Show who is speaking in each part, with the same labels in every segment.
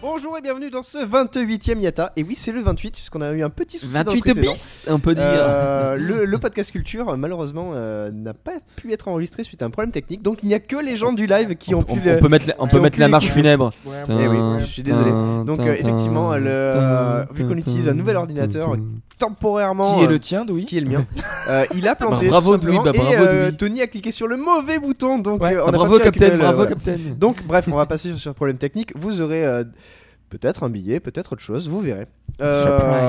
Speaker 1: Bonjour et bienvenue dans ce 28e Yata. Et oui, c'est le 28, puisqu'on a eu un petit souci. dans le
Speaker 2: 28
Speaker 1: précédent.
Speaker 2: bis, on peut dire.
Speaker 1: Euh, le, le podcast culture, malheureusement, euh, n'a pas pu être enregistré suite à un problème technique. Donc il n'y a que les gens du live qui
Speaker 2: on,
Speaker 1: ont
Speaker 2: on-
Speaker 1: pu.
Speaker 2: on
Speaker 1: le-
Speaker 2: peut mettre, la- on
Speaker 1: qui
Speaker 2: peut
Speaker 1: ont
Speaker 2: mettre
Speaker 1: pu
Speaker 2: la
Speaker 1: les-
Speaker 2: marche funèbre.
Speaker 3: Ouais,
Speaker 1: Eh oui, je suis désolé. Donc euh, effectivement, le, euh, vu qu'on utilise un nouvel ordinateur temporairement,
Speaker 3: Qui est
Speaker 1: euh,
Speaker 3: le tien, Douy
Speaker 1: qui est le mien, euh, il a planté.
Speaker 2: Bah, bravo,
Speaker 1: tout simplement,
Speaker 2: Louis, bah,
Speaker 1: et
Speaker 2: bravo,
Speaker 1: euh,
Speaker 2: Louis.
Speaker 1: Tony a cliqué sur le mauvais bouton. Donc euh, on
Speaker 2: Ah,
Speaker 1: a
Speaker 2: bravo,
Speaker 1: pas euh, pu récupérer
Speaker 2: Captain,
Speaker 1: le-
Speaker 2: bravo,
Speaker 1: voilà.
Speaker 2: Captain.
Speaker 1: Donc bref, on va passer sur, sur le problème technique. Vous aurez euh, peut-être un billet, peut-être autre chose, vous verrez. Euh,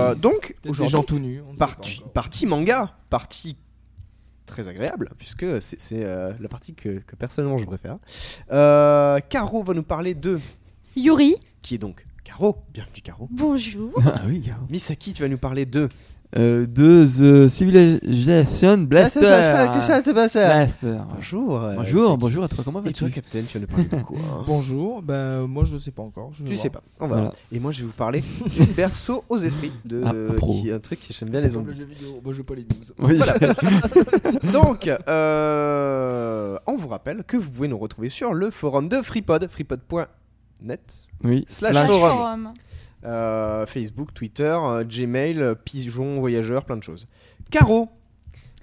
Speaker 2: Surprise.
Speaker 1: donc
Speaker 3: Des
Speaker 1: aujourd'hui,
Speaker 3: gens tout nus. on ne sait
Speaker 1: partie,
Speaker 3: pas encore.
Speaker 1: partie manga, partie très agréable, puisque c'est c'est, euh, la partie que, que personnellement je préfère. Euh, Caro va nous parler de...
Speaker 4: Yuri,
Speaker 1: Qui est donc Caro Bienvenue Caro.
Speaker 4: bonjour.
Speaker 2: Ah oui, gars.
Speaker 1: Misaki, tu vas nous parler de...
Speaker 2: Euh, de The
Speaker 1: Ah,
Speaker 2: Civilization Blaster. Blaster.
Speaker 1: Bonjour. euh,
Speaker 2: Bonjour,
Speaker 1: Misaki.
Speaker 2: bonjour à toi, comment
Speaker 1: Et toi,
Speaker 2: vas-tu
Speaker 1: Captain, tu vas nous parler de quoi hein
Speaker 3: Bonjour, ben moi je ne sais pas encore. Je vais
Speaker 1: Tu
Speaker 3: voir.
Speaker 1: sais pas, on va.
Speaker 2: Voilà.
Speaker 1: voir. Et moi, je vais vous parler du berceau aux esprits, de,
Speaker 2: Ah, un pro.
Speaker 1: qui est un truc qui j'aime bien
Speaker 3: C'est
Speaker 1: les
Speaker 3: comme le
Speaker 1: zombies.
Speaker 3: jeu vidéo. Bon, je veux pas les
Speaker 4: Euh,
Speaker 3: news.
Speaker 2: Oui,
Speaker 1: Donc, euh, on vous rappelle que vous pouvez nous retrouver sur le forum de FreePod, freepod.net.
Speaker 2: oui.
Speaker 1: Slash
Speaker 2: slash.
Speaker 1: forum. Euh, Facebook, Twitter, euh, Gmail, euh, Pigeon, Voyageur, plein de choses. Caro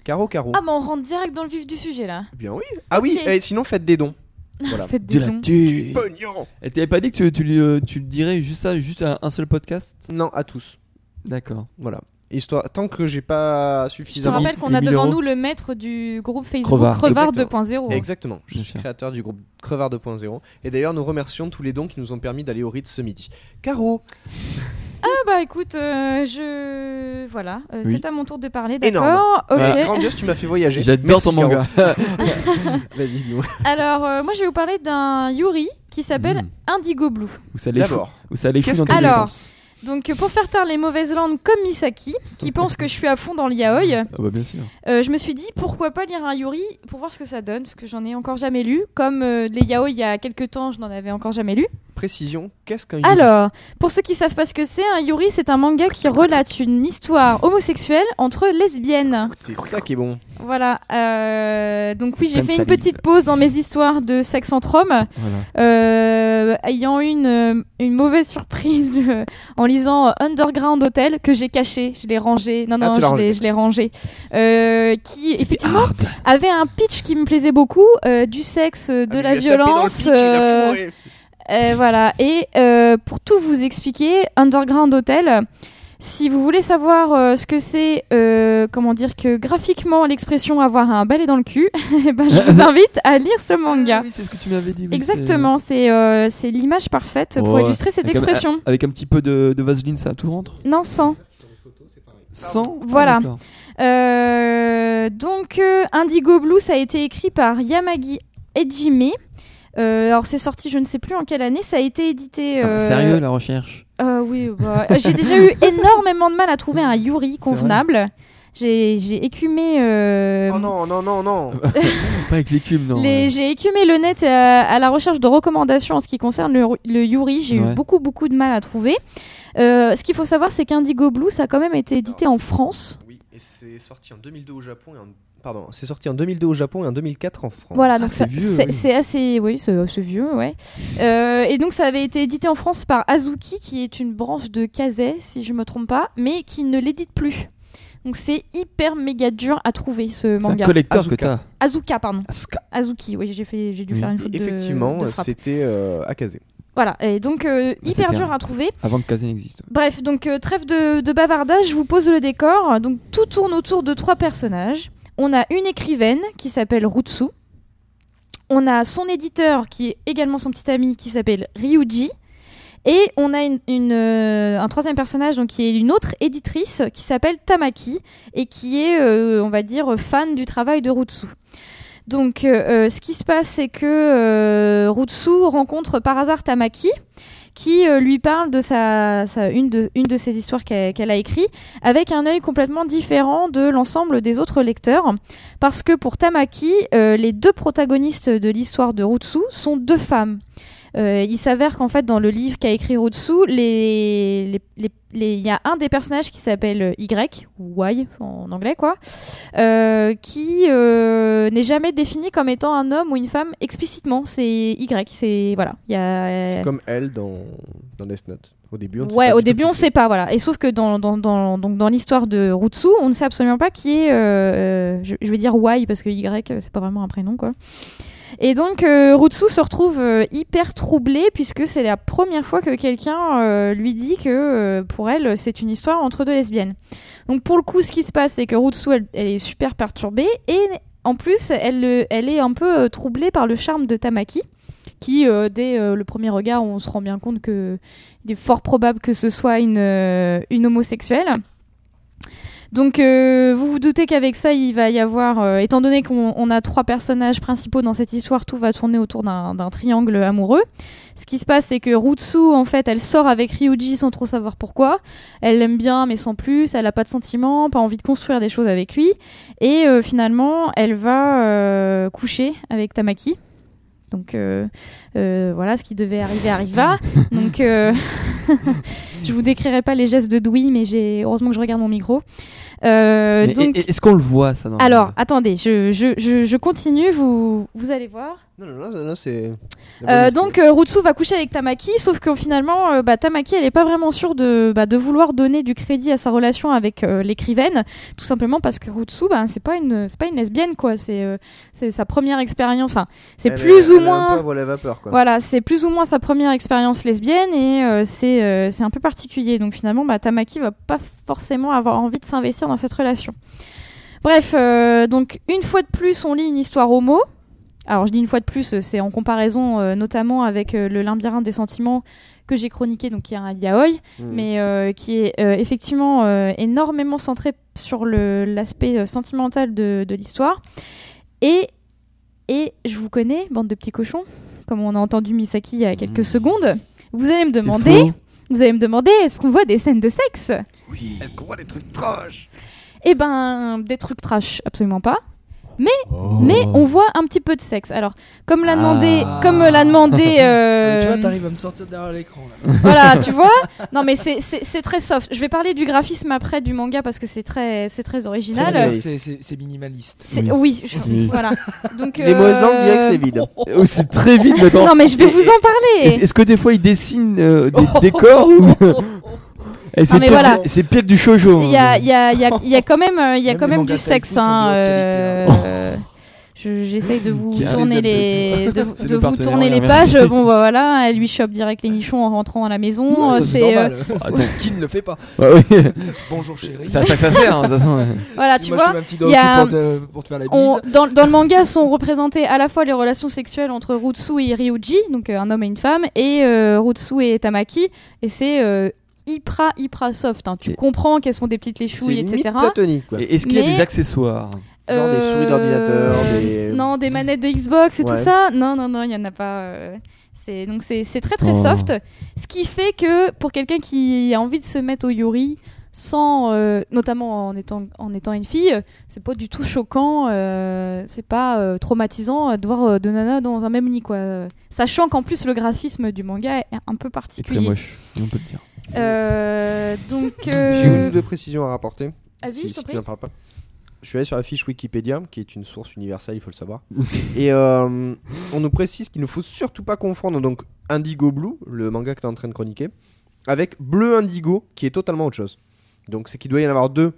Speaker 1: Caro, Caro.
Speaker 4: Ah, bah on rentre direct dans le vif du sujet là.
Speaker 1: Bien oui. Ah oui,
Speaker 4: Ok.
Speaker 1: et sinon faites des dons. Voilà.
Speaker 4: Faites
Speaker 2: De
Speaker 4: des
Speaker 2: la
Speaker 4: dons.
Speaker 2: thune.
Speaker 1: Pognon
Speaker 2: Et Eh, t'avais pas dit que tu, tu, le- tu le dirais juste ça, juste à un seul podcast
Speaker 1: Non, à tous.
Speaker 2: D'accord.
Speaker 1: Voilà. Histoire, tant que j'ai pas
Speaker 4: Je te
Speaker 1: suffisamment.
Speaker 4: rappelle qu'on a
Speaker 2: Les mille
Speaker 4: devant
Speaker 2: euros.
Speaker 4: nous le maître du groupe Facebook
Speaker 2: Crevard.
Speaker 4: Crevard,
Speaker 1: Exactement.
Speaker 4: 2.0.
Speaker 1: Exactement. Je
Speaker 2: Bien
Speaker 1: suis
Speaker 2: sûr.
Speaker 1: créateur du groupe Crevard 2.0. Et d'ailleurs, nous remercions tous les dons qui nous ont permis d'aller au Ritz ce midi. Caro
Speaker 4: Ah bah écoute, euh, je voilà, euh,
Speaker 2: Oui.
Speaker 4: c'est à mon tour de parler,
Speaker 1: Énorme.
Speaker 4: d'accord. Ok.
Speaker 1: euh, Grandiose, tu m'as fait voyager.
Speaker 2: J'adore
Speaker 1: Merci,
Speaker 2: ton
Speaker 1: Caro.
Speaker 2: manga.
Speaker 1: Vas-y, dis-moi.
Speaker 4: Alors euh, moi je vais vous parler d'un Yuri qui s'appelle
Speaker 2: Mm.
Speaker 4: Indigo Blue.
Speaker 2: Où ça l'échoue
Speaker 1: D'abord,
Speaker 2: Où ça l'échoue
Speaker 1: Qu'est-ce
Speaker 2: dans
Speaker 1: que-
Speaker 2: tous les
Speaker 4: Alors.
Speaker 2: sens.
Speaker 4: Donc euh, pour faire taire les mauvaises langues comme Misaki, qui pense que je suis à fond dans le yaoi,
Speaker 2: Ah bah bien sûr.
Speaker 4: euh, je me suis dit pourquoi pas lire un Yuri pour voir ce que ça donne, parce que j'en ai encore jamais lu. Comme euh, les yaoi il y a quelques temps, je n'en avais encore jamais lu.
Speaker 1: précision, qu'est-ce qu'un yuri
Speaker 4: Alors, pour ceux qui savent pas ce que c'est, un Yuri, c'est un manga qui relate une histoire homosexuelle entre lesbiennes.
Speaker 1: C'est ça qui est bon.
Speaker 4: Voilà. euh, donc oui, j'ai
Speaker 2: Femme
Speaker 4: fait une
Speaker 2: salive.
Speaker 4: petite pause dans mes histoires de sexe entre hommes,
Speaker 2: Voilà.
Speaker 4: euh, ayant eu une, euh, une mauvaise surprise euh, en lisant euh, Underground Hotel que j'ai caché, je l'ai rangé. Non
Speaker 1: Ah,
Speaker 4: non,
Speaker 1: tu l'as
Speaker 4: je l'ai-
Speaker 1: rangé.
Speaker 4: je l'ai rangé. Euh, qui effectivement avait un pitch qui me plaisait beaucoup, euh, du sexe, euh,
Speaker 1: Ah,
Speaker 4: de la violence. euh,
Speaker 1: Oh
Speaker 4: euh, voilà. Et euh, pour tout vous expliquer, Underground Hotel, si vous voulez savoir euh, ce que c'est, euh, comment dire que graphiquement l'expression avoir un balai dans le cul, eh ben, je vous invite à lire ce
Speaker 2: Ah
Speaker 4: manga.
Speaker 2: oui, c'est ce que tu m'avais dit. oui,
Speaker 4: Exactement, c'est euh, c'est l'image parfaite pour
Speaker 2: Ouais.
Speaker 4: illustrer cette
Speaker 2: Et comme- euh,
Speaker 4: expression.
Speaker 2: c'est- Avec un petit peu de, de vaseline, ça tout rentre
Speaker 4: Non, sans.
Speaker 2: Sans
Speaker 4: Voilà.
Speaker 2: Ah, d'accord.
Speaker 4: Euh, donc, euh, Indigo Blue, ça a été écrit par Yamagi Ejime. Euh, alors, c'est sorti, je ne sais plus en quelle année. Ça a été édité.
Speaker 2: Putain,
Speaker 4: euh,
Speaker 2: Ah, Sérieux la recherche
Speaker 4: Euh, oui, bah, euh, j'ai déjà eu énormément de mal à trouver un Yuri convenable. J'ai j'ai écumé, euh,
Speaker 1: Oh non, non, non, non.
Speaker 2: Pas avec l'écume, non.
Speaker 4: les-
Speaker 2: ouais.
Speaker 4: j'ai écumé le net euh, à la recherche de recommandations en ce qui concerne le, le Yuri. J'ai
Speaker 2: Ouais.
Speaker 4: eu beaucoup, beaucoup de mal à trouver. Euh, ce qu'il faut savoir, c'est qu'Indigo Blue, ça a quand même été édité en France.
Speaker 1: Oui, et c'est sorti en 2002 au Japon et en... Pardon, c'est sorti en 2002 au Japon et en 2004 en France.
Speaker 4: Voilà, donc
Speaker 2: c'est
Speaker 4: ça-
Speaker 2: vieux,
Speaker 4: c'est
Speaker 2: oui.
Speaker 4: c'est assez, oui, c'est c'est vieux, ouais. Euh, et donc ça avait été édité en France par Azuki, qui est une branche de Kazé, si je me trompe pas, mais qui ne l'édite plus. Donc c'est hyper méga dur à trouver ce
Speaker 2: C'est un
Speaker 4: manga.
Speaker 2: collecteur que
Speaker 1: Azuka.
Speaker 2: t'as.
Speaker 4: Azuka, pardon.
Speaker 2: Ska.
Speaker 4: Azuki, oui, j'ai fait, j'ai dû
Speaker 2: Oui.
Speaker 4: faire une
Speaker 1: Et
Speaker 4: faute de,
Speaker 1: effectivement,
Speaker 4: de
Speaker 1: euh,
Speaker 4: frappe.
Speaker 1: c'était euh, Akazé.
Speaker 4: Voilà, et donc euh,
Speaker 2: Bah,
Speaker 4: hyper
Speaker 2: c'était
Speaker 4: dur
Speaker 2: un-
Speaker 4: à trouver.
Speaker 2: Avant que Kazen existe.
Speaker 4: Bref, donc euh, trêve de, de bavardage, je vous pose le décor. Donc tout tourne autour de trois personnages. On a une écrivaine qui s'appelle Rutsu. On a son éditeur qui est également son petit ami qui s'appelle Ryuji. Et on a une, une, euh, un troisième personnage donc, qui est une autre éditrice qui s'appelle Tamaki et qui est, euh, on va dire, fan du travail de Rutsu. Donc, euh, ce qui se passe, c'est que euh, Rutsu rencontre par hasard Tamaki, qui euh, lui parle de sa, sa- une, de, une de ses histoires qu'elle qu'elle a écrites, avec un œil complètement différent de l'ensemble des autres lecteurs. Parce que pour Tamaki, euh, les deux protagonistes de l'histoire de Rutsu sont deux femmes. Euh, il s'avère qu'en fait, dans le livre qu'a écrit Rutsu, les- les- les- les- il y a un des personnages qui s'appelle Y, ou Y en anglais, quoi, euh, qui euh, n'est jamais défini comme étant un homme ou une femme explicitement. C'est Y, c'est voilà. Il y a...
Speaker 1: C'est comme elle dans, dans Death Note. Au début, on ne sait
Speaker 4: Ouais,
Speaker 1: pas
Speaker 4: au
Speaker 1: du tout
Speaker 4: début
Speaker 1: qui
Speaker 4: on
Speaker 1: c'est.
Speaker 4: sait pas, voilà. Et sauf que dans, dans, dans, donc dans l'histoire de Rutsu, on ne sait absolument pas qui est. euh, euh, je, je vais dire Y parce que Y euh, c'est pas vraiment un prénom quoi. Et donc euh, Rutsu se retrouve euh, hyper troublée puisque c'est la première fois que quelqu'un euh, lui dit que euh, pour elle c'est une histoire entre deux lesbiennes. Donc pour le coup, ce qui se passe c'est que Rutsu elle, elle est super perturbée et en plus elle, euh, elle est un peu euh, troublée par le charme de Tamaki qui euh, dès euh, le premier regard on se rend bien compte que il est fort probable que ce soit une, euh, une homosexuelle. Donc, euh, vous vous doutez qu'avec ça, il va y avoir, euh, étant donné qu'on on a trois personnages principaux dans cette histoire, tout va tourner autour d'un d'un triangle amoureux. Ce qui se passe, c'est que Rutsu, en fait, elle sort avec Ryuji sans trop savoir pourquoi. Elle l'aime bien, mais sans plus. Elle n'a pas de sentiments, pas envie de construire des choses avec lui. Et euh, finalement, elle va euh, coucher avec Tamaki. Donc, euh, euh, voilà, ce qui devait arriver arriva. Donc, euh, je vous décrirai pas les gestes de Douy, mais j'ai heureusement que je regarde mon micro. Euh,
Speaker 2: Mais
Speaker 4: donc,
Speaker 2: est- Est-ce qu'on le voit ça non
Speaker 4: alors, attendez, je, je, je, je continue, vous, vous allez voir.
Speaker 1: Non, non, non, non, non, c'est.
Speaker 4: Euh, donc euh, Rutsu va coucher avec Tamaki, sauf que finalement, euh, bah, Tamaki, elle est pas vraiment sûre de, bah, de vouloir donner du crédit à sa relation avec euh, l'écrivaine, tout simplement parce que Rutsu, bah, c'est pas une, c'est pas une lesbienne quoi, c'est, euh, c'est sa première expérience. Enfin, c'est
Speaker 1: Elle est-
Speaker 4: plus
Speaker 1: elle
Speaker 4: ou
Speaker 1: est
Speaker 4: moins.
Speaker 1: Un peu à la vapeur, quoi.
Speaker 4: Voilà, c'est plus ou moins sa première expérience lesbienne et euh, c'est euh, c'est un peu particulier. Donc finalement, bah, Tamaki va pas forcément avoir envie de s'investir dans cette relation. Bref, euh, donc une fois de plus, on lit une histoire homo. Alors je dis une fois de plus, euh, c'est en comparaison euh, notamment avec euh, le labyrinthe des sentiments que j'ai chroniqué, donc qui est un yaoi,
Speaker 1: Mm.
Speaker 4: mais euh, qui est euh, effectivement euh, énormément centré sur le- l'aspect euh, sentimental de, de l'histoire. Et, et je vous connais, bande de petits cochons, comme on a entendu Misaki il y a quelques
Speaker 2: Mhm.
Speaker 4: secondes. Vous allez me
Speaker 2: C'est
Speaker 4: demander,
Speaker 2: faux.
Speaker 4: vous allez me demander, est-ce qu'on voit des scènes de sexe
Speaker 2: Oui.
Speaker 3: Est-ce qu'on voit des trucs trash
Speaker 4: Eh ben, des trucs trash, absolument pas. Mais on voit un petit peu de sexe. Alors, comme l'a demandé,
Speaker 2: Oh. Ah.
Speaker 4: comme l'a demandé, euh,
Speaker 3: Tu vois, t'arrives à me sortir derrière l'écran là.
Speaker 4: voilà, tu vois. Non, mais c'est- c'est c'est très soft. Je vais parler du graphisme après du manga parce que c'est très, c'est très original.
Speaker 2: Très bien.
Speaker 3: C'est- C'est c'est minimaliste.
Speaker 4: C'est- Oui, je-
Speaker 2: Oui.
Speaker 4: voilà. Donc,
Speaker 1: Les
Speaker 4: euh,
Speaker 1: mauvaises langues direct, c'est vide.
Speaker 2: Oh, c'est très vite maintenant.
Speaker 4: Non, mais je vais vous en
Speaker 2: Est-ce
Speaker 4: parler.
Speaker 2: est-ce que des fois il dessine euh, des décors ou... Eh, c'est
Speaker 4: mais
Speaker 2: pire,
Speaker 4: voilà.
Speaker 2: que- c'est pire que du shoujo.
Speaker 4: Il y
Speaker 2: hein.
Speaker 4: a, il y a- il y a- il y a quand même, euh, il y a
Speaker 3: Même
Speaker 4: quand
Speaker 3: les
Speaker 4: même
Speaker 3: mangas
Speaker 4: du
Speaker 3: taïfus
Speaker 4: sexe.
Speaker 3: sont
Speaker 4: hein,
Speaker 3: de haute qualité, hein.
Speaker 4: euh, je- J'essaye de vous
Speaker 2: Qui a
Speaker 4: tourner les,
Speaker 2: les
Speaker 4: de,
Speaker 2: C'est
Speaker 4: de
Speaker 2: le
Speaker 4: vous
Speaker 2: partenaire,
Speaker 4: tourner les
Speaker 2: merci.
Speaker 4: pages. Bon, bah, voilà, elle lui chope direct les nichons en rentrant à la maison.
Speaker 3: Ouais,
Speaker 4: euh,
Speaker 3: ça,
Speaker 4: c'est, euh,
Speaker 3: normal.
Speaker 2: Attends.
Speaker 3: Qui ne le fait pas
Speaker 2: Ouais, oui.
Speaker 3: Bonjour chérie.
Speaker 2: C'est à ça que ça sert. hein, de toute façon, ouais.
Speaker 4: voilà,
Speaker 3: Et
Speaker 4: Ah, tu
Speaker 3: moi,
Speaker 4: vois.
Speaker 3: je te mets un petit doigt
Speaker 4: il y a-
Speaker 3: pour, te, pour te faire la bise.
Speaker 4: On- dans, dans le manga sont représentées à la fois les relations sexuelles entre Rutsu et Ryuji, donc euh, un homme et une femme, et euh, Rutsu et Tamaki, et c'est euh, hyper hyper soft. hein. Tu
Speaker 2: Et-
Speaker 4: comprends qu'elles sont des petites
Speaker 1: C'est
Speaker 4: léchouilles,
Speaker 1: limite
Speaker 4: etc.
Speaker 1: platonique, quoi.
Speaker 2: Et Est-ce qu'il y a
Speaker 4: Mais-
Speaker 2: des accessoires
Speaker 1: Genre des souris d'ordinateur, des-
Speaker 4: Euh, Non, des manettes de Xbox et tout
Speaker 1: Ouais.
Speaker 4: ça. Non, non, non, il n'y en a pas. euh, C'est, donc c'est, c'est très très
Speaker 2: Oh.
Speaker 4: soft. Ce qui fait que pour quelqu'un qui a envie de se mettre au yori, sans, euh, notamment en étant, en étant une fille, euh, c'est pas du tout choquant, euh, c'est pas euh, traumatisant euh, de voir euh, deux nanas dans un même lit. Quoi. Euh, Sachant qu'en plus le graphisme du manga est un peu
Speaker 2: C'est très
Speaker 4: particulier.
Speaker 2: moche, on peut le dire.
Speaker 4: Euh, donc.
Speaker 1: J'ai une
Speaker 4: euh,
Speaker 1: ou deux précisions à rapporter.
Speaker 4: Vas-y,
Speaker 1: si,
Speaker 4: je t'en
Speaker 1: si tu
Speaker 4: prie.
Speaker 1: n'en parles pas. Je suis allé sur la fiche Wikipédia, qui est une source universelle, il faut le savoir. et euh, on nous précise qu'il ne faut surtout pas confondre donc Indigo Blue, le manga que tu es en train de chroniquer, avec Bleu Indigo, qui est totalement autre chose. Donc c'est qu'il doit y en avoir deux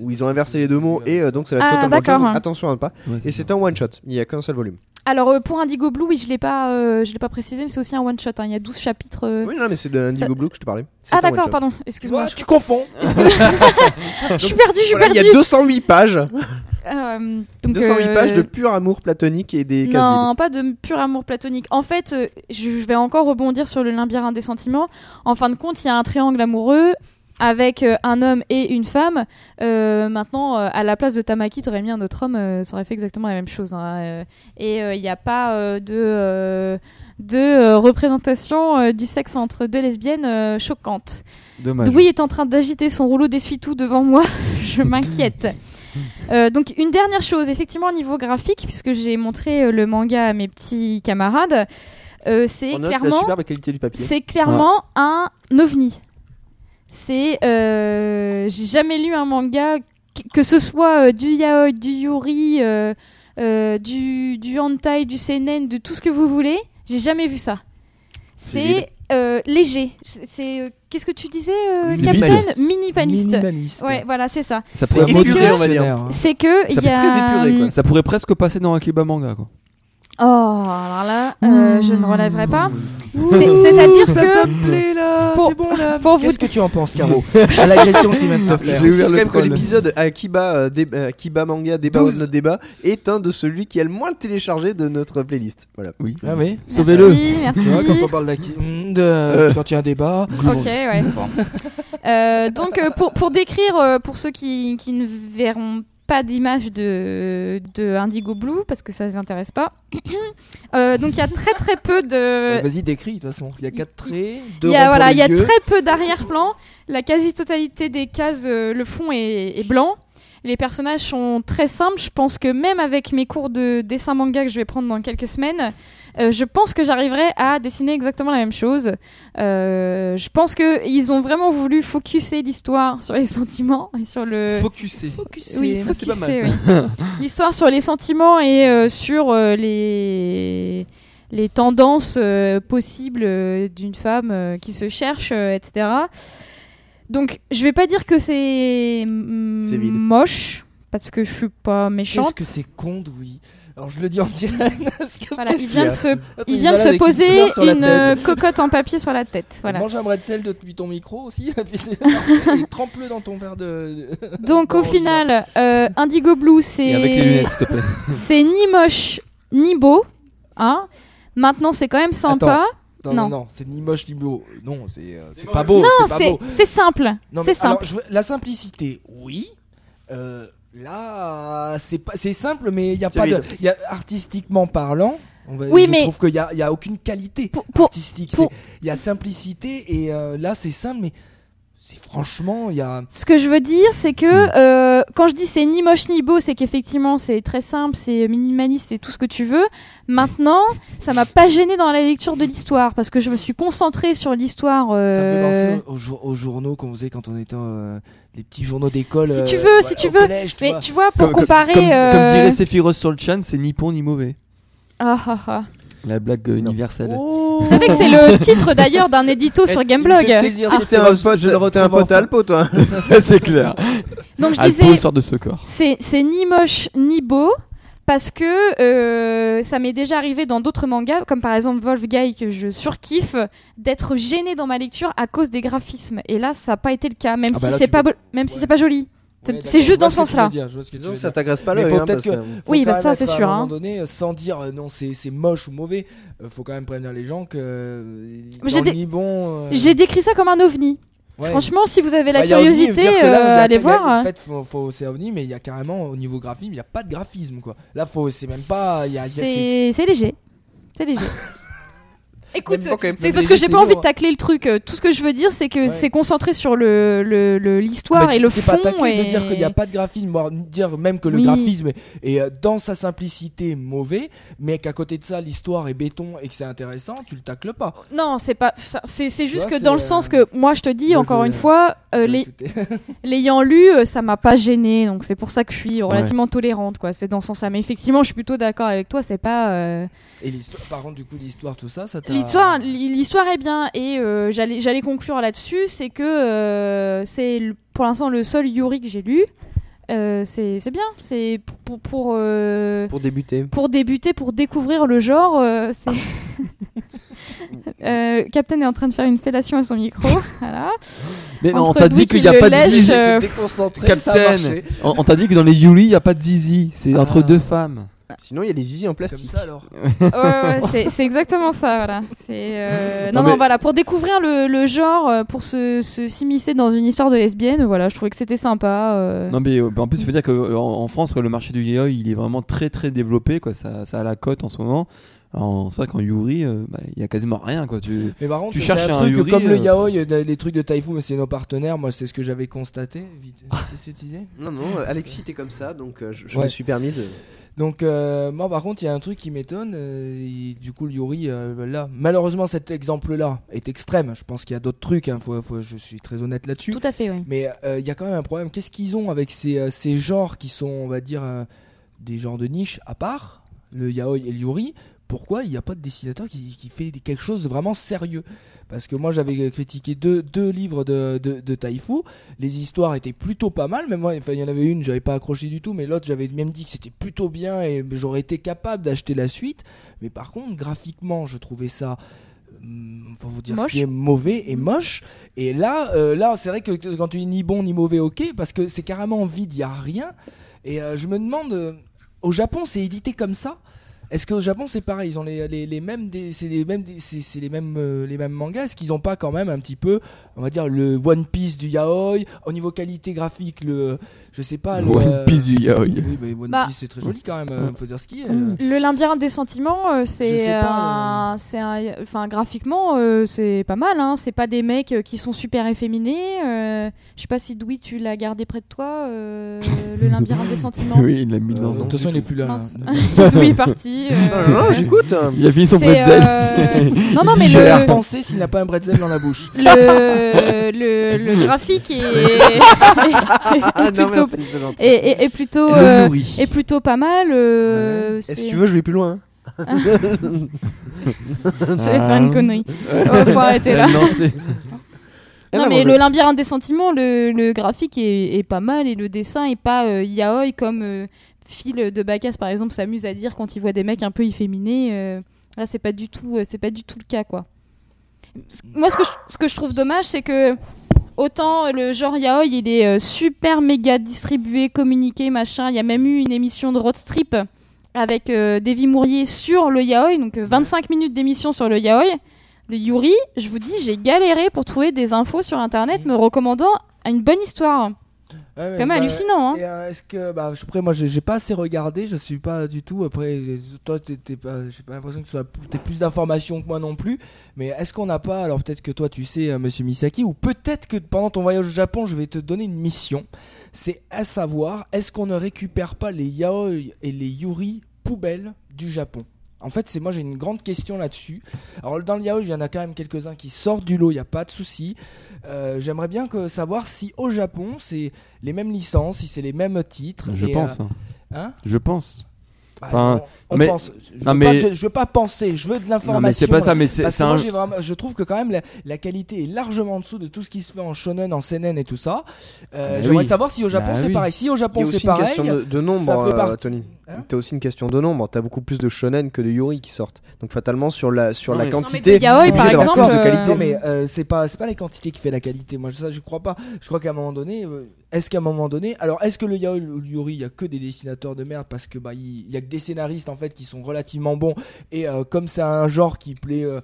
Speaker 1: où ils ont inversé les deux mots et euh, donc c'est la
Speaker 4: Ah,
Speaker 1: totalement autre chose.
Speaker 4: d'accord.
Speaker 1: Donc Attention à ne pas.
Speaker 2: Ouais,
Speaker 1: Et
Speaker 2: ça.
Speaker 1: c'est un one shot. Il n'y a qu'un seul volume.
Speaker 4: Alors euh, pour Indigo Blue, oui, je l'ai pas, euh, je l'ai pas précisé, mais c'est aussi un one shot. hein. Il y a 12 chapitres. euh,
Speaker 1: Oui, non, mais c'est de Indigo
Speaker 4: ça-
Speaker 1: Blue que je te parlais. C'est
Speaker 4: Ah
Speaker 1: un
Speaker 4: d'accord,
Speaker 1: one-shot.
Speaker 4: pardon,
Speaker 3: Excuse-moi, tu
Speaker 4: excuse-moi.
Speaker 3: confonds.
Speaker 4: Je suis perdue, je suis
Speaker 1: Voilà, il
Speaker 4: perdue.
Speaker 1: y a 208 pages.
Speaker 4: Euh, donc,
Speaker 1: 208
Speaker 4: euh,
Speaker 1: pages de pur amour platonique et des cases vides.
Speaker 4: Non, pas de pur amour platonique. En fait, euh, je je vais encore rebondir sur le labyrinthe des sentiments. En fin de compte, il y a un triangle amoureux avec euh, un homme et une femme. Euh, maintenant, euh, à la place de Tamaki, t'aurais mis un autre homme, euh, ça aurait fait exactement la même chose. hein, euh. et euh, il n'y a pas euh, de, euh, de euh, représentation euh, du sexe entre deux lesbiennes euh, choquante.
Speaker 2: Dommage.
Speaker 4: Douy est en train d'agiter son rouleau d'essuie-tout devant moi. Je m'inquiète. Euh, donc une dernière chose, effectivement au niveau graphique, puisque j'ai montré euh, le manga à mes petits camarades, euh, c'est
Speaker 1: On note la
Speaker 4: clairement,
Speaker 1: superbe qualité du papier.
Speaker 4: c'est clairement un ovni. C'est, euh, j'ai jamais lu un manga qu- que ce soit euh, du yaoi, du yuri, euh, euh, du du hentai, du seinen, de tout ce que vous voulez. J'ai jamais vu ça.
Speaker 1: C'est
Speaker 4: C'est euh, léger. C'est- C'est euh, qu'est-ce que tu disais, euh,
Speaker 2: Minimaliste.
Speaker 4: Captain Minimaliste.
Speaker 3: Minimaliste.
Speaker 4: Ouais, voilà, c'est ça.
Speaker 2: Ça
Speaker 3: C'est
Speaker 2: pourrait,
Speaker 1: écouter,
Speaker 2: modifier-
Speaker 1: on va dire.
Speaker 3: révolutionnaire, hein.
Speaker 4: C'est que
Speaker 1: Ça
Speaker 4: il y
Speaker 1: fait
Speaker 4: a. euh,
Speaker 1: très épuré, quoi.
Speaker 2: ça pourrait presque passer dans un climat manga quoi.
Speaker 4: oh, alors là, euh,
Speaker 5: Mmh.
Speaker 4: je ne relèverai pas. C'est- C'est-à-dire
Speaker 3: Mmh. Ça,
Speaker 4: que
Speaker 3: ça me plaît là,
Speaker 4: Pour-
Speaker 3: c'est bon là.
Speaker 4: pour vous-
Speaker 3: Qu'est-ce que tu en penses, Caro À l'agression qu'ils viennent de te faire.
Speaker 1: Je précise
Speaker 2: ouvert
Speaker 1: quand
Speaker 2: le
Speaker 1: même que
Speaker 2: troll.
Speaker 1: l'épisode Akiba, euh, dé- euh, Akiba Manga Débat
Speaker 3: 12.
Speaker 1: ou notre débat est un de celui qui a le moins téléchargé de notre playlist. Voilà.
Speaker 2: Oui.
Speaker 3: Ah oui
Speaker 2: Sauvez-le.
Speaker 4: Merci, merci.
Speaker 3: Tu vois, quand on parle d'acquis. mm, De... Quand il y a un débat.
Speaker 4: Ok, ouais. Euh, donc, euh, pour, pour décrire, euh, pour ceux qui, qui ne verront pas d'image de, de Indigo Blue, parce que ça ne les intéresse pas, euh, donc il y a très très peu de.
Speaker 3: Vas-y, décris de toute façon. Il y a 4 traits, 2
Speaker 4: Euh. Il y a, voilà, il y a très peu d'arrière-plan. La quasi-totalité des cases, euh, le fond est, est blanc. Les personnages sont très simples. Je pense que même avec mes cours de dessin manga que je vais prendre dans quelques semaines, euh, je pense que j'arriverai à dessiner exactement la même chose. Euh, je pense que ils ont vraiment voulu focuser l'histoire sur les sentiments et sur le.
Speaker 2: Focusé.
Speaker 4: Oui,
Speaker 2: c'est pas mal,
Speaker 4: focuser, oui. L'histoire sur les sentiments et euh, sur euh, les les tendances euh, possibles euh, d'une femme euh, qui se cherche, euh, etc. Donc, je vais pas dire que c'est mm,
Speaker 1: C'est vide.
Speaker 4: moche parce que je suis pas
Speaker 3: Qu'est-ce
Speaker 4: méchante.
Speaker 3: que c'est con, oui. Alors je le dis en direct. parce que-
Speaker 4: Voilà, il vient de se,
Speaker 3: Attends,
Speaker 4: il vient
Speaker 3: va là
Speaker 4: de se
Speaker 3: avec une
Speaker 4: poser
Speaker 3: couleur sur la
Speaker 4: une
Speaker 3: tête.
Speaker 4: euh, cocotte en papier sur la tête. Voilà.
Speaker 3: Mange un bras de sel depuis ton micro aussi. depuis- et trempe-le dans ton verre de.
Speaker 4: Donc, au
Speaker 3: Orange, là.
Speaker 4: final, euh, Indigo Blue,
Speaker 2: Et avec les
Speaker 4: c'est
Speaker 2: lunettes s'il te plaît.
Speaker 4: c'est ni moche ni beau, hein. Maintenant, c'est quand même sympa.
Speaker 3: Non, non,
Speaker 4: Non.
Speaker 3: non, c'est ni moche ni beau. Non, c'est euh, c'est
Speaker 2: moche.
Speaker 3: pas beau.
Speaker 4: Non,
Speaker 3: c'est pas
Speaker 4: c'est-
Speaker 3: beau.
Speaker 4: c'est simple.
Speaker 3: Non, mais
Speaker 4: C'est
Speaker 3: alors,
Speaker 4: simple.
Speaker 3: je veux- la simplicité, oui. Euh, là, c'est pas, c'est simple, mais il y a
Speaker 1: C'est
Speaker 3: pas de,
Speaker 1: vide.
Speaker 3: il y a artistiquement parlant. On va,
Speaker 4: Oui,
Speaker 3: je
Speaker 4: mais-
Speaker 3: trouve qu'il y a, il y a aucune qualité
Speaker 4: Pour- pour-
Speaker 3: artistique.
Speaker 4: pour-
Speaker 3: C'est- Il y a simplicité et euh, là, c'est simple, mais c'est franchement, il y a.
Speaker 4: Ce que je veux dire, c'est
Speaker 3: Hmm.
Speaker 4: que euh, quand je dis c'est ni moche ni beau, c'est qu'effectivement c'est très simple, c'est minimaliste, c'est tout ce que tu veux. Maintenant, ça m'a pas gêné dans la lecture de l'histoire parce que je me suis concentrée sur l'histoire. euh,
Speaker 3: Ça me fait penser aux, jour- aux journaux qu'on faisait quand on était euh, les petits journaux d'école.
Speaker 4: Si tu
Speaker 3: euh,
Speaker 4: veux, si tu
Speaker 3: au
Speaker 4: veux.
Speaker 3: collège, tu
Speaker 4: Mais
Speaker 3: vois.
Speaker 4: tu vois, pour
Speaker 2: Comme- comme-
Speaker 4: comparer.
Speaker 2: Comme,
Speaker 4: euh,
Speaker 2: comme dirait Sephiroth sur le chan, c'est ni bon ni mauvais.
Speaker 4: ah, ah, ah.
Speaker 2: La blague euh, universelle.
Speaker 4: Vous savez que c'est le titre d'ailleurs d'un édito
Speaker 3: Il me
Speaker 4: sur
Speaker 3: fait
Speaker 4: Gameblog.
Speaker 3: plaisir,
Speaker 1: T'es
Speaker 3: c'était
Speaker 1: un
Speaker 3: je- je le
Speaker 1: pote, t'es un
Speaker 3: retrouve
Speaker 1: pote
Speaker 3: enfin.
Speaker 1: alpo, toi.
Speaker 2: c'est clair.
Speaker 4: Donc je
Speaker 2: Alpo
Speaker 4: disais,
Speaker 2: sort de ce corps.
Speaker 4: C'est, c'est ni moche ni beau parce que euh, ça m'est déjà arrivé dans d'autres mangas, comme par exemple Wolfguy que je surkiffe, d'être gêné dans ma lecture à cause des graphismes. Et là, ça n'a pas été le cas, même
Speaker 3: Ah bah
Speaker 4: si
Speaker 3: là,
Speaker 4: c'est
Speaker 3: tu
Speaker 4: pas,
Speaker 3: peux-
Speaker 4: bo- même si
Speaker 3: Ouais.
Speaker 4: c'est pas joli. C'est-
Speaker 3: Ouais,
Speaker 4: c'est
Speaker 3: d'accord, je
Speaker 4: juste dans
Speaker 3: vois que
Speaker 4: ce
Speaker 3: tu veux
Speaker 4: sens-là.
Speaker 3: dire, je vois ce que tu veux
Speaker 1: Donc
Speaker 3: dire.
Speaker 1: ça t'agace pas
Speaker 3: Mais
Speaker 1: l'œil.
Speaker 3: faut
Speaker 1: hein,
Speaker 3: peut-être
Speaker 1: parce que-
Speaker 3: Faut
Speaker 4: Oui,
Speaker 3: quand
Speaker 4: bah
Speaker 3: même
Speaker 4: ça,
Speaker 3: être
Speaker 4: c'est
Speaker 3: à
Speaker 4: sûr,
Speaker 3: un moment
Speaker 4: hein.
Speaker 3: donné, euh, sans dire euh, non, c'est c'est moche ou mauvais, euh, faut quand même prévenir les gens que. euh, dans
Speaker 4: j'ai
Speaker 3: le
Speaker 4: des-
Speaker 3: ni bon. euh,
Speaker 4: J'ai décrit ça comme un ovni.
Speaker 3: ouais.
Speaker 4: Franchement, si vous avez la
Speaker 3: Bah, il y a OVNI,
Speaker 4: curiosité,
Speaker 3: veut dire que là,
Speaker 4: euh,
Speaker 3: il y a-
Speaker 4: allez
Speaker 3: il y a- En
Speaker 4: voir.
Speaker 3: fait, faut, faut- c'est ovni, mais il y a carrément au niveau graphisme, il n'y a pas de graphisme quoi. Là, faut, c'est même pas. il Y a, il y a- c'est-
Speaker 4: C'est, c'est léger. C'est léger. Écoute,
Speaker 1: Ok.
Speaker 4: c'est
Speaker 3: Mais
Speaker 4: parce
Speaker 3: léger,
Speaker 4: que j'ai
Speaker 3: c'est
Speaker 4: pas envie
Speaker 3: lourd. hein.
Speaker 4: de tacler le truc. Euh, Tout ce que je veux dire, c'est que
Speaker 3: Ouais.
Speaker 4: c'est concentré sur le, le- le- l'histoire
Speaker 3: Bah,
Speaker 4: et le
Speaker 3: c'est
Speaker 4: fond.
Speaker 3: pas taclé
Speaker 4: et...
Speaker 3: de dire qu'il n'y a pas de graphisme, voire dire même que le
Speaker 4: Oui.
Speaker 3: graphisme est- est euh, dans sa simplicité mauvais, mais qu'à côté de ça l'histoire est béton et que c'est intéressant, tu le tacles pas.
Speaker 4: Non, c'est pas. ça- C'est c'est juste
Speaker 3: vois,
Speaker 4: que dans le
Speaker 3: c'est,
Speaker 4: sens
Speaker 3: euh,
Speaker 4: que moi, je te dis
Speaker 3: moi,
Speaker 4: encore
Speaker 3: je-
Speaker 4: une fois, euh,
Speaker 3: Tu-
Speaker 4: l'ay-
Speaker 3: tu t'es-
Speaker 4: l'ayant lu, euh, ça m'a pas gêné. Donc c'est pour ça que je suis relativement tolérante, quoi. C'est dans ce sens-là. Mais effectivement, je suis plutôt d'accord avec toi. C'est pas. euh,
Speaker 3: Et l'histoire, par contre, du coup, l'histoire, tout ça, ça t'a-
Speaker 4: L'histoire, l- l'histoire est bien et euh, j'allais, j'allais conclure là-dessus, c'est que euh, c'est le- pour l'instant le seul Yuri que j'ai lu. Euh, c'est, c'est bien, c'est pour pour pour, euh,
Speaker 1: Pour débuter.
Speaker 4: pour débuter, pour découvrir le genre. euh, c'est... Euh, Captain est en train de faire une fellation à son micro. voilà.
Speaker 2: Mais non, on
Speaker 4: Entre
Speaker 2: t'a dit
Speaker 4: Dwight,
Speaker 2: qu'il
Speaker 4: il
Speaker 2: n'y a
Speaker 4: le
Speaker 2: pas de
Speaker 4: lèche,
Speaker 2: zizi.
Speaker 4: euh,
Speaker 3: J'étais déconcentré, ça a
Speaker 2: Captain,
Speaker 3: marché.
Speaker 2: on, on t'a dit que dans les Yuli, il n'y a pas de zizi. C'est
Speaker 3: Ah.
Speaker 2: entre deux femmes.
Speaker 1: Sinon, il y a les zizi en
Speaker 3: Comme
Speaker 1: plastique.
Speaker 3: ça alors.
Speaker 4: Ouais, ouais, c'est- c'est exactement ça, voilà. C'est euh, non,
Speaker 2: Non,
Speaker 4: non,
Speaker 2: mais-
Speaker 4: voilà, pour découvrir le, le genre, euh, pour se se- s'immiscer dans une histoire de lesbienne, voilà, je trouvais que c'était sympa. euh.
Speaker 2: Non, mais euh, bah, en plus, il faut dire qu'en en France, quoi, le marché du yaoi, il est vraiment très très développé. Quoi. Ça, ça a la cote en ce moment. En- C'est vrai qu'en Yuri, euh, bah, il y a quasiment rien. Quoi. Tu...
Speaker 3: Mais par contre,
Speaker 2: Tu
Speaker 3: c'est
Speaker 2: cherches
Speaker 3: un
Speaker 2: un
Speaker 3: truc
Speaker 2: Yuri,
Speaker 3: comme le
Speaker 2: euh,
Speaker 3: yaoi, euh, les trucs de Taifu, mais c'est nos partenaires. Moi, c'est ce que j'avais constaté. Vite,
Speaker 2: Ah.
Speaker 3: c'est cette idée.
Speaker 1: Non, non, euh, Alexis, t'es comme ça, donc euh, je, je
Speaker 3: Ouais.
Speaker 1: me suis permis de.
Speaker 3: Donc, euh, moi, par contre, il y a un truc qui m'étonne. euh, il- du coup, le Yuri, euh, là, malheureusement, cet exemple-là est extrême. Je pense qu'il y a d'autres trucs. hein, faut- faut- je suis très honnête là-dessus.
Speaker 4: Tout à fait, oui.
Speaker 3: Mais euh, il y a quand même un problème. Qu'est-ce qu'ils ont avec ces, euh, ces genres qui sont, on va dire, euh, des genres de niche à part, le yaoi et le yuri Pourquoi il n'y a pas de dessinateur qui, qui fait des- quelque chose de vraiment sérieux Parce que moi, j'avais critiqué deux, deux livres de, de, de Taifu. Les histoires étaient plutôt pas mal. Même moi, enfin, il y en avait une, j'avais pas accroché du tout, mais l'autre, j'avais même dit que c'était plutôt bien et j'aurais été capable d'acheter la suite. Mais par contre, graphiquement, je trouvais ça. hum, Faut vous dire
Speaker 4: Moche.
Speaker 3: ce qui est mauvais et
Speaker 4: Mm.
Speaker 3: moche. Et là, euh, là c'est vrai que que quand tu dis ni bon ni mauvais, ok, parce que c'est carrément vide, il n'y a rien. Et euh, je me demande, euh, au Japon, c'est édité comme ça Est-ce qu'au Japon, c'est pareil Ils ont les, les, les mêmes, dé- c'est les mêmes, dé- c'est c'est les mêmes, euh, les mêmes mangas. Est-ce qu'ils n'ont pas quand même un petit peu, on va dire, le One Piece du yaoi Au niveau qualité graphique, le, je sais
Speaker 4: Ah,
Speaker 3: pas, le euh,
Speaker 2: One Piece du yaoi.
Speaker 3: Oui, mais One
Speaker 4: Bah.
Speaker 3: Piece, c'est très joli quand même. euh, faut dire ce qui est. euh.
Speaker 4: Le labyrinthe des sentiments, euh,
Speaker 3: Je
Speaker 4: c'est
Speaker 3: sais pas, euh.
Speaker 4: un, c'est un- enfin graphiquement, euh, c'est pas mal. Hein. C'est pas des mecs euh, qui sont super efféminés. euh, Je sais pas si Doui, tu l'as gardé près de toi, euh, le labyrinthe des sentiments.
Speaker 2: Oui, il l'a mis
Speaker 4: Euh,
Speaker 2: dans
Speaker 3: de toute façon, il n'est plus là. hein. là.
Speaker 4: Mince. Doui est parti. euh,
Speaker 2: Oh,
Speaker 1: Ah, j'écoute.
Speaker 2: Il a fini son
Speaker 4: c'est,
Speaker 2: pretzel.
Speaker 4: euh, Non, non, mais
Speaker 2: Il a
Speaker 4: le,
Speaker 2: l'air
Speaker 3: Pensez s'il n'a pas un bretzel dans la bouche.
Speaker 4: le, le, le graphique est,
Speaker 2: Ah,
Speaker 1: Ah,
Speaker 4: est plutôt, est, est- est plutôt,
Speaker 2: Le
Speaker 4: euh,
Speaker 2: nourrit.
Speaker 4: est plutôt pas mal. euh, c'est-
Speaker 1: Si tu veux, je vais plus loin.
Speaker 4: J'allais faire
Speaker 3: Ah.
Speaker 4: une connerie. Oh, faut arrêter là.
Speaker 2: Elle a lancé.
Speaker 1: Eh
Speaker 4: Non,
Speaker 1: ben,
Speaker 4: mais
Speaker 1: moi,
Speaker 4: le
Speaker 1: je-
Speaker 4: labyrinthe des sentiments, le, le graphique est, est pas mal et le dessin est pas euh, yaoi comme euh, Phil de Bacchus par exemple s'amuse à dire quand il voit des mecs un peu efféminés. euh, là, c'est pas du tout, euh, c'est pas du tout le cas quoi. Ce- Moi, ce que je, ce que je trouve dommage, c'est que autant le genre yaoi, il est euh, super méga distribué, communiqué, machin. Il y a même eu une émission de road strip avec euh, Davy Mourier sur le yaoi, donc euh, 25 minutes d'émission sur le yaoi. Le Yuri, je vous dis, j'ai galéré pour trouver des infos sur internet me recommandant une bonne histoire.
Speaker 3: Ouais, mais
Speaker 4: Quand même
Speaker 3: bah,
Speaker 4: hallucinant, hein.
Speaker 3: Et, euh, est-ce que bah je- après moi j'ai j'ai pas assez regardé, je suis pas du tout après euh, toi t'es- t'es pas j'ai pas l'impression que tu sois- t'aies plus d'informations que moi non plus, mais est-ce qu'on n'a pas alors peut-être que toi tu sais euh, monsieur Misaki ou peut-être que pendant ton voyage au Japon, je vais te donner une mission. C'est à savoir est-ce qu'on ne récupère pas les yaoi et les yuri poubelles du Japon en fait, c'est moi j'ai une grande question là-dessus. Alors dans le yaoi, il y en a quand même quelques-uns qui sortent du lot, il n'y a pas de souci. Euh, J'aimerais bien que savoir si au Japon, c'est les mêmes licences, si c'est les mêmes titres.
Speaker 2: Je
Speaker 3: et,
Speaker 2: pense.
Speaker 3: euh,
Speaker 2: hein.
Speaker 3: hein
Speaker 2: Je pense.
Speaker 3: Bah,
Speaker 2: Enfin,
Speaker 3: on on
Speaker 2: mais-
Speaker 3: pense. Je veux,
Speaker 2: non,
Speaker 3: pas,
Speaker 2: mais-
Speaker 3: te- je veux pas penser, je veux de l'information.
Speaker 2: Non, mais c'est pas ça, mais c'est
Speaker 3: Parce
Speaker 2: c'est
Speaker 3: que moi,
Speaker 2: un.
Speaker 3: j'ai vraiment- je trouve que quand même la, la qualité est largement en dessous de tout ce qui se fait en shonen, en seinen et tout ça. Euh,
Speaker 2: Bah
Speaker 3: J'aimerais
Speaker 2: oui.
Speaker 3: savoir si au Japon
Speaker 2: Bah
Speaker 3: c'est
Speaker 2: oui.
Speaker 3: pareil. Si au
Speaker 1: Il y
Speaker 3: Japon
Speaker 1: a
Speaker 3: c'est
Speaker 1: aussi une
Speaker 3: pareil,
Speaker 1: question de, de nombre,
Speaker 3: ça fait
Speaker 1: euh,
Speaker 3: partie.
Speaker 1: Tony.
Speaker 3: Hein
Speaker 1: T'as aussi une question de nombre. T'as beaucoup plus de shonen que de yuri qui sortent. Donc fatalement sur la sur
Speaker 2: Non,
Speaker 1: la
Speaker 2: mais-
Speaker 1: quantité.
Speaker 4: Non, mais de yaoi,
Speaker 1: t'es
Speaker 4: Ah par
Speaker 1: obligé d'avoir
Speaker 4: exemple,
Speaker 1: plus de
Speaker 4: euh,
Speaker 1: qualité.
Speaker 3: Non, mais euh, c'est pas c'est pas les quantités qui fait la qualité. Moi ça je crois pas. Je crois qu'à un moment donné, euh, est-ce qu'à un moment donné, alors est-ce que le yaoi ou le yuri, il y a que des dessinateurs de merde parce que bah il il y a que des scénaristes en fait qui sont relativement bons et euh, comme c'est un genre qui plaît euh,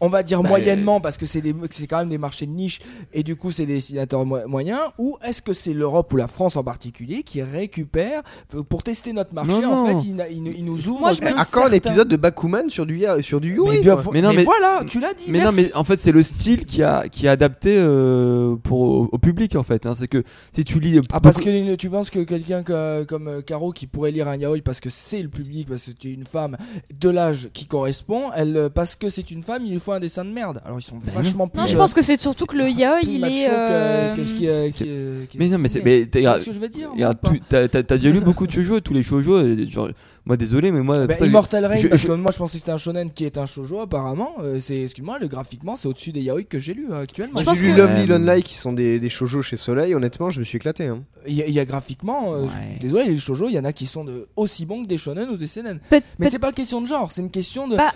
Speaker 3: on va
Speaker 2: Bah,
Speaker 3: dire moyennement parce que c'est des c'est quand même des marchés de niche et du coup c'est des dessinateurs mo- moyens ou est-ce que c'est l'Europe ou la France en particulier qui récupère euh, pour tester notre marché
Speaker 2: Non, non.
Speaker 3: en fait ils, na- ils ne- ils nous ouvrent
Speaker 4: Moi, je
Speaker 3: que
Speaker 4: me-
Speaker 1: À quand
Speaker 3: certains-
Speaker 1: l'épisode de Bakuman sur du ya- sur du
Speaker 3: mais,
Speaker 1: yuri
Speaker 3: bien,
Speaker 1: quoi
Speaker 3: vo-
Speaker 2: Mais non,
Speaker 3: mais
Speaker 2: mais-
Speaker 3: voilà tu l'as dit
Speaker 2: Mais non,
Speaker 3: merci.
Speaker 2: mais en fait, c'est le style qui a qui est adapté euh, pour au, au public en fait. hein. C'est que si tu lis, euh,
Speaker 3: Ah parce que une- tu penses que quelqu'un que- comme euh, Caro qui pourrait lire un yaoi parce que c'est le public parce que tu es une femme de l'âge qui correspond, elle euh, parce que c'est une femme, il lui faut un dessin de merde. Alors ils sont
Speaker 2: Ben
Speaker 3: vachement plus
Speaker 4: Non, je
Speaker 3: euh,
Speaker 4: pense que c'est surtout que le yaoi,
Speaker 3: plus
Speaker 4: il
Speaker 3: macho
Speaker 4: est.
Speaker 3: que-
Speaker 4: euh,
Speaker 3: que si, euh,
Speaker 2: c'est-
Speaker 3: qui, euh, qui-
Speaker 2: mais non, mais c'est
Speaker 3: Tu
Speaker 2: mais t'as-
Speaker 3: vois ce que je veux dire.
Speaker 2: regarde,
Speaker 3: moi, ou
Speaker 2: tu- t'as t'as- t'as déjà lu beaucoup de shoujo, tous les shoujo. et genre, moi, désolé, mais moi,
Speaker 3: pas Ben,
Speaker 2: putain,
Speaker 3: Immortal Rain,
Speaker 2: je-
Speaker 3: parce
Speaker 2: je-
Speaker 3: que moi je pensais que c'était un shonen qui est un shoujo apparemment. euh, c'est excuse-moi, le graphiquement c'est au-dessus des yaoi que j'ai lu euh, actuellement.
Speaker 4: Je
Speaker 1: J'ai
Speaker 4: pense
Speaker 1: lu
Speaker 4: que-
Speaker 1: Lovely
Speaker 2: Ouais,
Speaker 1: Lonely qui sont des, des shoujo chez Soleil. Honnêtement, je me suis éclaté. hein.
Speaker 3: Il y, a- il y a graphiquement, euh,
Speaker 2: Ouais. Bah
Speaker 3: je- désolé les shoujo, il y en a qui sont de, aussi bons que des shonen ou des seinen.
Speaker 4: peut-
Speaker 3: Mais
Speaker 4: peut-
Speaker 3: c'est pas question de genre, c'est une question de.
Speaker 4: Bah,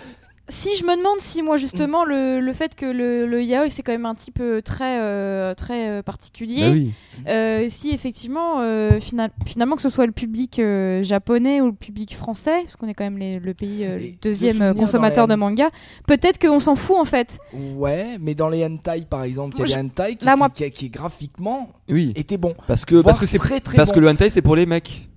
Speaker 4: si je me demande si moi justement le, le fait que le, le yaoi c'est quand même un type euh, très euh, très euh, particulier,
Speaker 2: Bah oui.
Speaker 4: euh, si effectivement euh, fina- finalement que ce soit le public euh, japonais ou le public français, parce qu'on est quand même les- le pays euh,
Speaker 3: Et
Speaker 4: le
Speaker 3: de
Speaker 4: deuxième euh,
Speaker 3: souvenir dans
Speaker 4: consommateur
Speaker 3: la-
Speaker 4: de manga, peut-être qu'on s'en fout en fait.
Speaker 3: Ouais, mais dans les hentai par exemple, il y a
Speaker 4: Moi,
Speaker 3: des hentai qui,
Speaker 4: là, moi-
Speaker 3: qui- qui graphiquement
Speaker 2: Oui,
Speaker 3: étaient bons.
Speaker 2: parce que parce
Speaker 3: Voire
Speaker 2: que c'est
Speaker 3: très très
Speaker 2: parce que
Speaker 3: bons.
Speaker 2: le hentai c'est pour les mecs.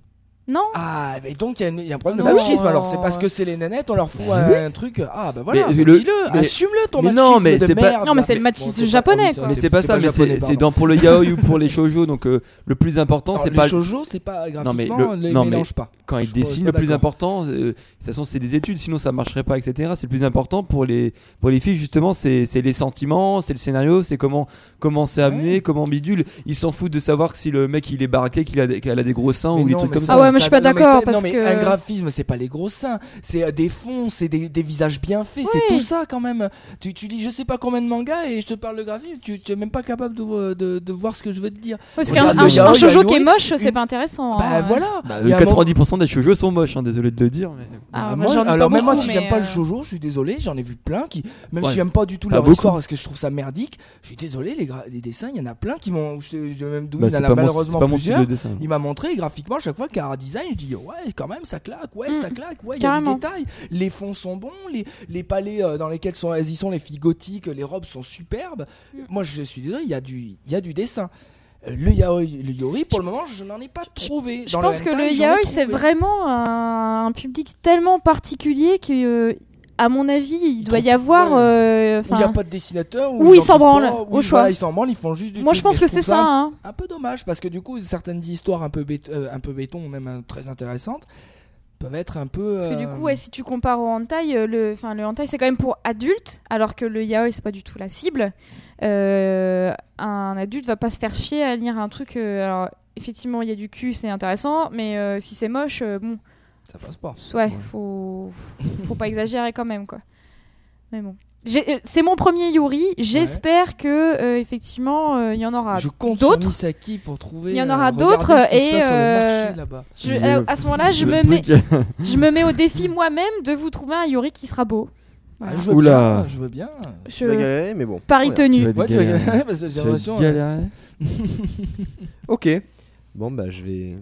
Speaker 4: Non
Speaker 3: Ah, mais donc il y a une- il y, a un problème de
Speaker 4: Non.
Speaker 3: machisme alors. C'est parce que c'est les nanettes, on leur fout un truc. Ah bah voilà,
Speaker 2: Mais
Speaker 3: dis-le,
Speaker 2: le- mais-
Speaker 3: assume-le ton
Speaker 2: mais
Speaker 3: machisme
Speaker 2: non, mais
Speaker 3: de
Speaker 2: c'est pas-
Speaker 3: merde.
Speaker 4: Non, mais c'est
Speaker 3: là.
Speaker 4: le machisme
Speaker 3: c'est pas-
Speaker 4: japonais,
Speaker 3: oui,
Speaker 4: quoi.
Speaker 2: Mais c'est pas ça, mais
Speaker 3: japonais,
Speaker 2: c'est
Speaker 3: pardon.
Speaker 2: c'est dans pour le yaoi ou pour les shoujo. Donc euh, le plus important
Speaker 3: Non,
Speaker 2: c'est
Speaker 3: les
Speaker 2: pas
Speaker 3: shoujo, c'est pas graphiquement,
Speaker 2: mais
Speaker 3: on
Speaker 2: le-
Speaker 3: les
Speaker 2: non, mais-
Speaker 3: mélange pas.
Speaker 2: quand
Speaker 3: Je
Speaker 2: ils
Speaker 3: suis
Speaker 2: dessinent,
Speaker 3: pas
Speaker 2: le plus
Speaker 3: d'accord.
Speaker 2: important, euh, de toute façon, c'est des études, sinon ça marcherait pas, etc. C'est le plus important pour les, pour les filles, justement, c'est c'est les sentiments, c'est le scénario, c'est comment comment c'est amené,
Speaker 3: Ouais.
Speaker 2: comment bidule. Ils s'en foutent de savoir si le mec il est baraqué, qu'il a, des- qu'elle a des gros seins
Speaker 3: Mais
Speaker 2: ou des
Speaker 3: non,
Speaker 2: trucs
Speaker 3: mais
Speaker 2: comme
Speaker 3: ça,
Speaker 2: ça.
Speaker 4: Ah ouais, mais
Speaker 3: ça-
Speaker 4: je suis pas
Speaker 3: non, mais
Speaker 4: d'accord,
Speaker 3: ça-
Speaker 4: parce
Speaker 3: non, mais
Speaker 4: que-
Speaker 3: un graphisme, c'est pas les gros seins, c'est euh, des fonds, c'est des, des visages bien faits, c'est
Speaker 4: Oui.
Speaker 3: tout ça quand même. Tu, tu lis je sais pas combien de mangas et je te parle de graphisme, tu, tu es même pas capable de, euh, de, de voir ce que je veux te dire.
Speaker 4: Parce
Speaker 3: Regarde,
Speaker 4: qu'un un,
Speaker 3: le yaoi,
Speaker 4: un shoujo
Speaker 3: le
Speaker 4: qui est
Speaker 3: yaoi,
Speaker 4: moche, c'est
Speaker 3: une-
Speaker 4: pas intéressant.
Speaker 3: bah
Speaker 4: hein.
Speaker 3: voilà.
Speaker 2: Bah,
Speaker 3: Il y a un moment-
Speaker 2: 90% des shoujo sont moches, hein, désolé de le dire. Mais...
Speaker 4: Ah,
Speaker 3: Bah,
Speaker 4: moi,
Speaker 3: moi,
Speaker 4: j'en ai pas
Speaker 3: alors même moi
Speaker 4: beaucoup,
Speaker 3: si
Speaker 4: mais,
Speaker 3: j'aime pas le
Speaker 4: euh,
Speaker 3: shoujo, je suis désolé, j'en ai vu plein qui même
Speaker 2: Ouais.
Speaker 3: si j'aime pas du tout
Speaker 2: Pas
Speaker 3: leur
Speaker 2: beaucoup.
Speaker 3: histoire parce que je trouve ça merdique, je suis désolé les, gra- les dessins, il y en a plein qui m'ont je, je- même Doom,
Speaker 2: Bah,
Speaker 3: il y
Speaker 2: c'est
Speaker 3: en a
Speaker 2: pas, mon- c'est
Speaker 3: malheureusement
Speaker 2: pas mon style
Speaker 3: plusieurs.
Speaker 2: de dessin.
Speaker 3: Il m'a montré graphiquement à chaque fois qu'un art design, je dis ouais, quand même ça claque, ouais,
Speaker 4: Mm.
Speaker 3: ça claque, ouais, il y a des
Speaker 4: Carrément.
Speaker 3: détails, les fonds sont bons, les, les palais euh, dans lesquels sont, elles y sont les filles gothiques, les robes sont superbes.
Speaker 4: Mm.
Speaker 3: Moi je suis désolé, il y a du il y a du dessin. Euh, Le yaoi, le yori, pour le moment, je n'en ai pas trouvé.
Speaker 4: Je
Speaker 3: Dans
Speaker 4: pense que
Speaker 3: hentai, j'en
Speaker 4: le
Speaker 3: ai
Speaker 4: yaoi, c'est
Speaker 3: trouvé.
Speaker 4: vraiment un, un public tellement particulier que, euh, à mon avis, il doit y avoir.
Speaker 3: Ouais.
Speaker 4: euh,
Speaker 3: Où il n'y a
Speaker 4: enfin,
Speaker 3: pas de dessinateur.
Speaker 4: Où ils
Speaker 3: en
Speaker 4: s'en
Speaker 3: trouvent
Speaker 4: branlent,
Speaker 3: pas, où
Speaker 4: au
Speaker 3: ils-
Speaker 4: choix.
Speaker 3: voilà, bah, ils s'en branlent, ils font juste du
Speaker 4: moi,
Speaker 3: truc,
Speaker 4: je pense
Speaker 3: mais
Speaker 4: que
Speaker 3: trouve
Speaker 4: c'est ça. hein.
Speaker 3: Un peu dommage, parce que du coup, certaines histoires un peu, bét- euh, un peu béton, même euh, très intéressantes, peuvent être un peu.
Speaker 4: Parce que du
Speaker 3: euh,
Speaker 4: coup, ouais, si tu compares au hentai, euh, le, enfin, le hentai c'est quand même pour adultes, alors que le yaoi c'est pas du tout la cible. Euh, un adulte va pas se faire chier à lire un truc. euh, alors, effectivement, il y a du cul, c'est intéressant, mais euh, si c'est moche, euh, bon,
Speaker 3: Ça passe pas.
Speaker 4: ouais, Faut, faut pas exagérer quand même, quoi. Mais bon. J'ai- euh, C'est mon premier Yuri, j'espère que euh, effectivement euh, il y en aura.
Speaker 3: Je compte sur
Speaker 4: d'autres.
Speaker 3: Misaki pour trouver.
Speaker 4: Il y en
Speaker 3: euh,
Speaker 4: aura
Speaker 3: regarder
Speaker 4: d'autres,
Speaker 3: ce qui se
Speaker 4: et,
Speaker 3: passe sur le
Speaker 4: euh,
Speaker 3: marché là-bas.
Speaker 4: Je- à, à ce moment-là, Ah, je me mets, je me mets au défi moi-même de vous trouver un Yuri qui sera beau. Voilà.
Speaker 3: Ah, je veux
Speaker 2: Oula.
Speaker 3: bien, je veux bien.
Speaker 1: Tu vas
Speaker 4: Je...
Speaker 1: galérer, mais bon.
Speaker 4: Paris
Speaker 1: Voilà.
Speaker 4: tenu.
Speaker 2: Tu vas
Speaker 3: Ouais, tu
Speaker 2: dégager.
Speaker 3: vois, parce que j'ai l'impression, euh,
Speaker 1: Ok. Bon, bah, je vais.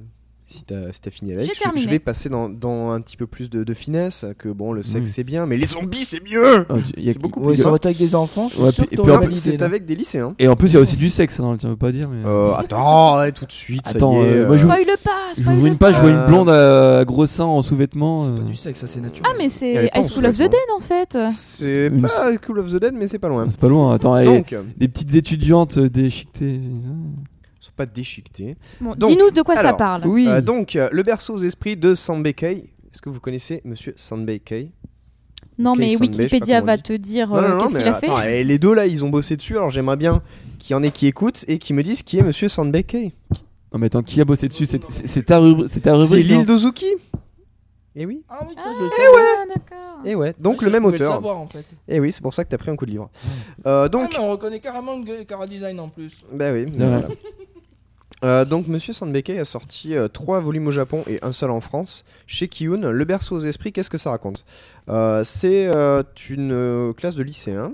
Speaker 1: Si t'as si t'as fini avec, je
Speaker 4: J'ai
Speaker 1: vais,
Speaker 4: terminé.
Speaker 1: je vais passer dans, dans un petit peu plus de, de finesse. Que bon, le sexe
Speaker 2: Oui.
Speaker 1: c'est bien, mais les zombies c'est mieux
Speaker 2: Oh,
Speaker 1: C'est beaucoup
Speaker 3: Ouais,
Speaker 1: plus
Speaker 3: sur
Speaker 1: grave.
Speaker 3: le tas avec des enfants, je suis
Speaker 2: Ouais,
Speaker 3: sûr
Speaker 2: puis-
Speaker 3: que
Speaker 2: et puis
Speaker 1: Non,
Speaker 3: t'aurais
Speaker 2: en plus,
Speaker 1: mais
Speaker 3: validé,
Speaker 1: C'est
Speaker 3: non
Speaker 1: avec des lycéens.
Speaker 2: euh, Et en plus, il y a aussi du sexe, hein, on ne veut pas dire. Mais...
Speaker 4: Ah,
Speaker 1: Euh, attends, allez, tout de suite.
Speaker 2: Attends,
Speaker 1: ça y est,
Speaker 2: euh, moi, je-
Speaker 4: Spoil pas, spoil
Speaker 2: J'ouvre une page, je vois une
Speaker 1: Euh,
Speaker 2: blonde à gros seins en sous-vêtements.
Speaker 3: C'est
Speaker 2: euh.
Speaker 3: pas du sexe, ça c'est naturel.
Speaker 4: Ah mais
Speaker 1: Elle est
Speaker 4: c'est
Speaker 1: pas en
Speaker 4: High School of the
Speaker 1: sous-vêtements.
Speaker 4: Dead en fait.
Speaker 1: C'est
Speaker 2: Une- Ah,
Speaker 1: pas Cool of the Dead, mais c'est pas loin.
Speaker 2: C'est pas loin, attends. elle-
Speaker 1: Donc,
Speaker 2: Des petites étudiantes euh, déchiquetées.
Speaker 1: ils sont pas déchiquetés.
Speaker 4: Bon,
Speaker 1: Donc,
Speaker 4: dis-nous de quoi ça
Speaker 1: alors,
Speaker 4: parle.
Speaker 2: Oui.
Speaker 1: Euh, donc, euh, le berceau aux esprits de Sanbeikei. Est-ce que vous connaissez monsieur Sanbeikei
Speaker 4: non
Speaker 1: ok, Sunday,
Speaker 4: mais
Speaker 1: je sais
Speaker 4: Wikipédia
Speaker 1: pas comment on
Speaker 4: va
Speaker 1: dit.
Speaker 4: te dire
Speaker 1: Non,
Speaker 4: euh,
Speaker 1: non, non,
Speaker 4: qu'est-ce
Speaker 1: mais
Speaker 4: qu'il a
Speaker 1: attends,
Speaker 4: fait.
Speaker 1: et les deux là, ils ont bossé dessus, alors j'aimerais bien qu'il y en ait qui écoutent et qui me disent qui est monsieur Sanbeikei.
Speaker 2: Non, mais attends, qui a bossé dessus C'est- C'est c'est ta rubrique. C'est ta
Speaker 1: C'est
Speaker 2: rubrique. hein. non
Speaker 1: l'île d'Ozuki Eh oui,
Speaker 3: Ah oui, toi,
Speaker 4: Ah,
Speaker 3: je le savais.
Speaker 4: ouais. d'accord.
Speaker 1: eh ouais, donc
Speaker 3: Ça,
Speaker 1: le
Speaker 3: Ah, je
Speaker 1: même
Speaker 3: pouvais
Speaker 1: auteur.
Speaker 3: savoir, en fait.
Speaker 1: Eh oui, c'est pour ça que t'as pris un coup de livre. Euh, donc,
Speaker 3: Ah, mais on reconnaît carrément le Cara Design en plus.
Speaker 1: bah oui,
Speaker 2: Ah,
Speaker 1: voilà. Euh, donc Monsieur Sanbeikei a sorti euh, trois volumes au Japon et un seul en France chez Kiyun. Le berceau aux esprits, qu'est-ce que ça raconte Euh, C'est euh, une euh, classe de lycéens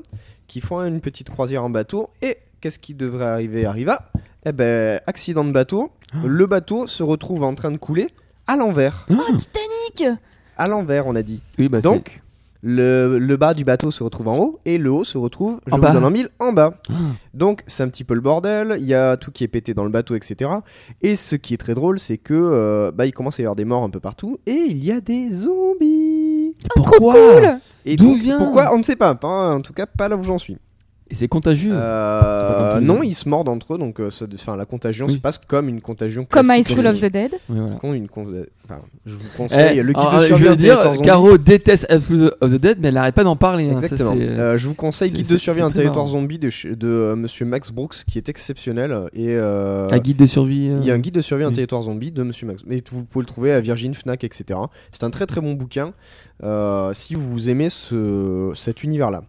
Speaker 1: qui font une petite croisière en bateau et qu'est-ce qui devrait arriver arriva Eh ben accident de bateau.
Speaker 2: Ah.
Speaker 1: Le bateau se retrouve en train de couler à l'envers.
Speaker 4: Oh Titanic
Speaker 1: À l'envers, on a dit.
Speaker 2: Oui, bah, c'est-
Speaker 1: Donc, le, le bas du bateau se retrouve en haut et le haut se retrouve, je
Speaker 2: En
Speaker 1: vous
Speaker 2: bas.
Speaker 1: donne en mille, en bas.
Speaker 2: Ah,
Speaker 1: Donc, c'est un petit peu le bordel, il y a tout qui est pété dans le bateau, etc. Et ce qui est très drôle, c'est que euh, bah, il commence à y avoir des morts un peu partout et il y a des zombies.
Speaker 4: Oh, Trop cool
Speaker 1: Et
Speaker 2: D'où
Speaker 1: donc,
Speaker 2: vient
Speaker 1: Pourquoi On ne sait pas, pas- en tout cas pas là où j'en suis.
Speaker 2: Et c'est contagieux.
Speaker 1: Euh,
Speaker 2: Pas comme tous les
Speaker 1: non,
Speaker 2: autres.
Speaker 1: ils se mordent entre eux, donc euh, ça- enfin, la contagion
Speaker 2: Oui.
Speaker 1: se passe comme une contagion
Speaker 4: Comme High
Speaker 1: classique.
Speaker 4: School of the Dead.
Speaker 2: Oui, voilà.
Speaker 1: Con- une con- euh, enfin, je vous conseille
Speaker 2: Eh,
Speaker 1: le guide
Speaker 2: alors,
Speaker 1: de
Speaker 2: je veux
Speaker 1: survie
Speaker 2: dire,
Speaker 1: intéressant zombie.
Speaker 2: Caro déteste House of the Dead, mais elle n'arrête pas d'en parler. hein, ça,
Speaker 1: Exactement.
Speaker 2: c'est-
Speaker 1: Euh, je vous conseille
Speaker 2: c'est-
Speaker 1: Guide
Speaker 2: c'est-
Speaker 1: de survie
Speaker 2: c'est
Speaker 1: à un
Speaker 2: très
Speaker 1: territoire
Speaker 2: marrant.
Speaker 1: zombie de, ch- de euh, monsieur Max Brooks qui est exceptionnel euh, et euh,
Speaker 2: Un guide de survie. euh,
Speaker 1: il y
Speaker 3: Mm.
Speaker 1: a un guide de survie à un
Speaker 2: oui.
Speaker 1: territoire zombie de monsieur Max. Et vous pouvez le trouver à Virgin Fnac etc. C'est un très très bon bouquin euh, si vous aimez ce cet univers là.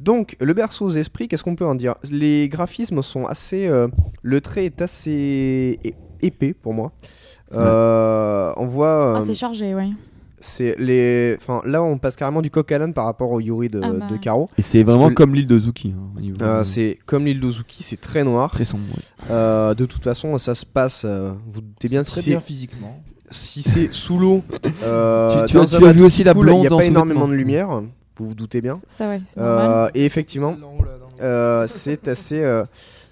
Speaker 1: Donc le berceau aux esprits, qu'est-ce qu'on peut en dire Les graphismes sont assez euh, le trait est assez é- épais pour moi. Euh, on voit
Speaker 4: Ah
Speaker 1: euh,
Speaker 4: c'est Ah, chargé, ouais.
Speaker 1: c'est les. Enfin, là, on passe carrément du coq à l'âne par rapport au Yuri de,
Speaker 4: Ah bah.
Speaker 1: de Caro.
Speaker 2: Et c'est vraiment
Speaker 1: que le-
Speaker 2: comme l'île de Zuki. hein, au niveau,
Speaker 1: Euh,
Speaker 2: euh,
Speaker 1: c'est comme l'île d'Ozuki, c'est très noir.
Speaker 2: très sombre. ouais.
Speaker 1: Euh, de toute façon, ça se passe. euh, vous doutez bien si
Speaker 3: Très
Speaker 1: c'est
Speaker 3: bien physiquement.
Speaker 1: si c'est sous l'eau. euh,
Speaker 2: Tu- tu
Speaker 1: dans
Speaker 2: as-
Speaker 1: un
Speaker 2: tu as
Speaker 1: bateau
Speaker 2: vu aussi la
Speaker 1: cool,
Speaker 2: blonde
Speaker 1: Il n'y a
Speaker 2: dans
Speaker 1: pas
Speaker 2: son
Speaker 1: énormément
Speaker 2: vêtement.
Speaker 1: de lumière. Vous vous doutez bien.
Speaker 4: Ça, ouais, c'est normal.
Speaker 1: Euh, et effectivement, Euh, c'est assez. euh,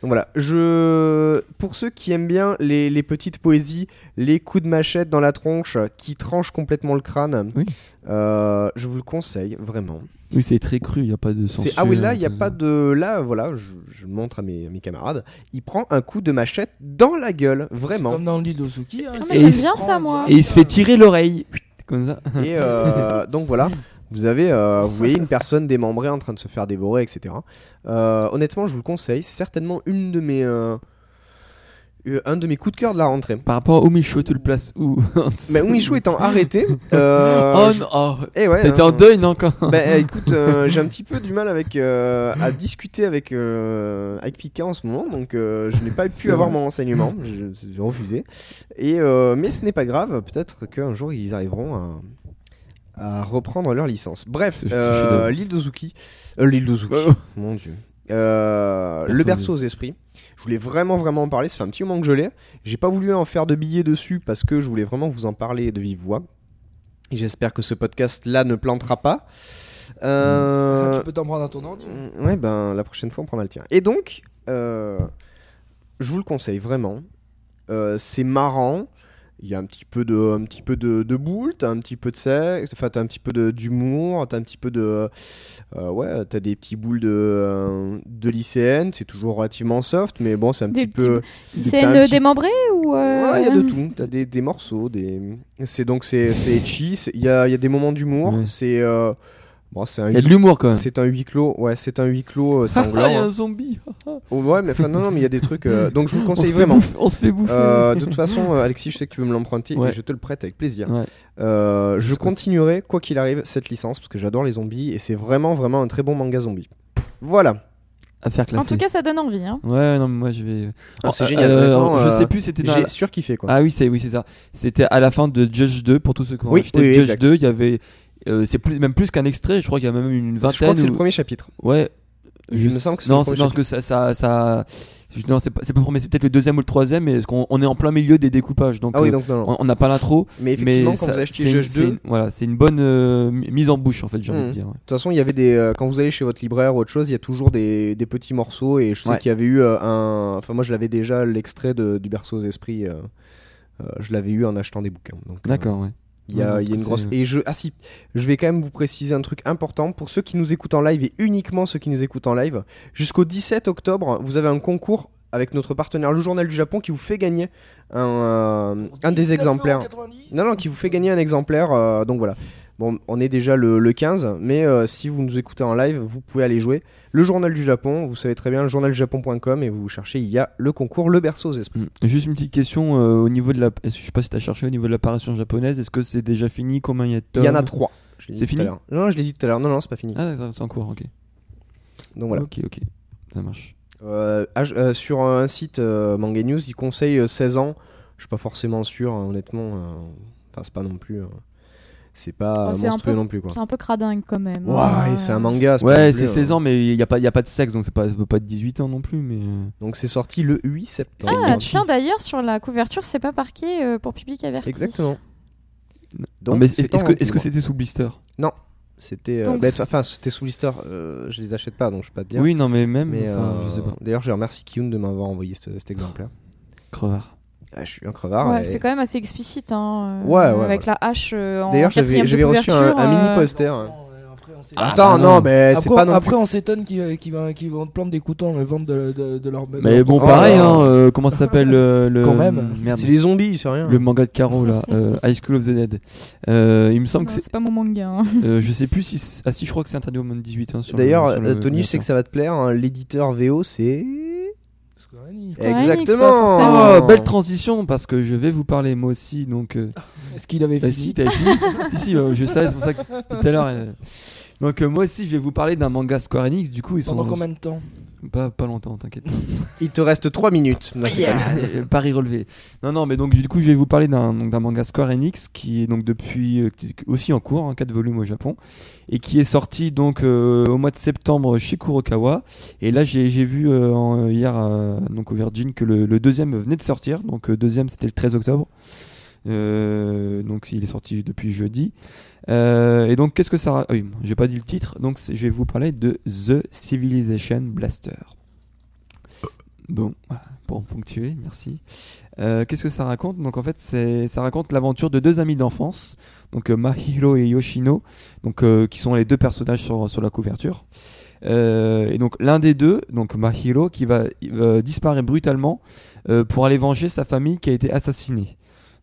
Speaker 1: Donc voilà, je pour ceux qui aiment bien les, les petites poésies, les coups de machette dans la tronche euh, qui tranchent complètement le crâne,
Speaker 2: Oui.
Speaker 1: euh, je vous le conseille vraiment.
Speaker 2: Oui, c'est très cru, il n'y a pas de censure.
Speaker 1: C'est ah oui là il n'y a
Speaker 2: tout
Speaker 1: pas
Speaker 2: ça.
Speaker 1: de là voilà je, je montre à mes, mes camarades, il prend un coup de machette dans la gueule
Speaker 3: C'est
Speaker 1: vraiment
Speaker 3: Comme dans le lit d'Ozuki. Hein,
Speaker 4: mais
Speaker 3: c'est-
Speaker 2: j'aime
Speaker 3: il se
Speaker 4: bien
Speaker 3: prend
Speaker 4: ça,
Speaker 3: un
Speaker 4: moi.
Speaker 2: Et il se fait
Speaker 3: direct,
Speaker 2: tirer l'oreille. Comme ça.
Speaker 1: et euh, donc voilà. Vous avez, euh, vous voyez une personne démembrée en train de se faire dévorer, etc. Euh, honnêtement, je vous le conseille. C'est certainement une de mes, euh, euh, un de mes coups de cœur de la rentrée.
Speaker 2: Par rapport au Michou, tu le places où En dessous.
Speaker 1: Mais Umishu étant arrêté, euh,
Speaker 2: Oh
Speaker 1: je-
Speaker 2: non oh,
Speaker 1: eh ouais,
Speaker 2: T'étais
Speaker 1: hein.
Speaker 2: en deuil, non encore
Speaker 1: Bah euh, écoute, euh, j'ai un petit peu du mal avec euh, à discuter avec euh, avec Pika en ce moment, donc euh, je n'ai pas pu
Speaker 2: C'est
Speaker 1: avoir
Speaker 2: vrai.
Speaker 1: mon renseignement, Je- j'ai refusé. Et euh, mais ce n'est pas grave, peut-être qu'un jour ils arriveront à à reprendre leur licence. Bref,
Speaker 2: C'est- c'est
Speaker 1: euh,
Speaker 2: chef-d'œuvre. Oh.
Speaker 1: l'île d'Ozuki, euh, l'île d'Ozuki, mon dieu. Euh,
Speaker 2: Berceau
Speaker 1: le berceau
Speaker 2: aux
Speaker 1: aux esprits. Je voulais vraiment vraiment en parler. Ça fait un petit moment que je l'ai. J'ai pas voulu en faire de billets dessus parce que je voulais vraiment vous en parler de vive voix. Et J'espère que ce podcast là ne plantera pas.
Speaker 3: Ah,
Speaker 1: Euh,
Speaker 3: Tu peux t'en prendre à ton ordi.
Speaker 1: Ouais ben la prochaine fois on prendra le tien. Et donc euh, je vous le conseille vraiment. Euh, c'est marrant. Il y a un petit peu de, un petit peu de, de boule, t'as un petit peu de sexe, enfin t'as un petit peu de- d'humour, t'as un petit peu de, euh, ouais, t'as des petits boules de, euh, de lycéenne. C'est toujours relativement soft, mais bon, c'est un
Speaker 4: Des
Speaker 1: petit
Speaker 4: petits
Speaker 1: peu. des-
Speaker 4: C'est
Speaker 1: t'as un
Speaker 4: une
Speaker 1: petit-
Speaker 4: démembrée ou. euh,
Speaker 1: Ouais, il y a de tout. T'as des, des morceaux, des. C'est donc c'est c'est edgy, c'est- Il y a, il y a des moments d'humour.
Speaker 2: Ouais.
Speaker 1: C'est euh, bon, c'est un.
Speaker 2: Il y a de
Speaker 1: huis-
Speaker 2: l'humour quand même.
Speaker 1: C'est un huis clos, ouais, c'est un huis clos euh, sanglant.
Speaker 2: Ah, il y a
Speaker 1: hein.
Speaker 2: un zombie.
Speaker 1: Oh, ouais, mais enfin, non, non, mais il y a des trucs. euh, donc je vous le
Speaker 2: euh. On se
Speaker 1: conseille
Speaker 2: fait
Speaker 1: vraiment.
Speaker 2: bouffer- On se fait bouffer.
Speaker 1: Euh, de toute façon, euh, Alexis, je sais que tu veux me l'emprunter
Speaker 2: Ouais.
Speaker 1: et je te le prête avec plaisir.
Speaker 2: Ouais.
Speaker 1: Euh, je
Speaker 2: Parce que-
Speaker 1: continuerai, quoi qu'il arrive, cette licence parce que j'adore les zombies et c'est vraiment, vraiment un très bon manga zombie. Voilà.
Speaker 2: À faire
Speaker 4: En
Speaker 2: classer.
Speaker 4: tout cas, ça donne envie. hein.
Speaker 2: Ouais, non, mais moi je vais.
Speaker 1: Ah, c'est
Speaker 2: Euh,
Speaker 1: génial,
Speaker 2: euh,
Speaker 1: honnêtement,
Speaker 2: je
Speaker 1: euh,
Speaker 2: sais plus, c'était dans.
Speaker 1: J'ai
Speaker 2: la-
Speaker 1: surkiffé quoi.
Speaker 2: Ah oui, c'est oui, c'est ça. C'était à la fin de Judge 2 pour tous ceux qui ont
Speaker 1: Oui,
Speaker 2: acheté
Speaker 1: oui,
Speaker 2: Judge
Speaker 1: exact.
Speaker 2: 2, il y avait euh, c'est plus même plus qu'un extrait, je crois qu'il y a même une
Speaker 1: je crois
Speaker 2: vingtaine
Speaker 1: que c'est
Speaker 2: ou-
Speaker 1: le premier chapitre.
Speaker 2: Ouais.
Speaker 1: Il
Speaker 2: Je-
Speaker 1: me semble que c'est
Speaker 2: non,
Speaker 1: le
Speaker 2: c'est
Speaker 1: premier
Speaker 2: parce que ça, ça, ça- non, c'est pas, c'est pas le premier, c'est peut-être le deuxième ou le troisième, mais parce qu'on- on est en plein milieu des découpages, donc,
Speaker 1: Ah oui,
Speaker 2: euh,
Speaker 1: donc non. non.
Speaker 2: on- on n'a pas l'intro.
Speaker 1: Mais effectivement,
Speaker 2: mais
Speaker 1: quand
Speaker 2: ça-
Speaker 1: vous achetez
Speaker 2: c'est une-
Speaker 1: Judge
Speaker 2: c'est
Speaker 1: 2,
Speaker 2: une- voilà, c'est une bonne euh, mi- mise en bouche en fait, j'ai envie
Speaker 1: Mhm.
Speaker 2: de dire. ouais.
Speaker 1: De toute façon, il y avait des euh, quand vous allez chez votre libraire ou autre chose, il y a toujours des, des petits morceaux et je sais
Speaker 2: Ouais.
Speaker 1: qu'il y avait eu euh, un enfin moi je l'avais déjà l'extrait de- du berceau aux esprits euh, euh, je l'avais eu en achetant des bouquins. Donc euh,
Speaker 2: D'accord, ouais.
Speaker 1: il y a,
Speaker 2: Ouais,
Speaker 1: il y a
Speaker 2: donc
Speaker 1: une grosse
Speaker 2: c'est-
Speaker 1: et je ah si, je vais quand même vous préciser un truc important pour ceux qui nous écoutent en live et uniquement ceux qui nous écoutent en live, jusqu'au 17 octobre, vous avez un concours avec notre partenaire le journal du Japon qui vous fait gagner un, euh, un des exemplaires.
Speaker 3: 19,98.
Speaker 1: Non, non, qui vous fait gagner un exemplaire. euh, donc voilà. Bon, on est déjà le, le 15, mais euh, si vous nous écoutez en live, vous pouvez aller jouer. Le journal du Japon, vous savez très bien, le journaldujapon.com, et vous cherchez, il y a le concours Le Berceau aux Esprits.
Speaker 2: Mm. Juste une petite question euh, au niveau de la. est-ce- Je sais pas si t'as cherché au niveau de l'apparition japonaise. Est-ce que c'est déjà fini Combien il y a de
Speaker 1: Il y en a
Speaker 2: tomes
Speaker 1: trois. Euh, Je l'ai dit
Speaker 2: C'est
Speaker 1: tout
Speaker 2: fini
Speaker 1: à l'heure. Non, je l'ai dit tout à l'heure. Non, non, c'est pas fini.
Speaker 2: Ah, d'accord, c'est en cours. Ok.
Speaker 1: Donc voilà.
Speaker 2: Ok, ok. Ça marche.
Speaker 1: Euh, H- euh, sur un site euh, Manga News, ils conseillent euh, 16 ans. Je suis pas forcément sûr, hein, honnêtement. euh, Enfin, c'est pas non plus. euh, c'est pas
Speaker 4: Oh, c'est un
Speaker 1: monstrueux
Speaker 4: peu-
Speaker 1: non plus, quoi.
Speaker 4: C'est un peu cradingue quand même.
Speaker 1: Ouah,
Speaker 4: hein.
Speaker 1: et c'est un manga. pas non
Speaker 2: Ouais,
Speaker 1: plus,
Speaker 2: c'est
Speaker 1: euh,
Speaker 2: 16 ans, mais il n'y a, pas- il y a pas de sexe, donc c'est pas- ça peut pas être 18 ans non plus. Mais euh,
Speaker 1: Donc c'est sorti le 8 septembre.
Speaker 4: Ah,
Speaker 2: Mitch.
Speaker 4: tiens, d'ailleurs, sur la couverture, c'est pas marqué euh, pour public averti.
Speaker 1: Exactement.
Speaker 2: Non, mais est-
Speaker 1: c'est
Speaker 2: est-ce
Speaker 1: en
Speaker 2: que est-ce que
Speaker 1: vente,
Speaker 2: c'était sous blister
Speaker 1: C'était. euh,
Speaker 4: Donc,
Speaker 1: bah,
Speaker 4: c'est-
Speaker 1: enfin, c'était sous blister. euh, je les achète pas, donc je peux pas te dire.
Speaker 2: Oui, non, mais même.
Speaker 1: Mais
Speaker 2: enfin,
Speaker 1: euh,
Speaker 2: Je sais pas.
Speaker 1: d'ailleurs, je remercie Kiyun de m'avoir envoyé ce- cet exemplaire.
Speaker 2: Crevard.
Speaker 1: Ah, je suis un crevard.
Speaker 4: ouais,
Speaker 1: et-
Speaker 4: c'est quand même assez explicite. Hein, euh,
Speaker 1: Ouais, ouais,
Speaker 4: avec la hache euh, en
Speaker 1: D'ailleurs, j'avais
Speaker 4: quatrième de
Speaker 1: j'avais reçu un,
Speaker 4: couverture,
Speaker 1: un
Speaker 4: euh,
Speaker 1: mini poster. hein.
Speaker 3: Après, on s'est-
Speaker 2: Ah,
Speaker 1: Attends,
Speaker 2: bah
Speaker 1: non,
Speaker 2: non.
Speaker 1: mais Eh, c'est
Speaker 3: Après,
Speaker 1: pas non
Speaker 3: après, on s'étonne qu'ils qui, va- qui vont te planter des couteaux dans le ventre de, de, de leur. de
Speaker 2: Mais
Speaker 3: leur- Ah,
Speaker 2: bon,
Speaker 1: Oh,
Speaker 2: pareil.
Speaker 1: ça va.
Speaker 2: hein, euh, comment ça s'appelle euh, le
Speaker 3: Quand même.
Speaker 1: plus.
Speaker 2: Merde.
Speaker 1: C'est les zombies, c'est rien.
Speaker 2: Le manga de Caro là, euh, High School of the Dead. Euh, il me semble
Speaker 4: non,
Speaker 2: que c'est.
Speaker 4: C'est pas mon manga. hein.
Speaker 2: euh, je sais plus si. c'est- Ah si, je crois que c'est interdit au moins de 18 ans. sur le-
Speaker 1: D'ailleurs,
Speaker 2: sur le
Speaker 1: euh, Tony, je sais que ça va te plaire. hein, L'éditeur VO, c'est.
Speaker 3: Square Enix.
Speaker 2: Eh,
Speaker 4: Square Enix,
Speaker 1: Exactement.
Speaker 4: pas
Speaker 2: Oh,
Speaker 4: forcément.
Speaker 2: belle transition parce que je vais vous parler moi aussi donc euh,
Speaker 1: Ah,
Speaker 3: Est-ce qu'il avait
Speaker 2: bah,
Speaker 3: fait
Speaker 2: si t'avais fini si si bah, je savais c'est pour ça que tout à l'heure euh, Donc euh, moi aussi, je vais vous parler d'un manga Square Enix. Du coup, ils sont
Speaker 3: Pendant combien de temps
Speaker 2: pas, pas longtemps, t'inquiète.
Speaker 1: Il te reste 3 minutes. Non, je
Speaker 3: Yeah.
Speaker 1: rigole.
Speaker 2: Euh, Paris relevé. Non, non, mais donc du coup, je vais vous parler d'un donc, d'un manga Square Enix qui est donc depuis euh, qui est aussi en cours, en 4 volumes au Japon, et qui est sorti donc euh, au mois de septembre chez Kurokawa. Et là, j'ai j'ai vu euh, en- hier euh, donc au Virgin que le, le deuxième venait de sortir. Donc euh, deuxième, c'était le 13 octobre. Euh, donc il est sorti depuis jeudi. Euh, et donc qu'est-ce que ça... ra- ah Oui, j'ai pas dit le titre, donc c'est- je vais vous parler de The Civilization Blaster. Donc voilà, pour en ponctuer, merci. Euh, qu'est-ce que ça raconte Donc en fait, c'est, ça raconte l'aventure de deux amis d'enfance, donc euh, Mahiro et Yoshino, donc euh, qui sont les deux personnages sur, sur la couverture. Euh, et donc l'un des deux, donc Mahiro, qui va euh, disparaître brutalement euh, pour aller venger sa famille qui a été assassinée.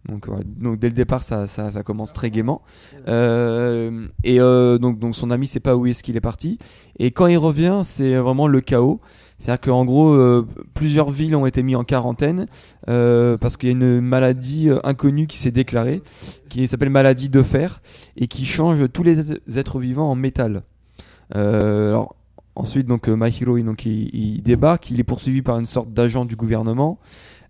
Speaker 2: Donc, voilà. donc dès le départ, ça, ça, ça commence très gaiement. Euh, et euh, donc, donc son ami sait pas où est-ce qu'il est parti. Et quand il revient, c'est vraiment le chaos. C'est-à-dire qu'en gros, euh, plusieurs villes ont été mises en quarantaine euh, parce qu'il y a une maladie euh, inconnue qui s'est déclarée, qui s'appelle maladie de fer, et qui change tous les êtres- êtres vivants en métal. Euh, alors, ensuite, donc, euh, Mahiro, il, donc, il, il débarque, il est poursuivi par une sorte d'agent du gouvernement.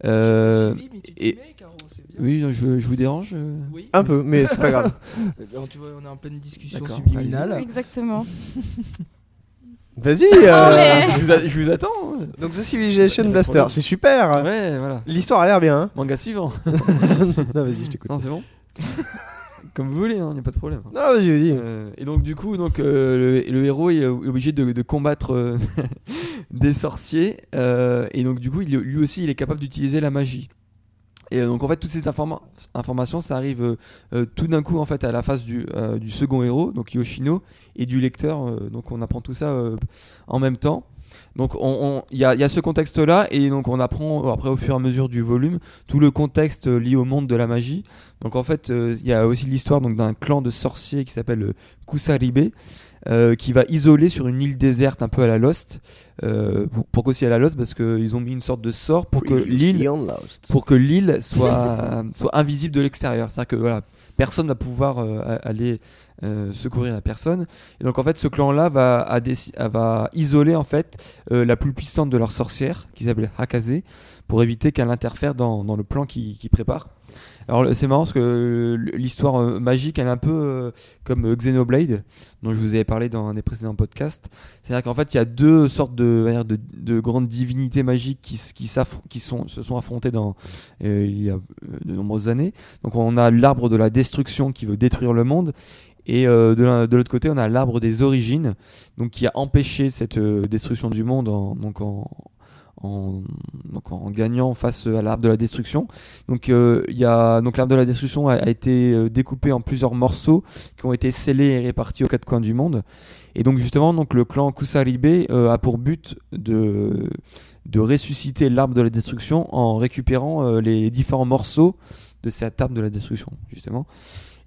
Speaker 2: Euh,
Speaker 3: J'ai pas suivi, mais tu t'y
Speaker 2: et-
Speaker 3: mets, Caro, c'est bien.
Speaker 2: oui, je, je vous dérange euh
Speaker 3: Oui.
Speaker 1: Un peu, mais c'est pas grave.
Speaker 3: Eh bien, tu vois, on est en pleine discussion
Speaker 2: D'accord,
Speaker 1: Ah,
Speaker 3: subliminale. Ah,
Speaker 4: Exactement.
Speaker 1: Vas-y.
Speaker 4: Ah,
Speaker 1: euh,
Speaker 4: mais-
Speaker 2: je, vous a- je vous attends. hein.
Speaker 1: Donc The Civilization Blaster, c'est super.
Speaker 2: Ouais, voilà.
Speaker 1: L'histoire a l'air bien. hein.
Speaker 2: Manga suivant.
Speaker 1: non, vas-y, je t'écoute.
Speaker 2: Non, c'est bon. Comme vous voulez, il n'y a pas de problème.
Speaker 1: Non, vas-y, vas-y.
Speaker 2: Euh, et donc du coup, donc euh, le, le héros il est obligé de, de combattre euh, des sorciers euh, et donc du coup, il- lui aussi, il est capable d'utiliser la magie. Et euh, donc en fait, toutes ces informa- informations, ça arrive euh, euh, tout d'un coup en fait à la face du, euh, du second héros, donc Yoshino, et du lecteur. euh, donc on apprend tout ça euh, en même temps. Donc on- on- il y, a il y a ce contexte-là et donc on apprend euh, après au fur et à mesure du volume tout le contexte euh, lié au monde de la magie. Donc en fait euh, il y a aussi l'histoire donc d'un clan de sorciers qui s'appelle euh, Kusaribe euh, qui va isoler sur une île déserte un peu à la Lost. Euh, pour- pourquoi aussi à la Lost parce qu'ils ont mis une sorte de sort pour que l'île pour que l'île soit, euh, soit invisible de l'extérieur. C'est-à-dire que voilà, personne ne va pouvoir euh, a- aller euh, secourir la personne. Et donc en fait, ce clan-là va, a déci- a- va isoler en fait euh, la plus puissante de leurs sorcières, qui s'appelle Hakaze, pour éviter qu'elle interfère dans, dans le plan qu'ils qu'ils préparent. Alors le- c'est marrant parce que euh, l'histoire euh, magique, elle est un peu euh, comme euh, Xenoblade, dont je vous avais parlé dans un des précédents podcasts. C'est-à-dire qu'en fait, il y a deux sortes de, on va dire, de, de grandes divinités magiques qui, s- qui, s'affron- qui sont, se sont affrontées dans, euh, il y a euh, de nombreuses années. Donc on a l'arbre de la destruction qui veut détruire le monde. Et euh, de l'un- de l'autre côté, on a l'arbre des origines, donc qui a empêché cette euh, destruction du monde en, donc en, en- donc en gagnant face à l'arbre de la destruction. Donc euh, il y a donc l'arbre de la destruction a, a été euh, découpé en plusieurs morceaux qui ont été scellés et répartis aux quatre coins du monde. Et donc justement, donc le clan Kusaribe euh, a pour but de de ressusciter l'arbre de la destruction en récupérant euh, les différents morceaux de cette arbre de la destruction, justement.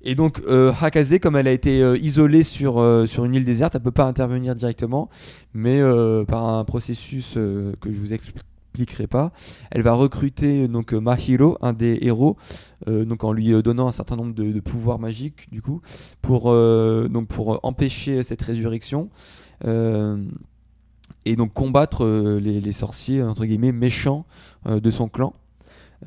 Speaker 2: Et donc, euh, Hakaze, comme elle a été euh, isolée sur, euh, sur une île déserte, elle peut pas intervenir directement, mais euh, par un processus euh, que je vous expliquerai pas, elle va recruter euh, donc euh, Mahiro, un des héros, euh, donc en lui euh, donnant un certain nombre de, de pouvoirs magiques, du coup, pour, euh, donc pour euh, empêcher cette résurrection. Euh, et donc combattre euh, les, les sorciers entre guillemets méchants euh, de son clan.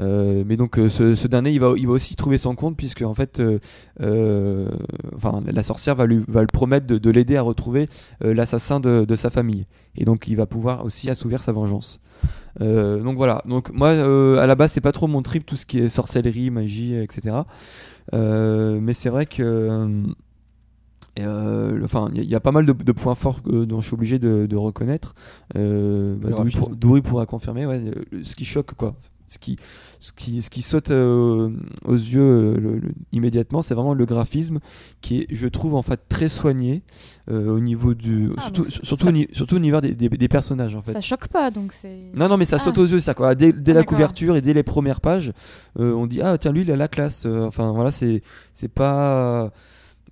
Speaker 2: Euh, mais donc euh, ce, ce dernier, il va, il va aussi trouver son compte puisque en fait, euh, euh, enfin la sorcière va lui, va lui promettre de, de l'aider à retrouver euh, l'assassin de, de sa famille. Et donc il va pouvoir aussi assouvir sa vengeance. Euh, donc voilà. Donc moi, euh, à la base, c'est pas trop mon trip tout ce qui est sorcellerie, magie, etc. Euh, mais c'est vrai que euh, et, euh, le- enfin, il y, a- il y a pas mal de, de points forts que- dont je suis obligé de, de reconnaître. Euh, bah,
Speaker 1: Le
Speaker 2: Douri, pour-
Speaker 1: graphisme.
Speaker 2: Douri pourra confirmer. ouais, le- ce qui choque, quoi, ce qui, ce qui, ce qui saute euh, aux yeux euh, le- le- immédiatement, c'est vraiment le graphisme qui est, je trouve, en fait très soigné euh, au niveau du,
Speaker 4: Ah,
Speaker 2: surtout,
Speaker 4: donc ça-
Speaker 2: surtout,
Speaker 4: ça-
Speaker 2: au ni- surtout au niveau des, des- des personnages, en fait.
Speaker 4: Ça choque pas, donc c'est.
Speaker 2: Non, non, mais ça
Speaker 4: Ah.
Speaker 2: saute aux yeux, ça quoi. Dès, dès
Speaker 4: Ah,
Speaker 2: la
Speaker 4: d'accord.
Speaker 2: couverture et dès les premières pages, euh, on dit ah tiens lui il a la classe. Euh, enfin voilà, c'est c'est pas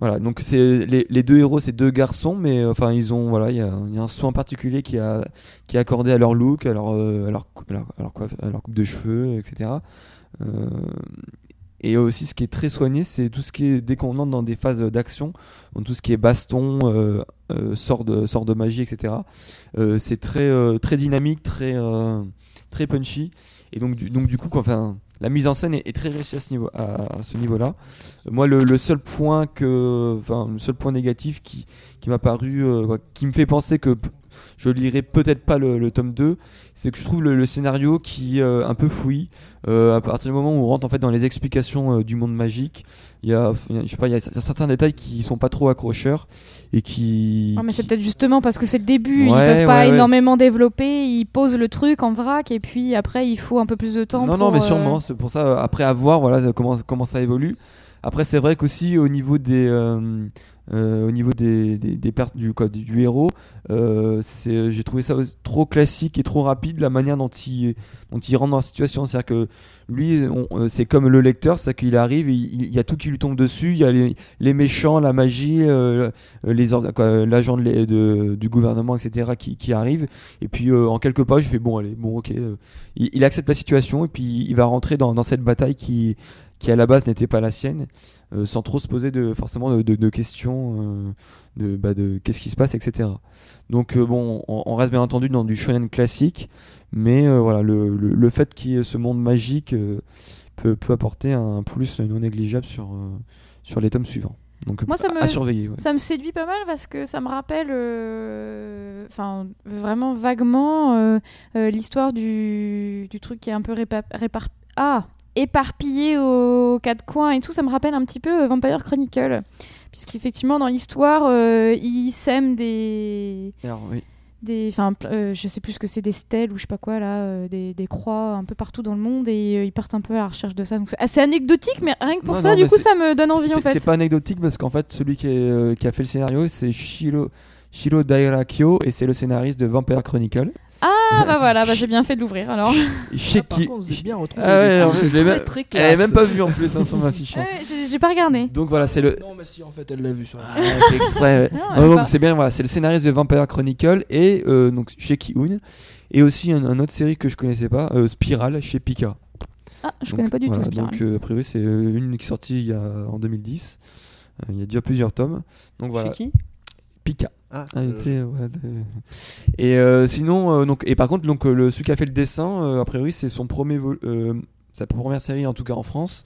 Speaker 2: voilà donc c'est les, les deux héros, c'est deux garçons, mais euh, enfin ils ont voilà il y a, il y a un soin particulier qui a qui est accordé à leur look, à leur euh, à leur, cou- à leur, à leur coiffe- à leur coupe de cheveux, etc. Euh, Et aussi, ce qui est très soigné, c'est tout ce qui est dès qu'on entre dans des phases d'action, donc tout ce qui est baston, euh, euh, sort, de, sort de magie, etc. Euh, c'est très, euh, très dynamique, très, euh, très punchy. Et donc, du, donc, du coup, quoi, enfin, la mise en scène est, est très réussie à ce niveau- à- à ce niveau-là. Moi, le, le seul point que, enfin, le seul point négatif qui, qui m'a paru, euh, quoi, qui me fait penser que p- je lirai peut-être pas le, le tome 2, c'est que je trouve le, le scénario qui euh, un peu fouillis. Euh, à partir du moment où on rentre en fait dans les explications euh, du monde magique, il y a, il y a- je sais pas, il y a c- certains détails qui sont pas trop accrocheurs et qui.
Speaker 4: Ah, mais c'est
Speaker 2: qui-
Speaker 4: peut-être justement parce que c'est le début, ils
Speaker 2: Ouais,
Speaker 4: peuvent pas
Speaker 2: ouais, ouais.
Speaker 4: énormément développer, ils posent le truc en vrac et puis après il faut un peu plus de temps.
Speaker 2: Non,
Speaker 4: pour,
Speaker 2: non, mais
Speaker 4: euh,
Speaker 2: sûrement. C'est pour ça, euh, après, à voir voilà, euh, comment, comment ça évolue. Après, c'est vrai qu'aussi, au niveau des. euh, euh, au niveau des, des, des pertes du code du héros, euh, c'est- j'ai trouvé ça aussi trop classique et trop rapide la manière dont il, dont il rentre dans la situation. C'est-à-dire que lui, on- euh, c'est comme le lecteur, c'est qu'il arrive, il, il- il y a tout qui lui tombe dessus, il y a les, les méchants, la magie, euh, les or- quoi, l'agent de l'é- de- du gouvernement, etc. qui, qui arrive. Et puis euh, en quelques pages, je fais bon, allez, bon, ok, euh, il, il accepte la situation et puis il va rentrer dans, dans cette bataille qui, qui à la base n'était pas la sienne, euh, sans trop se poser de, forcément de, de- de questions euh, de, bah, de qu'est-ce qui se passe, etc. Donc euh, bon, on, on reste bien entendu dans du shonen classique, mais euh, voilà, le, le, le fait qu'il y ait ce monde magique euh, peut, peut apporter un plus non négligeable sur, euh, sur les tomes suivants. Donc
Speaker 4: Moi, ça
Speaker 2: à-
Speaker 4: me-
Speaker 2: à surveiller. ouais.
Speaker 4: Ça me séduit pas mal parce que ça me rappelle, euh, enfin vraiment vaguement, euh, euh, l'histoire du, du truc qui est un peu répa- répar- ah, éparpillé aux quatre coins et tout. Ça me rappelle un petit peu euh, Vampire Chronicle. Puisqu'effectivement, dans l'histoire, euh, ils sèment des,
Speaker 2: Alors, oui.
Speaker 4: des enfin pl- euh, je sais plus ce que c'est des stèles ou je sais pas quoi là euh, des, des croix un peu partout dans le monde et euh, ils partent un peu à la recherche de ça donc c'est assez anecdotique mais rien que pour
Speaker 2: Non,
Speaker 4: ça
Speaker 2: non,
Speaker 4: du
Speaker 2: mais
Speaker 4: coup
Speaker 2: c'est-
Speaker 4: ça me donne envie
Speaker 2: C'est-
Speaker 4: en
Speaker 2: c'est-
Speaker 4: fait
Speaker 2: C'est pas anecdotique parce qu'en fait, celui qui, est, euh, qui a fait le scénario, c'est Shiro, Shiro Dairakyo et c'est le scénariste de Vampire Chronicle.
Speaker 4: ah bah voilà bah, j'ai bien fait de l'ouvrir alors
Speaker 2: Chez
Speaker 3: Ah, par
Speaker 2: qui-
Speaker 3: contre, vous êtes bien retrouvé.
Speaker 2: Ah ouais, en fait, je l'ai
Speaker 3: très,
Speaker 2: même,
Speaker 3: très
Speaker 2: elle est
Speaker 3: classe.
Speaker 2: même pas vue en plus hein, sur ma fiche. hein.
Speaker 4: Ouais, j'ai j'ai pas regardé
Speaker 2: Donc voilà, c'est le.
Speaker 3: Non, mais si, en fait, elle l'a vu sur
Speaker 2: Ah, c'est exprès. ouais.
Speaker 4: Non,
Speaker 2: Ah,
Speaker 4: elle est
Speaker 2: donc
Speaker 4: pas-
Speaker 2: c'est bien, voilà, c'est le scénariste de Vampire Chronicle et euh, donc chez Ki-Hoon et aussi un, un autre série que je connaissais pas, euh, Spiral chez Pika.
Speaker 4: ah je
Speaker 2: Donc,
Speaker 4: connais pas du
Speaker 2: voilà,
Speaker 4: tout Spiral
Speaker 2: Donc euh, a priori c'est euh, une qui est sortie il y a, en 2010. Euh, Il y a déjà plusieurs tomes. Donc voilà,
Speaker 1: Chez qui
Speaker 2: Pika.
Speaker 1: Ah,
Speaker 2: Ah,
Speaker 1: euh,
Speaker 2: tu sais, voilà, de- Et euh, sinon, euh, donc, et par contre, donc, euh, le, celui qui a fait le dessin, euh, a priori, c'est son premier, vol- euh, sa première série, en tout cas en France.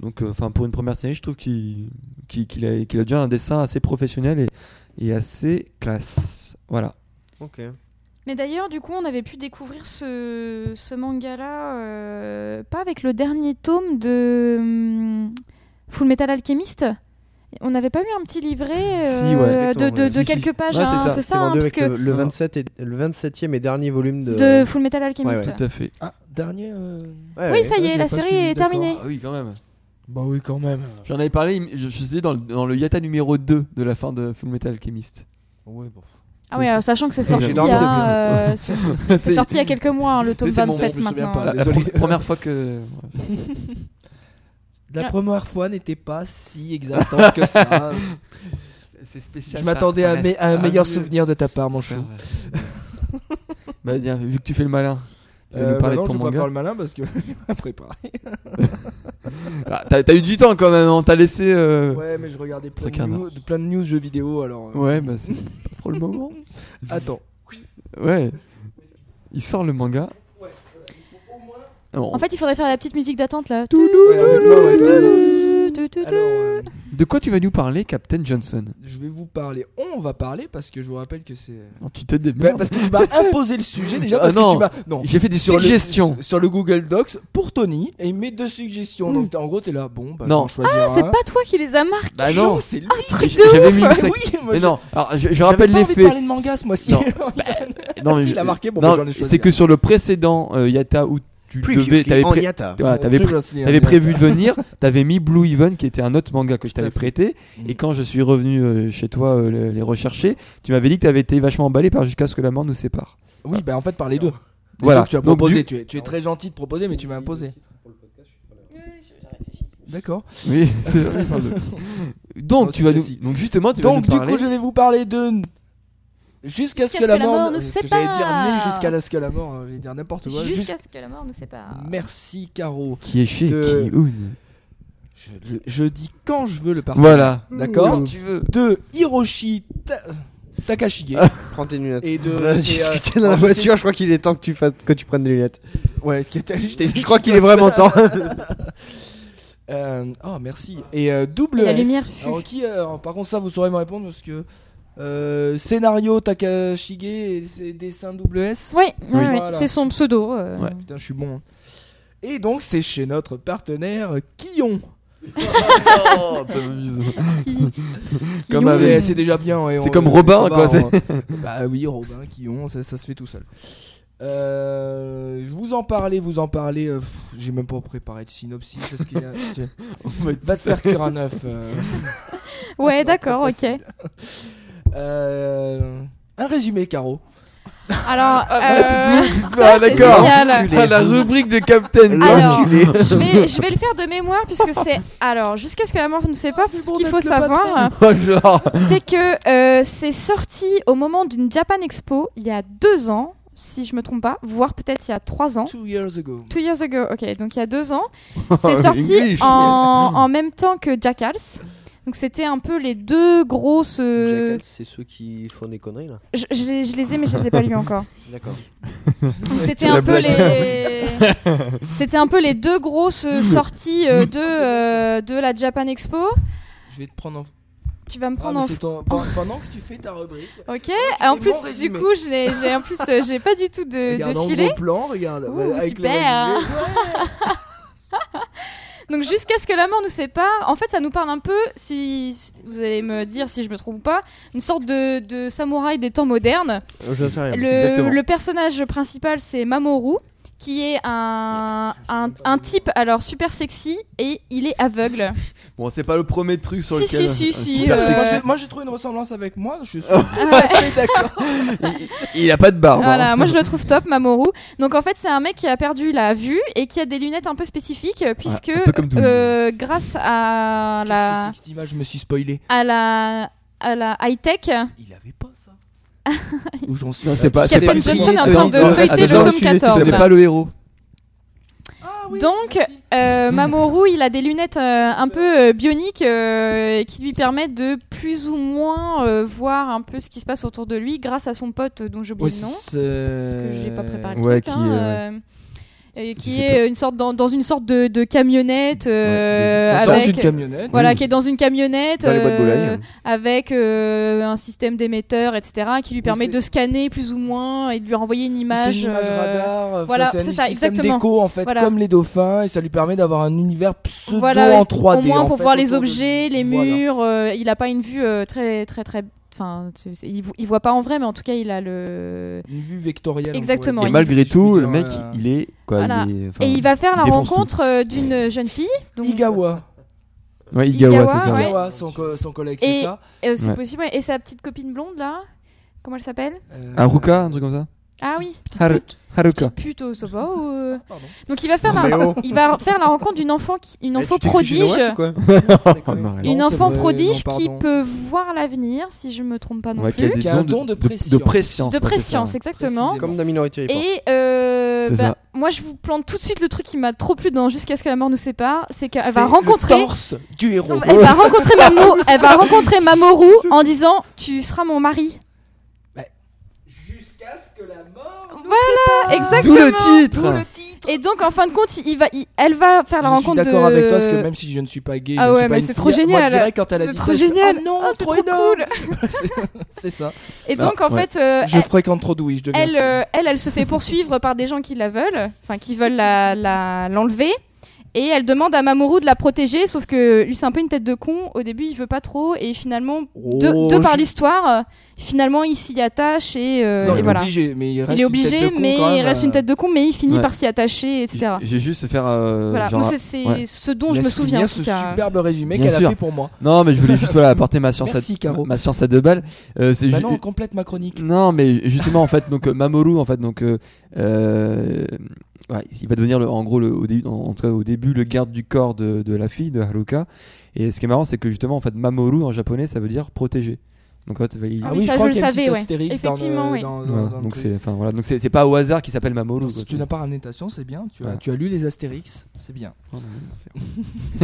Speaker 2: Donc, euh, enfin, pour une première série, je trouve qu'il qu'il- qu'il a, qu'il a déjà un dessin assez professionnel et, et assez classe. Voilà.
Speaker 4: Ah,
Speaker 1: ok.
Speaker 4: mais d'ailleurs du coup on avait pu découvrir ce, ce manga là pas avec le dernier tome de hum, Full Metal Alchemist on n'avait pas eu un petit livret
Speaker 2: Si,
Speaker 4: euh,
Speaker 2: ouais,
Speaker 4: de,
Speaker 1: exactement,
Speaker 4: de-
Speaker 1: ouais.
Speaker 4: de
Speaker 2: Si, si.
Speaker 4: quelques pages
Speaker 2: Ouais, c'est
Speaker 4: hein,
Speaker 2: ça,
Speaker 4: c'est
Speaker 1: C'est
Speaker 4: ça, hein,
Speaker 1: vendu
Speaker 4: parce
Speaker 1: avec le,
Speaker 4: que
Speaker 1: le
Speaker 2: Non, non.
Speaker 1: 27 et, le 27e et dernier volume de.
Speaker 4: de Full Metal Alchemist
Speaker 1: Ouais,
Speaker 2: Tout à fait.
Speaker 3: Ah, dernier. euh,
Speaker 1: Ouais,
Speaker 4: Oui,
Speaker 1: ouais.
Speaker 4: ça y
Speaker 3: Ouais,
Speaker 4: est,
Speaker 3: je
Speaker 4: la
Speaker 3: l'ai pas
Speaker 4: série
Speaker 3: suivi,
Speaker 4: est
Speaker 3: d'accord.
Speaker 4: terminée.
Speaker 1: Ah
Speaker 2: oui, quand même.
Speaker 3: Bah oui, quand même.
Speaker 2: J'en avais parlé, il- je, je disais, dans le, dans le Yata numéro 2 de la fin de Full Metal Alchemist.
Speaker 3: Ouais, bon.
Speaker 4: Ah oui, alors sachant que c'est
Speaker 2: C'est
Speaker 4: sorti, il y a,
Speaker 1: énorme.
Speaker 4: euh, c'est c'est sorti il y a quelques mois, hein, le tome
Speaker 2: C'est mon-
Speaker 4: 27
Speaker 3: je me souviens
Speaker 4: maintenant.
Speaker 3: pas.
Speaker 2: La, la
Speaker 3: Désolé.
Speaker 2: pre- première fois que.
Speaker 3: La première fois n'était pas si exaltante que ça.
Speaker 2: C'est spécial.
Speaker 3: Je m'attendais à, un me- à un meilleur souvenir de ta part, mon
Speaker 2: C'est
Speaker 3: chou.
Speaker 2: vrai. bah, tiens, vu que tu fais le malin, tu vas
Speaker 3: Euh,
Speaker 2: nous parler
Speaker 3: bah
Speaker 2: de ton manga.
Speaker 3: le malin parce que préparé.
Speaker 2: Ah, t'as, t'as eu du temps quand même, on t'a laissé. euh, Ouais,
Speaker 3: Ouais, mais je regardais plein,
Speaker 2: Très
Speaker 3: de
Speaker 2: cadre.
Speaker 3: news, de- plein de news jeux vidéo alors. euh,
Speaker 2: bah c'est pas trop le moment.
Speaker 3: Attends.
Speaker 2: Ouais. Il sort le manga. Alors,
Speaker 4: En fait, il faudrait faire la petite musique d'attente là.
Speaker 3: Ouais, avec moi, ouais, carrément. Alors,
Speaker 4: Touloulou.
Speaker 3: euh,
Speaker 2: de quoi tu vas nous parler, Captain Johnson
Speaker 3: je vais vous parler. On va parler parce que je vous rappelle que c'est.
Speaker 2: Non, Tu te
Speaker 3: Bah,
Speaker 2: démerdes.
Speaker 3: parce que tu m'as imposé le sujet déjà.
Speaker 2: Ah,
Speaker 3: Parce
Speaker 2: non.
Speaker 3: que tu m'as. Non.
Speaker 2: J'ai fait des
Speaker 3: Sur le-
Speaker 2: suggestions.
Speaker 3: sur- sur le Google Docs pour Tony et il met deux suggestions. Donc t'es- en gros, t'es là, bon, bah,
Speaker 2: Non.
Speaker 3: j'en choisirai
Speaker 4: Ah, C'est
Speaker 3: un.
Speaker 4: pas toi qui les as marqués.
Speaker 2: Bah
Speaker 3: Non,
Speaker 2: non.
Speaker 3: c'est lui.
Speaker 4: Ah, truc
Speaker 2: J'ai-
Speaker 4: de
Speaker 2: J'avais
Speaker 4: ouf.
Speaker 2: mis le
Speaker 3: hein. oui,
Speaker 2: sac.
Speaker 3: moi,
Speaker 2: Mais
Speaker 3: je-
Speaker 2: non, alors je, je
Speaker 3: j'avais
Speaker 2: rappelle
Speaker 3: pas
Speaker 2: les
Speaker 3: envie de
Speaker 2: faits.
Speaker 3: parler de manga ce mois-ci.
Speaker 2: Non. Non, mais
Speaker 3: il
Speaker 2: je-
Speaker 3: a marqué, bon,
Speaker 2: non,
Speaker 3: bah, j'en ai choisi.
Speaker 2: c'est que sur le précédent euh, Yata où tu devais, t'avais, pré- voilà, ah, t'avais
Speaker 3: Tu hein.
Speaker 2: pré-
Speaker 3: vois, c'est-
Speaker 2: T'avais prévu de venir, t'avais mis Blue Even qui était un autre manga que je
Speaker 3: Tout à
Speaker 2: t'avais
Speaker 3: fait.
Speaker 2: prêté.
Speaker 3: Mm.
Speaker 2: Et quand je suis revenu euh, chez toi euh, le- les rechercher, tu m'avais dit que t'avais été vachement emballé par Jusqu'à ce que la mort nous sépare.
Speaker 3: Oui, bah en fait, par les deux. Les
Speaker 2: Voilà.
Speaker 3: deux que Tu as
Speaker 2: Donc,
Speaker 3: proposé,
Speaker 2: du-
Speaker 3: tu, es, tu es très gentil de proposer, mais tu m'as imposé. D'accord.
Speaker 2: Oui, c'est vrai, il parle de- Donc
Speaker 3: Non,
Speaker 2: tu vas
Speaker 3: c'est
Speaker 2: nous,
Speaker 3: classique.
Speaker 2: donc justement tu vas
Speaker 3: Donc,
Speaker 2: nous
Speaker 3: du
Speaker 2: parler.
Speaker 3: coup, je vais vous parler de. Jusqu'à ce que la mort
Speaker 4: nous
Speaker 3: ce que J'allais dire
Speaker 4: sépare.
Speaker 3: né jusqu'à ce que la mort. hein, J'allais dire n'importe quoi.
Speaker 4: Ah. Jusqu'à ce que la mort nous sépare.
Speaker 3: Jusqu'- Merci, Caro.
Speaker 2: Qui est chez
Speaker 3: de-
Speaker 2: Ki-Hoon.
Speaker 3: Je, le- je dis quand je veux le partage.
Speaker 2: Voilà.
Speaker 3: D'accord
Speaker 2: Quand tu veux.
Speaker 3: De Hiroshi Ta- Takashige.
Speaker 1: Prends tes lunettes.
Speaker 3: et de.
Speaker 1: On a
Speaker 3: et, euh,
Speaker 1: discuté dans la
Speaker 3: alors, je sais-
Speaker 1: voiture, je crois qu'il est temps que tu, fasses, que tu prennes des lunettes.
Speaker 3: Ouais, ce qui est- je t'ai dit
Speaker 1: Je crois
Speaker 3: que
Speaker 1: qu'il est vraiment temps.
Speaker 3: Euh, oh merci. Et euh, double
Speaker 4: Et la
Speaker 3: S.
Speaker 4: lumière fut.
Speaker 3: Alors, qui, euh, alors, par contre ça vous saurez me répondre parce que euh, scénario Takashige et ses dessins double S.
Speaker 4: Oui, oui, oui,
Speaker 3: Voilà.
Speaker 4: c'est son pseudo. euh.
Speaker 2: Ouais.
Speaker 3: Putain je suis bon. hein. Et donc c'est chez notre partenaire Kion.
Speaker 2: Oh, t'as abusé.
Speaker 4: Qui- qui
Speaker 2: Comme
Speaker 4: ont-
Speaker 2: avec-
Speaker 3: Mais eh, C'est déjà bien. ouais,
Speaker 2: C'est
Speaker 3: on-
Speaker 2: comme
Speaker 3: on-
Speaker 2: Robin,
Speaker 3: ça va,
Speaker 2: quoi,
Speaker 3: on-
Speaker 2: c'est-
Speaker 3: bah oui Robin Kion ça, ça se fait tout seul. Euh, je vous en parlais, vous en parlais. euh, pff, J'ai même pas préparé de synopsis. C'est ce qu'il y a. Tiens,
Speaker 2: On va être
Speaker 3: Va te faire cuire un œuf. euh. Non,
Speaker 4: Ouais, d'accord,
Speaker 3: pas
Speaker 4: ok.
Speaker 3: facile. Euh, un résumé, Caro.
Speaker 4: Alors, euh,
Speaker 2: petite blague,
Speaker 4: ça,
Speaker 2: ah,
Speaker 4: c'est
Speaker 2: d'accord.
Speaker 4: génial.
Speaker 2: Ah, la rubrique de Captain.
Speaker 4: Alors,
Speaker 1: L'enculé.
Speaker 4: je vais, je vais le faire de mémoire puisque c'est. Alors, jusqu'à ce que la mort ne sait pas,
Speaker 3: c'est
Speaker 4: ce
Speaker 3: bon
Speaker 4: qu'il
Speaker 3: d'être
Speaker 4: faut
Speaker 3: le
Speaker 4: savoir, hein,
Speaker 2: Oh, genre.
Speaker 4: c'est que euh, c'est sorti au moment d'une Japan Expo il y a deux ans, si je me trompe pas, voire peut-être il y a trois ans.
Speaker 3: Two years ago.
Speaker 4: Two years ago, ok, donc il y a deux ans.
Speaker 2: Oh,
Speaker 4: C'est sorti
Speaker 2: English,
Speaker 4: en, en même temps que Jackals. Donc c'était un peu les deux grosses. euh,
Speaker 1: C'est ceux qui font des conneries là.
Speaker 4: Je, je les- je les ai, mais je les ai pas lus encore.
Speaker 1: D'accord.
Speaker 4: Donc c'était
Speaker 2: La
Speaker 4: un peu
Speaker 2: blague.
Speaker 4: les. c'était un peu les deux grosses sorties euh, de, euh, de la Japan Expo.
Speaker 3: Je vais te prendre en.
Speaker 4: Tu vas me
Speaker 3: Ah,
Speaker 4: prendre
Speaker 3: mais
Speaker 4: en
Speaker 3: c'est ton- pen- Pendant que tu fais ta rubrique.
Speaker 4: Ok,
Speaker 3: tu
Speaker 4: en
Speaker 3: fais
Speaker 4: plus
Speaker 3: mon
Speaker 4: du
Speaker 3: résumé.
Speaker 4: coup, je n'ai- j'ai en plus euh, j'ai pas du tout de,
Speaker 3: regarde
Speaker 4: de
Speaker 3: en
Speaker 4: filet.
Speaker 3: gros plan, regarde.
Speaker 4: Ouh,
Speaker 3: voilà, avec
Speaker 4: super.
Speaker 3: Le résumé.
Speaker 4: Donc jusqu'à ce que la mort nous sépare, en fait ça nous parle un peu, si si- vous allez me dire si je me trompe ou pas, une sorte de, de samouraï des temps modernes.
Speaker 1: Je Euh, sais rien.
Speaker 4: Le,
Speaker 2: Exactement.
Speaker 4: le personnage principal c'est Mamoru, qui est un, un, un type alors super sexy et il est aveugle.
Speaker 2: Bon, c'est pas le premier truc sur
Speaker 4: Si,
Speaker 2: lequel.
Speaker 4: si, si,
Speaker 2: euh,
Speaker 4: si,
Speaker 2: super
Speaker 4: euh,
Speaker 3: Moi,
Speaker 2: sexy.
Speaker 3: j'ai- Moi j'ai trouvé une ressemblance avec moi, je suis tout à fait d'accord.
Speaker 2: Il, il a pas de barbe.
Speaker 4: Voilà,
Speaker 2: hein.
Speaker 4: moi je le trouve top, Mamoru. Donc en fait, c'est un mec qui a perdu la vue et qui a des lunettes un peu spécifiques, euh, puisque
Speaker 2: un peu comme Doom.
Speaker 4: euh, grâce à
Speaker 3: Qu'est-ce
Speaker 4: la,
Speaker 3: que c'est que cette image Je me suis spoilé.
Speaker 4: à la, à la high-tech,
Speaker 2: Ah,
Speaker 3: Il avait pas ça. Où j'en suis.
Speaker 2: Non, c'est pas.
Speaker 4: Captain
Speaker 2: c'est Ah, pas-
Speaker 4: Johnson est en train de
Speaker 2: Attends,
Speaker 4: feuilleter le
Speaker 2: attends,
Speaker 4: tome
Speaker 2: sujet, c'est-
Speaker 4: 14.
Speaker 2: C'est pas le héros.
Speaker 4: donc euh, Mamoru, il a des lunettes euh, un peu euh, bioniques euh, qui lui permettent de plus ou moins euh, voir un peu ce qui se passe autour de lui grâce à son pote euh, dont j'oublie le nom. parce que j'ai pas préparé le
Speaker 2: Ouais,
Speaker 4: truc,
Speaker 2: qui,
Speaker 4: hein,
Speaker 2: euh,
Speaker 4: euh, et
Speaker 2: je
Speaker 4: qui
Speaker 2: sais
Speaker 4: est une sorte dans, dans une sorte de, de camionnette euh,
Speaker 2: Ouais, de-
Speaker 3: Dans
Speaker 4: avec
Speaker 3: une camionnette.
Speaker 4: voilà
Speaker 2: Oui.
Speaker 4: qui est dans une camionnette
Speaker 2: Dans les bois de
Speaker 4: euh,
Speaker 2: Boulogne.
Speaker 4: avec euh, un système d'émetteur etc qui lui permet
Speaker 3: c'est-
Speaker 4: de scanner plus ou moins et de lui renvoyer une
Speaker 3: C'est
Speaker 4: image,
Speaker 3: une image
Speaker 4: euh,
Speaker 3: radar, enfin,
Speaker 4: voilà,
Speaker 3: c'est un
Speaker 4: c'est ça,
Speaker 3: système
Speaker 4: exactement.
Speaker 3: d'écho en fait,
Speaker 4: Voilà.
Speaker 3: comme les dauphins, et ça lui permet d'avoir un univers pseudo
Speaker 4: Voilà,
Speaker 3: en 3D.
Speaker 4: au moins
Speaker 3: en
Speaker 4: pour
Speaker 3: fait,
Speaker 4: voir les
Speaker 3: autour de-
Speaker 4: objets les
Speaker 3: Voilà.
Speaker 4: murs euh, il a pas une vue euh, très très très enfin c'est- c'est- il, vo- il voit pas en vrai mais en tout cas il a le
Speaker 3: Une vue vectorielle. on
Speaker 4: Exactement,
Speaker 3: pourrait
Speaker 2: Et
Speaker 3: dire.
Speaker 4: il-
Speaker 2: malgré
Speaker 3: Si je puis
Speaker 2: tout,
Speaker 3: dire,
Speaker 2: le mec,
Speaker 3: euh,
Speaker 2: il est. Quoi,
Speaker 4: Voilà.
Speaker 2: il est- enfin,
Speaker 4: et il va faire la
Speaker 2: il défonce
Speaker 4: rencontre euh, d'une jeune fille donc
Speaker 3: Igawa.
Speaker 2: Ouais, Igawa,
Speaker 4: Igawa,
Speaker 2: c'est ça.
Speaker 4: ouais.
Speaker 3: Igawa, son, co- son collègue,
Speaker 4: Et-
Speaker 3: c'est ça
Speaker 4: euh, c'est
Speaker 2: Ouais.
Speaker 4: possible ouais. et sa petite copine blonde là comment elle s'appelle
Speaker 3: Euh,
Speaker 2: Haruka, un truc comme ça
Speaker 4: ah oui
Speaker 2: Haru- Haruka.
Speaker 4: petite pute au sofa ou, euh,
Speaker 3: Pardon.
Speaker 4: Donc il va faire,
Speaker 1: Non,
Speaker 4: la,
Speaker 1: mais oh.
Speaker 4: il va faire la rencontre d'une enfant qui, une enfant prodige,
Speaker 2: Oh, non,
Speaker 3: Non,
Speaker 4: une
Speaker 3: c'est
Speaker 4: enfant
Speaker 3: vrai,
Speaker 4: prodige
Speaker 3: non,
Speaker 4: qui
Speaker 3: pardon.
Speaker 4: peut voir l'avenir, si je me trompe pas non
Speaker 2: Ouais,
Speaker 4: plus,
Speaker 3: Qui a un don
Speaker 2: De,
Speaker 3: de prescience.
Speaker 2: prescience.
Speaker 4: de
Speaker 2: ouais, c'est ça,
Speaker 4: préscience
Speaker 2: ouais.
Speaker 4: exactement.
Speaker 1: Comme dans Minority Report.
Speaker 4: Et euh,
Speaker 2: C'est
Speaker 4: bah,
Speaker 2: ça.
Speaker 4: moi je vous plante tout de suite le truc qui m'a trop plu dans Jusqu'à ce que la mort nous sépare, c'est qu'elle
Speaker 3: C'est
Speaker 4: va rencontrer.
Speaker 3: Le torse du héros.
Speaker 4: Elle va rencontrer, Mamo, elle va rencontrer Mamoru en disant Tu seras mon mari.
Speaker 3: Jusqu'à ce que la mort.
Speaker 4: Voilà,
Speaker 2: D'où
Speaker 4: exactement.
Speaker 2: le
Speaker 3: Ah. D'où
Speaker 2: titre
Speaker 3: le titre.
Speaker 4: Et donc en fin de compte, il va, il- elle va faire la
Speaker 3: je suis
Speaker 4: rencontre
Speaker 3: d'accord
Speaker 4: de.
Speaker 3: avec toi parce que même si je ne suis pas gay,
Speaker 4: Ah
Speaker 3: je ne suis pas
Speaker 4: ouais, mais
Speaker 3: une
Speaker 4: c'est
Speaker 3: fille,
Speaker 4: trop génial.
Speaker 3: Moi, direct, quand elle a
Speaker 4: C'est
Speaker 3: dit
Speaker 4: trop
Speaker 3: ça, je fais,
Speaker 4: génial.
Speaker 3: Ah non,
Speaker 4: Ah, c'est
Speaker 3: trop,
Speaker 4: trop
Speaker 3: énorme.
Speaker 4: cool.
Speaker 3: c'est ça.
Speaker 4: Et donc en
Speaker 2: ouais.
Speaker 4: fait, euh,
Speaker 3: Je fréquente trop douille, je deviens.
Speaker 4: elle, euh, elle, elle se fait poursuivre par des gens qui la veulent, enfin qui veulent la- la- l'enlever. et elle demande à Mamoru de la protéger, sauf que lui c'est un peu une tête de con. Au début il veut pas trop, et finalement,
Speaker 3: Oh,
Speaker 4: de, de par
Speaker 3: je-
Speaker 4: l'histoire, euh, finalement il s'y attache et, euh,
Speaker 3: Non,
Speaker 4: et
Speaker 3: il est
Speaker 4: voilà.
Speaker 3: obligé, mais il reste
Speaker 4: Il est obligé, mais il reste
Speaker 3: euh,
Speaker 4: une tête de con, mais il finit
Speaker 2: Ouais.
Speaker 4: par s'y attacher, etc.
Speaker 2: J'ai j'ai juste faire. euh,
Speaker 4: Voilà,
Speaker 2: genre-
Speaker 4: Moi, c'est c'est
Speaker 2: ouais.
Speaker 4: ce dont je me souviens en tout
Speaker 3: ce
Speaker 4: cas.
Speaker 3: superbe résumé
Speaker 2: Bien
Speaker 3: qu'elle a
Speaker 2: sûr.
Speaker 3: fait pour moi.
Speaker 2: Non, mais je voulais juste voilà, apporter ma science,
Speaker 3: Merci,
Speaker 2: à,
Speaker 3: Caro.
Speaker 2: ma science à deux balles. Euh,
Speaker 4: Bah
Speaker 2: c'est ju-
Speaker 3: Maintenant, on complète ma chronique.
Speaker 2: Non, mais justement, en fait, donc euh, Mamoru, en fait, donc, euh, euh, ouais, il va devenir, le- en gros, le, au début, en, en tout cas, au début, le garde du corps de, de la fille de Haruka. Et ce qui est marrant, c'est que justement, en fait, Mamoru en japonais, ça veut dire protéger. Donc, en fait, il-
Speaker 4: Ah oui, ça,
Speaker 3: crois
Speaker 4: je
Speaker 3: qu'il y a une petite
Speaker 4: le savais, ouais.
Speaker 3: astérix dans le-
Speaker 4: Effectivement, oui.
Speaker 3: dans- dans-
Speaker 2: Ah, voilà,
Speaker 3: dans le
Speaker 2: donc
Speaker 3: truc.
Speaker 2: c'est, enfin voilà, donc c'est c'est pas au hasard qu'il s'appelle Mamoru.
Speaker 3: Si
Speaker 2: quoi,
Speaker 3: tu
Speaker 2: c'est-
Speaker 3: n'as pas ramené ta science, c'est bien. Tu as,
Speaker 2: Voilà.
Speaker 3: tu as lu les Astérix. C'est bien.
Speaker 2: Ah,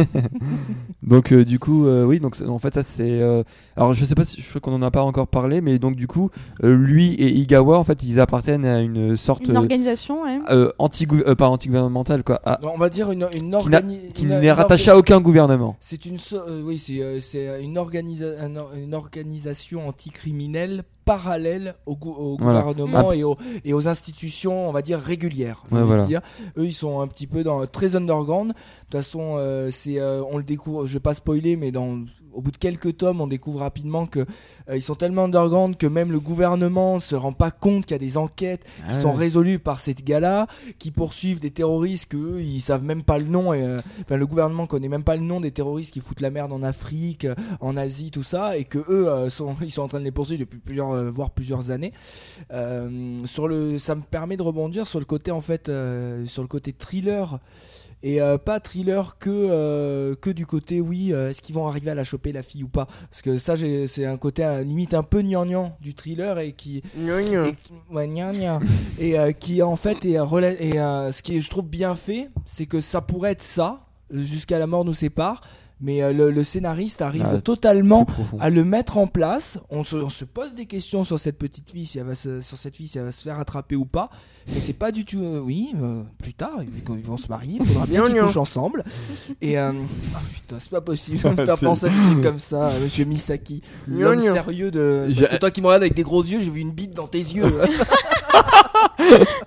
Speaker 2: donc euh, du coup euh, oui donc c'est- en fait ça c'est euh, alors je sais pas si je crois qu'on en a pas encore parlé mais donc du coup euh, lui et Igawa en fait ils appartiennent à une sorte
Speaker 4: Une organisation, ouais.
Speaker 2: euh, anti euh, pas anti-gouvernementale quoi à-
Speaker 3: Non, on va dire une, une
Speaker 2: n'a-
Speaker 3: organi-
Speaker 2: Ah. qui
Speaker 3: une-
Speaker 2: n'est
Speaker 3: une
Speaker 2: rattachée à aucun gouvernement.
Speaker 3: C'est une, so- euh, oui, c'est, euh, c'est une, organisa- un or- une organisation anticriminelle parallèle au, gou- au
Speaker 2: Voilà.
Speaker 3: gouvernement et, aux, et aux institutions, on va dire, régulières. je
Speaker 2: Ouais,
Speaker 3: veux
Speaker 2: voilà.
Speaker 3: dire. Eux, ils sont un petit peu dans, très underground. De toute façon, euh, c'est, euh, on le découvre, je vais pas spoiler, mais dans, au bout de quelques tomes, on découvre rapidement que euh, ils sont tellement underground que même le gouvernement se rend pas compte qu'il y a des enquêtes qui sont résolus par ces gars-là, qui poursuivent des terroristes que eux, ils savent même pas le nom. Et, euh, enfin, le gouvernement connaît même pas le nom des terroristes qui foutent la merde en Afrique, euh, en Asie, tout ça, et que eux euh, sont, ils sont en train de les poursuivre depuis plusieurs, euh, voire plusieurs années. Euh, sur le, ça me permet de rebondir sur le côté en fait, euh, sur le côté thriller. Et euh, pas thriller que, euh, que du côté oui, euh, est-ce qu'ils vont arriver à la choper la fille ou pas Parce que ça j'ai- c'est un côté euh, limite un peu gnangnan du thriller et qui, et qui- ouais, gna gna. et euh, qui en fait est, euh, rela- et, euh, ce qui est, je trouve bien fait c'est que ça pourrait être ça jusqu'à la mort nous sépare mais euh, le, le scénariste arrive
Speaker 2: Ah,
Speaker 3: totalement
Speaker 2: Plus profond.
Speaker 3: à le mettre en place on se, on se pose des questions sur cette petite fille si elle va se, sur cette fille si elle va se faire attraper ou pas mais c'est pas du tout euh, oui euh, plus tard ils- quand ils vont se marier il faudra bien qu'ils couchent ensemble et euh, ah, putain c'est pas possible de me faire
Speaker 1: C'est-
Speaker 3: penser à des trucs comme ça euh, monsieur Misaki l'homme
Speaker 1: Gna gna.
Speaker 3: sérieux de bah,
Speaker 2: J'ai-
Speaker 3: c'est toi qui me regarde avec des gros yeux j'ai vu une bite dans tes yeux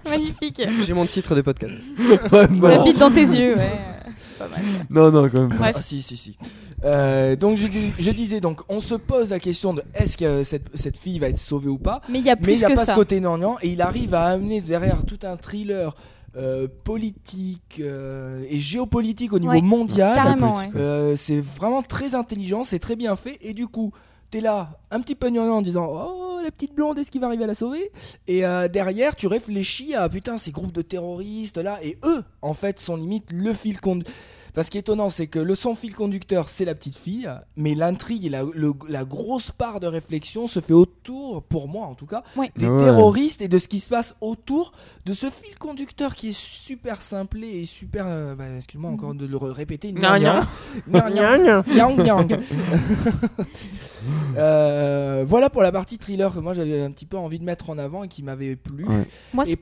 Speaker 4: Magnifique.
Speaker 1: J'ai mon titre des podcasts.
Speaker 4: La
Speaker 3: Euh,
Speaker 2: non.
Speaker 4: bite dans tes yeux, ouais. C'est pas mal.
Speaker 2: non, non, quand même. pas.
Speaker 4: Bref.
Speaker 3: Ah si si si. Euh, donc je, dis- je disais donc on se pose la question de est-ce que euh, cette, cette fille va être sauvée ou pas.
Speaker 4: Mais il y a
Speaker 3: Mais il
Speaker 4: plus
Speaker 3: n'y a
Speaker 4: que
Speaker 3: pas
Speaker 4: ça.
Speaker 3: ce côté non et il arrive à amener derrière tout un thriller euh, politique euh, et géopolitique au niveau
Speaker 4: Ouais.
Speaker 3: mondial.
Speaker 4: Carrément,
Speaker 2: politique, quoi.
Speaker 4: ouais.
Speaker 3: Euh, c'est vraiment très intelligent, c'est très bien fait et du coup t'es là un petit peu gnangnan en disant oh la petite blonde est-ce qu'il va arriver à la sauver et euh, derrière tu réfléchis à putain ces groupes de terroristes là et eux en fait sont limite le fil conducteur Enfin, ce qui est étonnant, c'est que le sans fil conducteur, c'est la petite fille, mais l'intrigue et la, le- la grosse part de réflexion se fait autour, pour moi en tout cas,
Speaker 4: Ouais.
Speaker 3: des
Speaker 2: Ouais.
Speaker 3: terroristes et de ce qui se passe autour de ce fil conducteur qui est super simplé et super. euh, bah, Excuse-moi encore de le re- répéter.
Speaker 1: Gna gna.
Speaker 3: Gna gna. Yang yang. Euh, voilà pour la partie thriller que moi j'avais un petit peu envie de mettre en avant et qui m'avait plu.
Speaker 2: Ouais.
Speaker 4: Moi,
Speaker 3: Et-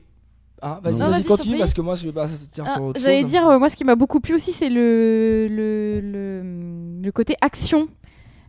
Speaker 3: Ah, vas-y,
Speaker 2: Non,
Speaker 3: vas-y,
Speaker 4: vas-y,
Speaker 3: continue
Speaker 4: surprise.
Speaker 3: parce que moi je vais pas sortir
Speaker 4: Ah,
Speaker 3: sur autre
Speaker 4: J'allais
Speaker 3: chose.
Speaker 4: dire, euh, moi, ce qui m'a beaucoup plu aussi, c'est le, le, le, le côté action.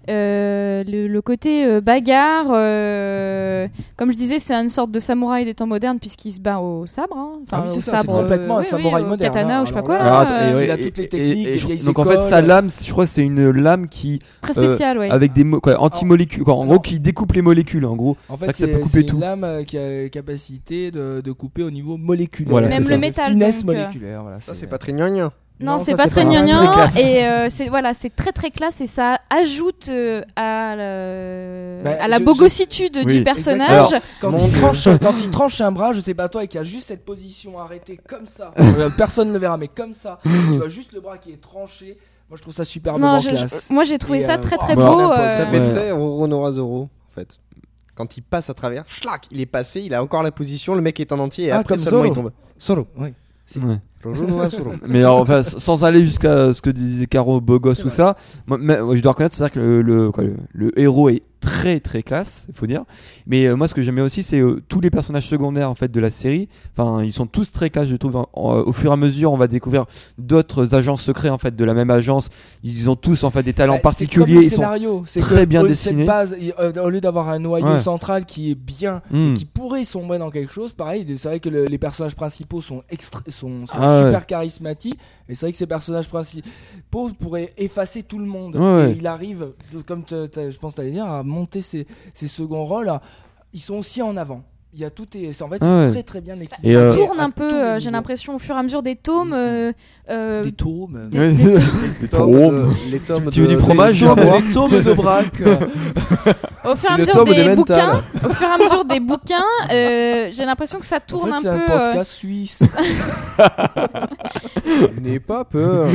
Speaker 4: Euh, le, le côté euh, bagarre, euh, comme je disais, c'est une sorte de samouraï des temps modernes puisqu'il se bat au sabre. hein. Enfin,
Speaker 3: Ah oui,
Speaker 4: au
Speaker 3: c'est ça, c'est
Speaker 4: sabre, euh,
Speaker 3: complètement un
Speaker 4: oui, oui,
Speaker 3: samouraï
Speaker 4: au
Speaker 3: moderne,
Speaker 4: Katana
Speaker 3: hein.
Speaker 4: ou je sais pas
Speaker 3: Alors
Speaker 4: quoi.
Speaker 3: là,
Speaker 2: Alors, attends,
Speaker 4: euh,
Speaker 2: Ah, et ouais,
Speaker 3: il a toutes les techniques, les
Speaker 2: je-
Speaker 3: vieilles
Speaker 2: donc en fait,
Speaker 3: écoles.
Speaker 2: sa lame, je crois, que c'est une lame qui,
Speaker 4: Très spécial, ouais.
Speaker 2: avec des mo- quoi, anti-molécules, quoi, en
Speaker 3: Non.
Speaker 2: gros, qui découpe les molécules, en gros.
Speaker 3: En
Speaker 2: Ça,
Speaker 3: fait,
Speaker 2: ça peut
Speaker 3: c'est
Speaker 2: couper
Speaker 3: c'est
Speaker 2: tout.
Speaker 3: une lame euh, qui a la capacité de, de couper au niveau moléculaire.
Speaker 2: Voilà, Même
Speaker 4: c'est le ça. métal,
Speaker 3: Finesse
Speaker 4: donc, euh,
Speaker 3: moléculaire. Voilà,
Speaker 1: Ça, c'est pas très gnangnan.
Speaker 4: Non,
Speaker 3: Non,
Speaker 4: c'est
Speaker 3: ça,
Speaker 4: pas
Speaker 3: c'est
Speaker 4: très
Speaker 3: pas-
Speaker 2: Très
Speaker 4: gnangnan
Speaker 2: classe.
Speaker 4: et euh, c'est voilà, c'est très très classe et ça ajoute euh, à, le-
Speaker 3: Bah,
Speaker 4: à la
Speaker 3: je- je-
Speaker 4: bogossitude
Speaker 2: Oui.
Speaker 4: du personnage.
Speaker 3: Quand
Speaker 1: Mon
Speaker 3: il,
Speaker 1: Dieu.
Speaker 3: tranche, quand il tranche un bras, je sais pas toi, et qu'il y a juste cette position arrêtée comme ça, euh, personne ne le verra, mais comme ça, tu vois juste le bras qui est tranché. Moi, je trouve ça super
Speaker 4: Non, je- je-
Speaker 3: classe.
Speaker 4: moi j'ai trouvé
Speaker 3: Et,
Speaker 4: ça
Speaker 3: euh,
Speaker 4: très
Speaker 3: wow,
Speaker 4: très
Speaker 2: c'est
Speaker 4: beau.
Speaker 3: n'importe-
Speaker 4: euh,
Speaker 1: Ça fait
Speaker 2: Ouais.
Speaker 1: très Ronora Zoro, en fait. Quand il passe à travers, schlac, il est passé, il a encore la position, le mec est en entier et
Speaker 3: Ah,
Speaker 1: après
Speaker 3: comme
Speaker 1: seulement
Speaker 3: Zoro.
Speaker 1: il tombe. Solo.
Speaker 2: Ouais.
Speaker 1: Ronora Zoro.
Speaker 2: Mais alors, enfin, s- sans aller jusqu'à ce que disait Caro, beau gosse, tout ça, moi, mais- moi, je dois reconnaître, c'est-à-dire que le, le, quoi, le- le héros est très très classe, il faut dire. Mais euh, moi, ce que j'aimais aussi, c'est euh, tous les personnages secondaires en fait de la série. Enfin, ils sont tous très classe, je trouve. En- en- euh, au fur et à mesure, on va découvrir d'autres agents secrets en fait de la même agence. Ils ont tous en fait des talents
Speaker 3: Bah, c'est comme
Speaker 2: particuliers.
Speaker 3: le
Speaker 2: Ils sont
Speaker 3: scénario, c'est
Speaker 2: très
Speaker 3: que
Speaker 2: bien
Speaker 3: au- cette
Speaker 2: dessinés.
Speaker 3: base, il- euh, au lieu d'avoir un noyau
Speaker 2: Ouais.
Speaker 3: central qui est bien,
Speaker 2: Hmm.
Speaker 3: qui pourrait sombrer dans quelque chose, pareil, c'est vrai que le- les personnages principaux sont, extra- sont, sont
Speaker 2: Ah ouais.
Speaker 3: super charismatiques, et c'est vrai que ces personnages principaux pourraient effacer tout le monde.
Speaker 2: Ouais, ouais.
Speaker 3: Et il arrive, de- comme t'as- t'as- je pense que tu dire, à monter ses, ses seconds rôles, à- ils sont aussi en avant. Il y a tout est, c'est- en fait,
Speaker 2: Ah
Speaker 3: c'est
Speaker 2: ouais.
Speaker 3: très très bien équilibré.
Speaker 2: Et,
Speaker 4: ça
Speaker 2: euh,
Speaker 4: tourne
Speaker 3: à
Speaker 4: un
Speaker 3: tous
Speaker 4: peu,
Speaker 3: les
Speaker 4: euh,
Speaker 3: niveaux.
Speaker 4: j'ai l'impression au fur et à mesure des tomes. euh, euh,
Speaker 3: Des taumes.
Speaker 4: des- des tomes.
Speaker 1: Les
Speaker 2: tomes
Speaker 3: euh,
Speaker 2: de-
Speaker 1: les tomes
Speaker 2: Tu veux
Speaker 1: de-
Speaker 2: du fromage,
Speaker 1: des-
Speaker 2: Jean
Speaker 1: des-
Speaker 3: Les taumes
Speaker 2: hein.
Speaker 3: de braque.
Speaker 4: au fur et à
Speaker 1: le
Speaker 4: mesure
Speaker 1: tome des mentales.
Speaker 4: des bouquins, au fur et à mesure des bouquins, euh, j'ai l'impression que ça
Speaker 3: en
Speaker 4: tourne
Speaker 3: fait, c'est
Speaker 4: un
Speaker 3: un
Speaker 4: peu. euh,
Speaker 3: podcast suisse.
Speaker 1: N'aie pas peur.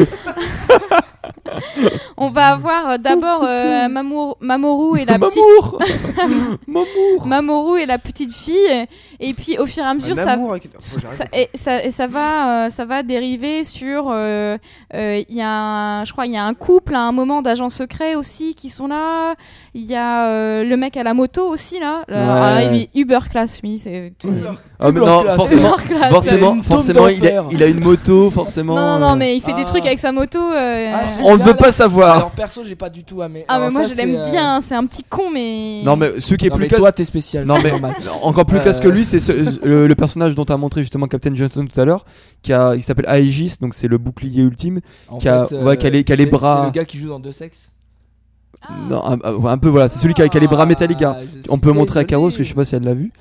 Speaker 4: On va avoir euh, d'abord euh, Mamoru, Mamoru et la petite
Speaker 2: Mamour Mamour
Speaker 4: Mamoru et la petite fille, et puis au fur et à mesure, ça, ça- et, ça, et ça va, euh, ça va dériver sur. euh, euh, Il y a, un- je crois, il y a un couple à un moment d'agents secrets aussi qui sont là. Il y a euh, le mec à la moto aussi là. Là,
Speaker 2: Ouais.
Speaker 4: ah, il est Uber class, lui. C'est
Speaker 2: Ah, mais non,
Speaker 3: Uber
Speaker 2: forcément,
Speaker 4: Uber class.
Speaker 2: forcément,
Speaker 3: une tombe
Speaker 2: forcément, il a,
Speaker 3: d'enfer.
Speaker 2: il a une moto, forcément.
Speaker 4: Non, non, non, mais il fait des
Speaker 3: Ah.
Speaker 4: trucs avec sa moto. euh,
Speaker 3: Ah,
Speaker 4: Ah,
Speaker 3: c'est-
Speaker 2: On ne veut
Speaker 3: Là, là,
Speaker 2: pas savoir.
Speaker 3: Alors perso, j'ai pas du tout aimé.
Speaker 4: mais
Speaker 3: Alors,
Speaker 4: moi
Speaker 3: ça,
Speaker 4: je
Speaker 3: c'est,
Speaker 4: l'aime
Speaker 3: euh,
Speaker 4: bien. C'est un petit con, mais.
Speaker 2: Non, mais ceux qui est
Speaker 3: non,
Speaker 2: plus
Speaker 3: mais
Speaker 2: casse-
Speaker 3: toi, t'es spécial.
Speaker 2: Non, mais-
Speaker 3: normal.
Speaker 2: encore plus casse
Speaker 3: Euh,
Speaker 2: que lui, c'est ce- le, le personnage dont t'as montré justement Captain Johnson tout à l'heure, qui a, il s'appelle Aegis, donc c'est le bouclier ultime.
Speaker 3: En
Speaker 2: qui a-
Speaker 3: fait, euh,
Speaker 2: ouais, qui a les- qui a les
Speaker 3: c'est-
Speaker 2: bras-
Speaker 3: C'est le gars qui joue dans deux sexes.
Speaker 4: Ah.
Speaker 2: Non, un, un- un peu voilà, c'est celui qui a, qui a les bras métalliques. hein.
Speaker 3: Ah, je suis
Speaker 2: On peut montrer à Caro, parce que je sais
Speaker 3: désolé.
Speaker 2: pas si elle l'a vu,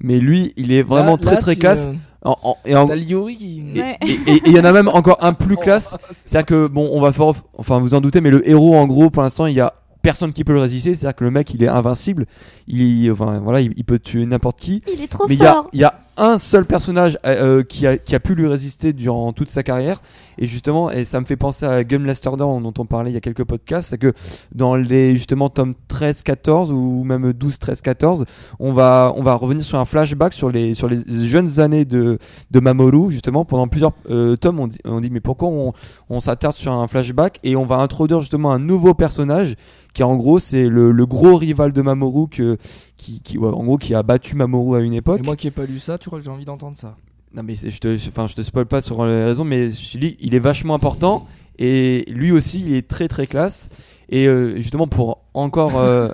Speaker 2: mais lui, il est vraiment
Speaker 3: Là-
Speaker 2: très
Speaker 3: là,
Speaker 2: très
Speaker 3: tu,
Speaker 2: classe.
Speaker 3: euh,
Speaker 2: En- en- et en-
Speaker 3: T'as Liori qui.
Speaker 2: et-
Speaker 4: Ouais.
Speaker 2: et- et- et il y en a même encore un
Speaker 3: Oh.
Speaker 2: plus classe. C'est-à-dire que bon, on va faire, enfin vous en doutez, mais le héros en gros pour l'instant il y a personne qui peut le résister. C'est-à-dire que le mec il est invincible. Il, enfin voilà, il, il peut tuer n'importe qui.
Speaker 4: Il est trop
Speaker 2: mais il y a,
Speaker 4: fort.
Speaker 2: il y a un seul personnage euh, euh, qui, a, qui a pu lui résister durant toute sa carrière. Et justement, et ça me fait penser à Gum Down dont on parlait il y a quelques podcasts. C'est que dans les justement tomes 13, 14 ou même 12, 13, 14, on va, on va revenir sur un flashback sur les, sur les jeunes années de, de Mamoru. Justement, pendant plusieurs euh, tomes, on dit, on dit mais pourquoi on, on s'attarde sur un flashback et on va introduire justement un nouveau personnage qui en gros c'est le, le gros rival de Mamoru que, qui, qui ouais, en gros qui a battu Mamoru à une époque.
Speaker 3: Et moi qui ai pas lu ça, tu crois que j'ai envie d'entendre ça
Speaker 2: Non mais c'est- je te, je- enfin, je te spoil pas sur les raisons, mais je te dis, il est vachement important et lui aussi il est très très classe. Et euh, justement pour encore, euh,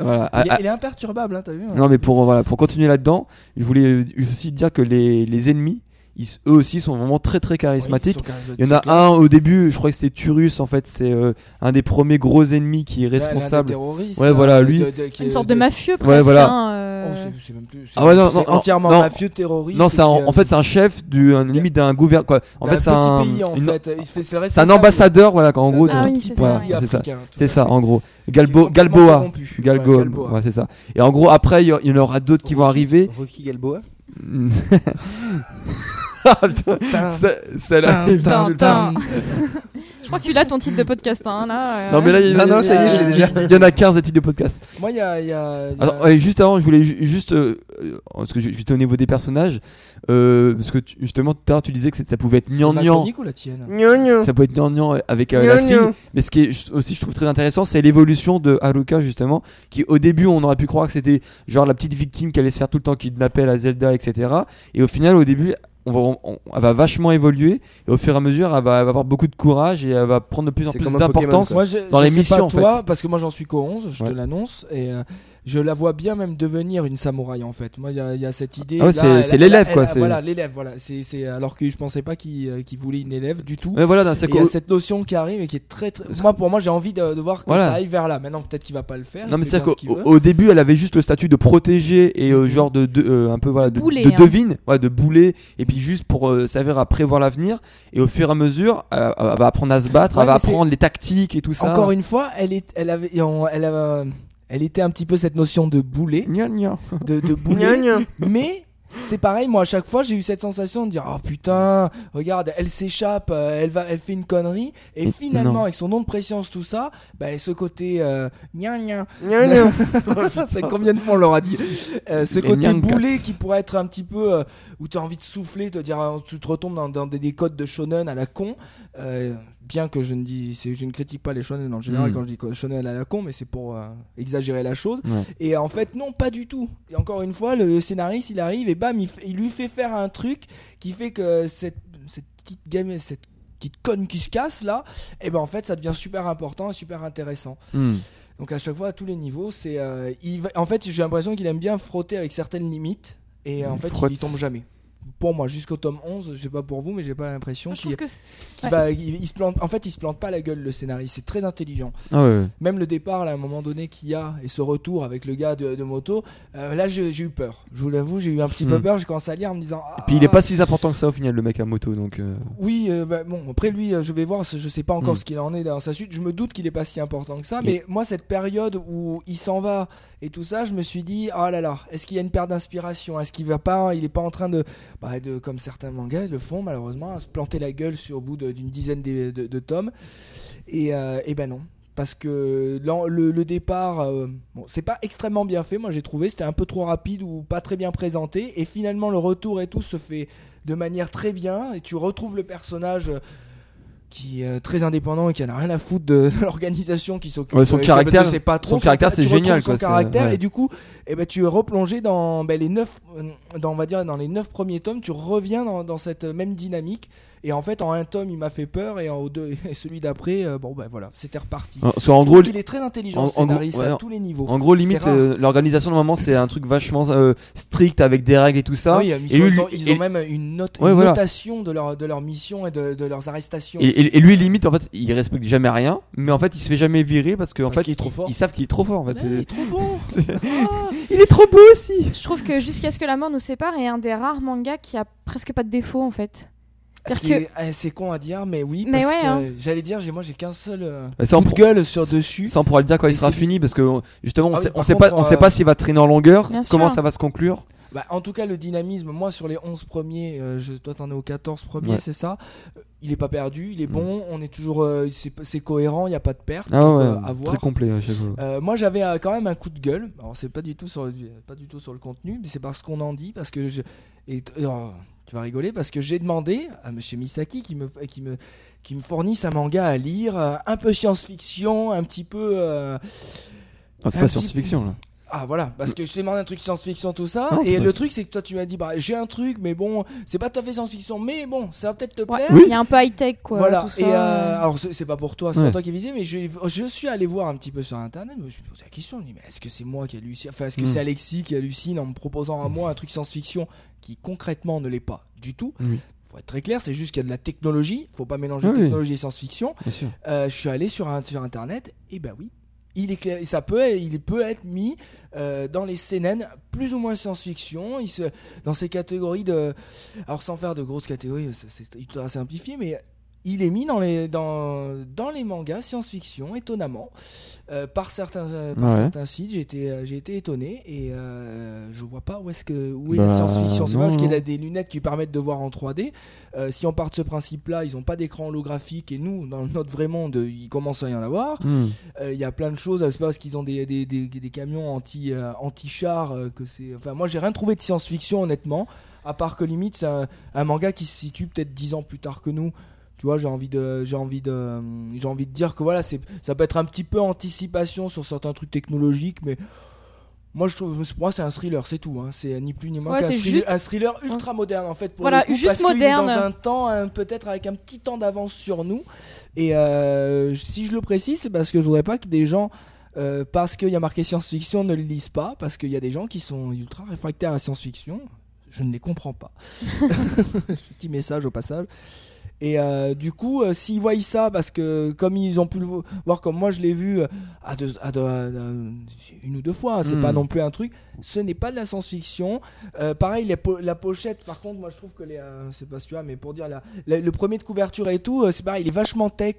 Speaker 2: voilà, à-
Speaker 3: il, est-
Speaker 2: à-
Speaker 3: il est imperturbable, hein, t'as vu hein
Speaker 2: ah. non mais pour euh, voilà, pour continuer là-dedans, je voulais euh, aussi dire que les, les ennemis, ils, eux aussi sont vraiment très très
Speaker 3: Oui,
Speaker 2: charismatiques.
Speaker 3: ils sont charismatiques.
Speaker 2: Il y en a un au début, je crois que c'est Turus en fait, c'est euh, un des premiers gros ennemis qui est
Speaker 3: Ouais, l'un des
Speaker 2: responsable.
Speaker 3: terroristes,
Speaker 2: Ouais,
Speaker 3: là,
Speaker 2: voilà,
Speaker 3: de-
Speaker 2: lui.
Speaker 3: de- de- qui
Speaker 4: Une
Speaker 3: est-
Speaker 4: sorte de
Speaker 3: de-
Speaker 4: mafieux, presque.
Speaker 2: voilà.
Speaker 4: hein,
Speaker 3: Oh,
Speaker 4: euh.
Speaker 3: c'est- c'est même plus. c'est-
Speaker 2: Ah ouais, non,
Speaker 3: c'est
Speaker 2: non, non,
Speaker 3: entièrement
Speaker 2: non.
Speaker 3: mafieux terroriste.
Speaker 2: Non, c'est
Speaker 3: et
Speaker 2: un-
Speaker 3: qui, euh,
Speaker 2: en fait c'est un chef du un limite d'un gouvernement quoi. En
Speaker 3: d'un
Speaker 2: fait c'est un,
Speaker 3: petit pays, en
Speaker 2: une-
Speaker 3: fait. Il se fait- c'est
Speaker 2: c'est un
Speaker 3: responsable
Speaker 2: ambassadeur voilà en gros.
Speaker 3: d'un
Speaker 2: d'un
Speaker 4: Ah
Speaker 2: tout
Speaker 4: oui,
Speaker 2: petit-
Speaker 4: c'est ça,
Speaker 2: voilà,
Speaker 4: ouais.
Speaker 3: pays
Speaker 2: c'est ça.
Speaker 3: africain, tout
Speaker 2: C'est
Speaker 3: à
Speaker 2: ça,
Speaker 3: fait.
Speaker 2: en gros.
Speaker 3: Qui est
Speaker 2: Galbo,
Speaker 3: complètement
Speaker 2: Galboa.
Speaker 3: corrompu.
Speaker 2: Galgo,
Speaker 3: Ouais, Galboa.
Speaker 2: ouais, c'est ça. Et en gros, après, il y, il y en aura d'autres qui vont arriver.
Speaker 1: Rocky Galboa.
Speaker 2: Ah, putain,
Speaker 3: Tin,
Speaker 2: ça- celle-là.
Speaker 3: tin, tin,
Speaker 4: Tin,
Speaker 3: tin.
Speaker 4: Je crois que tu l'as ton titre de podcast, hein, là. euh.
Speaker 2: Non, mais là, il y, en a-
Speaker 1: Non, non, ça y est, je l'ai déjà. Ah.
Speaker 2: il y en a 15 à titre de podcast.
Speaker 3: Moi, il y a. il y a- il y a-
Speaker 2: Alors, ouais, juste avant, je voulais ju- juste. euh, euh, parce que j'étais au niveau des personnages. euh, parce que tu- justement, tout à l'heure, tu disais que c'est- ça pouvait être
Speaker 3: c'était ma
Speaker 2: gnangnan.
Speaker 3: chronique ou la tienne
Speaker 2: Ça peut être gnangnan avec euh, la fille. Mais ce qui est j- aussi, je trouve très intéressant, c'est l'évolution de Haruka, justement, qui au début, on aurait pu croire que c'était genre la petite victime qui allait se faire tout le temps kidnapper la Zelda, etc. Et au final, au début, on va, on- elle va vachement évoluer. Et au fur et à mesure, elle va, elle va avoir beaucoup de courage et elle va prendre de plus en
Speaker 1: C'est
Speaker 2: plus
Speaker 1: comme un Pokémon,
Speaker 2: d'importance.
Speaker 3: Moi, je,
Speaker 2: Dans
Speaker 3: je
Speaker 2: les
Speaker 3: sais
Speaker 2: missions,
Speaker 3: pas
Speaker 2: en
Speaker 3: toi,
Speaker 2: fait.
Speaker 3: parce que moi j'en suis qu'au 11, je
Speaker 2: Ouais.
Speaker 3: te l'annonce, et euh, je la vois bien même devenir une samouraï en fait. Moi, il y, a- il y a cette idée.
Speaker 2: Ah ouais,
Speaker 3: là,
Speaker 2: c'est-
Speaker 3: elle-
Speaker 2: c'est
Speaker 3: elle-
Speaker 2: l'élève,
Speaker 3: elle-
Speaker 2: quoi,
Speaker 3: elle-
Speaker 2: c'est-
Speaker 3: Voilà, l'élève, voilà. C'est c'est- alors que je pensais pas qu'il euh, qu'il voulait une élève du tout.
Speaker 2: Mais voilà, non, c'est
Speaker 3: Et Il y a
Speaker 2: cool.
Speaker 3: cette notion qui arrive et qui est très très.
Speaker 2: Parce-
Speaker 3: Moi, pour moi, j'ai envie de, de voir que
Speaker 2: Voilà.
Speaker 3: ça aille vers là. Maintenant, peut-être qu'il va pas le faire.
Speaker 2: Non
Speaker 3: il
Speaker 2: mais
Speaker 3: fait
Speaker 2: c'est
Speaker 3: bien
Speaker 2: qu'au
Speaker 3: ce qu'il veut. Mhm.
Speaker 2: au début elle avait juste le statut de protégée et euh, genre de, de- euh, un peu voilà de,
Speaker 4: Boulet,
Speaker 2: de
Speaker 4: hein.
Speaker 2: devine ouais, de boulet et puis juste pour euh, savoir à prévoir l'avenir et au fur et à mesure euh, elle va apprendre à se battre
Speaker 3: Ouais,
Speaker 2: elle va
Speaker 3: mais c'est-
Speaker 2: apprendre les tactiques et tout ça
Speaker 3: Encore une fois, elle est, elle avait, et on- elle avait, euh, elle était un petit peu cette notion de boulet,
Speaker 2: Gna, gna.
Speaker 3: de, de boulet. mais c'est pareil, moi à chaque fois j'ai eu cette sensation de dire oh putain, regarde, elle s'échappe, euh, elle va, elle fait une connerie, et
Speaker 2: Et
Speaker 3: finalement
Speaker 2: non.
Speaker 3: avec son nom de préscience tout ça, bah ce côté euh, gna gna, c'est combien de fois on leur a dit, Euh, ce
Speaker 2: Les
Speaker 3: côté
Speaker 2: gna-gna.
Speaker 3: boulet qui pourrait être un petit peu euh, où t'as envie de souffler, te dire ah, tu te retombes dans, dans des, des codes de shonen à la con. euh, Bien que je ne dis, c'est- je ne critique pas les shonen en général
Speaker 2: Mm.
Speaker 3: quand je dis co- shonen à la con, mais c'est pour euh, exagérer la chose.
Speaker 2: Ouais.
Speaker 3: Et en fait, non, pas du tout. Et encore une fois, le scénariste, il arrive et bam, il, f- il lui fait faire un truc qui fait que cette, cette petite game, cette petite conne qui se casse là, et ben en fait, ça devient super important et super intéressant.
Speaker 2: Hmm.
Speaker 3: Donc à chaque fois, à tous les niveaux, c'est, euh, il va- en fait, j'ai l'impression qu'il aime bien frotter avec certaines limites et euh, en
Speaker 2: Il
Speaker 3: fait,
Speaker 2: frotte.
Speaker 3: il y tombe jamais. Pour moi, jusqu'au tome 11, je sais pas pour vous, mais j'ai pas l'impression
Speaker 4: Moi, je trouve
Speaker 3: qu'il,
Speaker 4: que c'est-
Speaker 3: qu'il va, il, il se plante. En fait, il se plante pas la gueule le scénariste. C'est très intelligent.
Speaker 2: Ah ouais, ouais.
Speaker 3: Même le départ, là, à un moment donné, qu'il y a, et ce retour avec le gars de, de moto, euh, là, j'ai j'ai eu peur. Je vous l'avoue, j'ai eu un petit peu
Speaker 2: Hmm.
Speaker 3: peur. J'ai commencé à lire en me disant. Ah,
Speaker 2: Et
Speaker 3: euh,
Speaker 2: puis il est pas si important que ça au final le mec à moto donc euh,
Speaker 3: Oui, euh, bah, bon, après lui, euh, je vais voir, je sais pas encore
Speaker 2: Mm.
Speaker 3: ce qu'il en est dans sa suite. Je me doute qu'il est pas si important que ça,
Speaker 2: Mais-
Speaker 3: mais moi, cette période où il s'en va et tout ça, je me suis dit, oh là là, est-ce qu'il y a une perte d'inspiration Est-ce qu'il va pas, hein, il est pas en train de, bah, de comme certains mangas le font malheureusement, à se planter la gueule sur au bout de- d'une dizaine de, de- de tomes. Et, euh, eh ben non, parce que l'en- le, le départ, euh, bon, c'est pas extrêmement bien fait. Moi, j'ai trouvé, c'était un peu trop rapide ou pas très bien présenté. Et finalement, le retour et tout se fait de manière très bien. Et tu retrouves le personnage. euh, qui est euh, très indépendant et qui en a rien à foutre de l'organisation qui s'occupe
Speaker 2: Ouais, son
Speaker 3: euh,
Speaker 2: caractère-
Speaker 3: je sais pas trop,
Speaker 2: son caractère,
Speaker 3: tu
Speaker 2: c'est
Speaker 3: retrouves
Speaker 2: génial,
Speaker 3: son
Speaker 2: quoi, c'est-
Speaker 3: caractère
Speaker 2: ouais.
Speaker 3: et du coup eh ben, tu es replongé dans ben, les neuf euh, dans on va dire dans les neuf premiers tomes tu reviens dans, dans cette même dynamique et en fait en un tome il m'a fait peur et en au deux et celui d'après euh, bon ben voilà c'était reparti
Speaker 2: En- soit en
Speaker 3: Je trouve
Speaker 2: gros,
Speaker 3: qu'il est très intelligent
Speaker 2: en-
Speaker 3: le
Speaker 2: en gros,
Speaker 3: scénariste
Speaker 2: ouais,
Speaker 3: à tous les niveaux
Speaker 2: en gros, limite,
Speaker 3: C'est rare.
Speaker 2: euh, l'organisation normalement c'est un truc vachement euh, strict avec des règles et tout ça.
Speaker 3: Oui, ils,
Speaker 2: et
Speaker 3: sont-
Speaker 2: lui-
Speaker 3: ils ont, ils ont
Speaker 2: et-
Speaker 3: même une, note,
Speaker 2: Ouais,
Speaker 3: une
Speaker 2: voilà.
Speaker 3: notation de leur, de leur mission et de, de leurs arrestations.
Speaker 2: Et, et- et lui limite en fait il respecte jamais rien mais en fait il se fait jamais virer parce qu'en
Speaker 3: Parce
Speaker 2: fait
Speaker 3: qu'il est trop fort.
Speaker 2: ils savent qu'il est trop fort en fait.
Speaker 3: Ouais, il est trop bon.
Speaker 2: Ah, C'est-
Speaker 3: Ah,
Speaker 2: il est trop beau aussi
Speaker 4: Je trouve que Jusqu'à ce que la mort nous sépare est un des rares mangas qui a presque pas de défaut en fait. Parce
Speaker 3: C'est eh, c'est con à dire, mais oui.
Speaker 4: Mais
Speaker 3: parce
Speaker 4: ouais,
Speaker 3: que,
Speaker 4: hein.
Speaker 3: euh, J'allais dire, j'ai- moi j'ai qu'un seul euh,
Speaker 2: Bah, c'est en
Speaker 3: coup de
Speaker 2: pro-
Speaker 3: gueule sur
Speaker 2: c'est-
Speaker 3: dessus.
Speaker 2: ça on pourra le dire quand il
Speaker 3: Et
Speaker 2: sera
Speaker 3: c'est-
Speaker 2: fini parce que on- justement on,
Speaker 3: Ah
Speaker 2: sait,
Speaker 3: oui,
Speaker 2: on
Speaker 3: par
Speaker 2: sait
Speaker 3: contre,
Speaker 2: pas on sait
Speaker 3: euh,
Speaker 2: pas s'il va traîner en longueur
Speaker 4: Bien sûr.
Speaker 2: comment ça va se conclure
Speaker 3: Bah, en tout cas, le dynamisme, moi sur les 11 premiers, euh, je, toi t'en es au 14 premiers,
Speaker 2: Ouais.
Speaker 3: c'est ça Euh, Il est pas perdu, il est
Speaker 2: Mm.
Speaker 3: bon, on est toujours. euh, c'est c'est cohérent, il n'y a pas de perte.
Speaker 2: ah
Speaker 3: donc,
Speaker 2: ouais,
Speaker 3: euh, à voir.
Speaker 2: très complet à chaque fois.
Speaker 3: Euh, moi j'avais euh, quand même un coup de gueule. Alors c'est pas du tout sur du- pas du tout sur le contenu, mais c'est parce qu'on en dit parce que je et t- oh, tu vas rigoler parce que j'ai demandé à monsieur Misaki qui me qui me qui me fournisse un manga à lire, euh, un peu science-fiction, un petit peu euh,
Speaker 2: Ah, c'est
Speaker 3: un
Speaker 2: pas
Speaker 3: petit-
Speaker 2: science-fiction là.
Speaker 3: ah voilà, parce que je t'ai demandé un truc science-fiction tout ça
Speaker 2: Non, c'est
Speaker 3: et
Speaker 2: pas
Speaker 3: le
Speaker 2: ça.
Speaker 3: truc c'est que toi tu m'as dit bah j'ai un truc mais bon, c'est pas tout à fait science-fiction mais bon, ça va peut-être te
Speaker 4: Ouais,
Speaker 3: plaire.
Speaker 4: Il y a un peu high-tech quoi.
Speaker 3: Voilà,
Speaker 4: tout ça.
Speaker 3: et euh, alors c'est c'est pas pour toi, c'est
Speaker 2: Ouais.
Speaker 3: pas toi qui est visé, mais je, je suis allé voir un petit peu sur internet, je me suis posé la question, je me dis, mais est-ce que c'est moi qui hallucine, enfin est-ce que
Speaker 2: Mm.
Speaker 3: c'est Alexis qui hallucine en me proposant à moi un truc science-fiction qui concrètement ne l'est pas du tout
Speaker 2: Oui. Ah
Speaker 3: Faut être très clair, c'est juste qu'il y a de la technologie, faut pas mélanger
Speaker 2: Oui, oui.
Speaker 3: technologie et science-fiction.
Speaker 2: Bien sûr.
Speaker 3: Euh, je suis allé sur, un- sur internet, et bah oui, il est clair- ça peut, il peut être mis euh, dans les CNN plus ou moins science-fiction, il se, dans ces catégories de, alors sans faire de grosses catégories, euh, c'est- c'est ultra simplifié, mais il est mis dans les dans, dans les mangas science-fiction, étonnamment, euh, par certains euh, par
Speaker 2: Ouais.
Speaker 3: certains sites, j'ai été euh, j'ai été étonné et euh, je vois pas où est-ce que où est la
Speaker 2: Bah,
Speaker 3: science-fiction, c'est pas
Speaker 2: non,
Speaker 3: parce qu'il y
Speaker 2: non.
Speaker 3: a des lunettes qui permettent de voir en 3D. Euh, si on part de ce principe-là, ils ont pas d'écran holographique et nous dans notre vrai monde, il commence à y en avoir.
Speaker 2: Hmm.
Speaker 3: Euh, Il y a plein de choses, c'est pas parce qu'ils ont des, des, des, des camions anti, euh, anti-chars euh, que c'est. Enfin, moi j'ai rien trouvé de science-fiction honnêtement, à part que limite c'est un, un manga qui se situe peut-être 10 ans plus tard que nous. Tu vois, j'ai envie de, j'ai envie de, euh, j'ai envie de dire que voilà, c'est, ça peut être un petit peu anticipation sur certains trucs technologiques, mais moi je trouve, pour moi c'est un thriller, c'est tout. hein. C'est ni plus ni moins
Speaker 4: Ouais,
Speaker 3: qu'un
Speaker 4: c'est
Speaker 3: thriller,
Speaker 4: juste-
Speaker 3: un thriller ultra moderne en fait. Pour
Speaker 4: Voilà,
Speaker 3: le coup,
Speaker 4: juste
Speaker 3: parce qu'il est
Speaker 4: moderne.
Speaker 3: dans un temps, hein, peut-être avec un petit temps d'avance sur nous. Et euh, si je le précise, c'est parce que je voudrais pas que des gens, euh, parce qu'il y a marqué science-fiction, ne le lisent pas, parce qu'il y a des gens qui sont ultra réfractaires à la science-fiction. Je ne les comprends pas. Petit message au passage. Et euh, du coup, euh, s'ils voient ça, parce que comme ils ont pu le vo- voir, comme moi je l'ai vu euh, à deux- à deux- à deux- une ou deux fois, hein, c'est
Speaker 2: Mm.
Speaker 3: pas non plus un truc. Ce n'est pas de la science-fiction. Euh, pareil, les po- la pochette, par contre, moi je trouve que les. euh, c'est pas si tu vois, mais pour dire la, la- le premier de couverture et tout, euh, c'est pareil, il est vachement tech,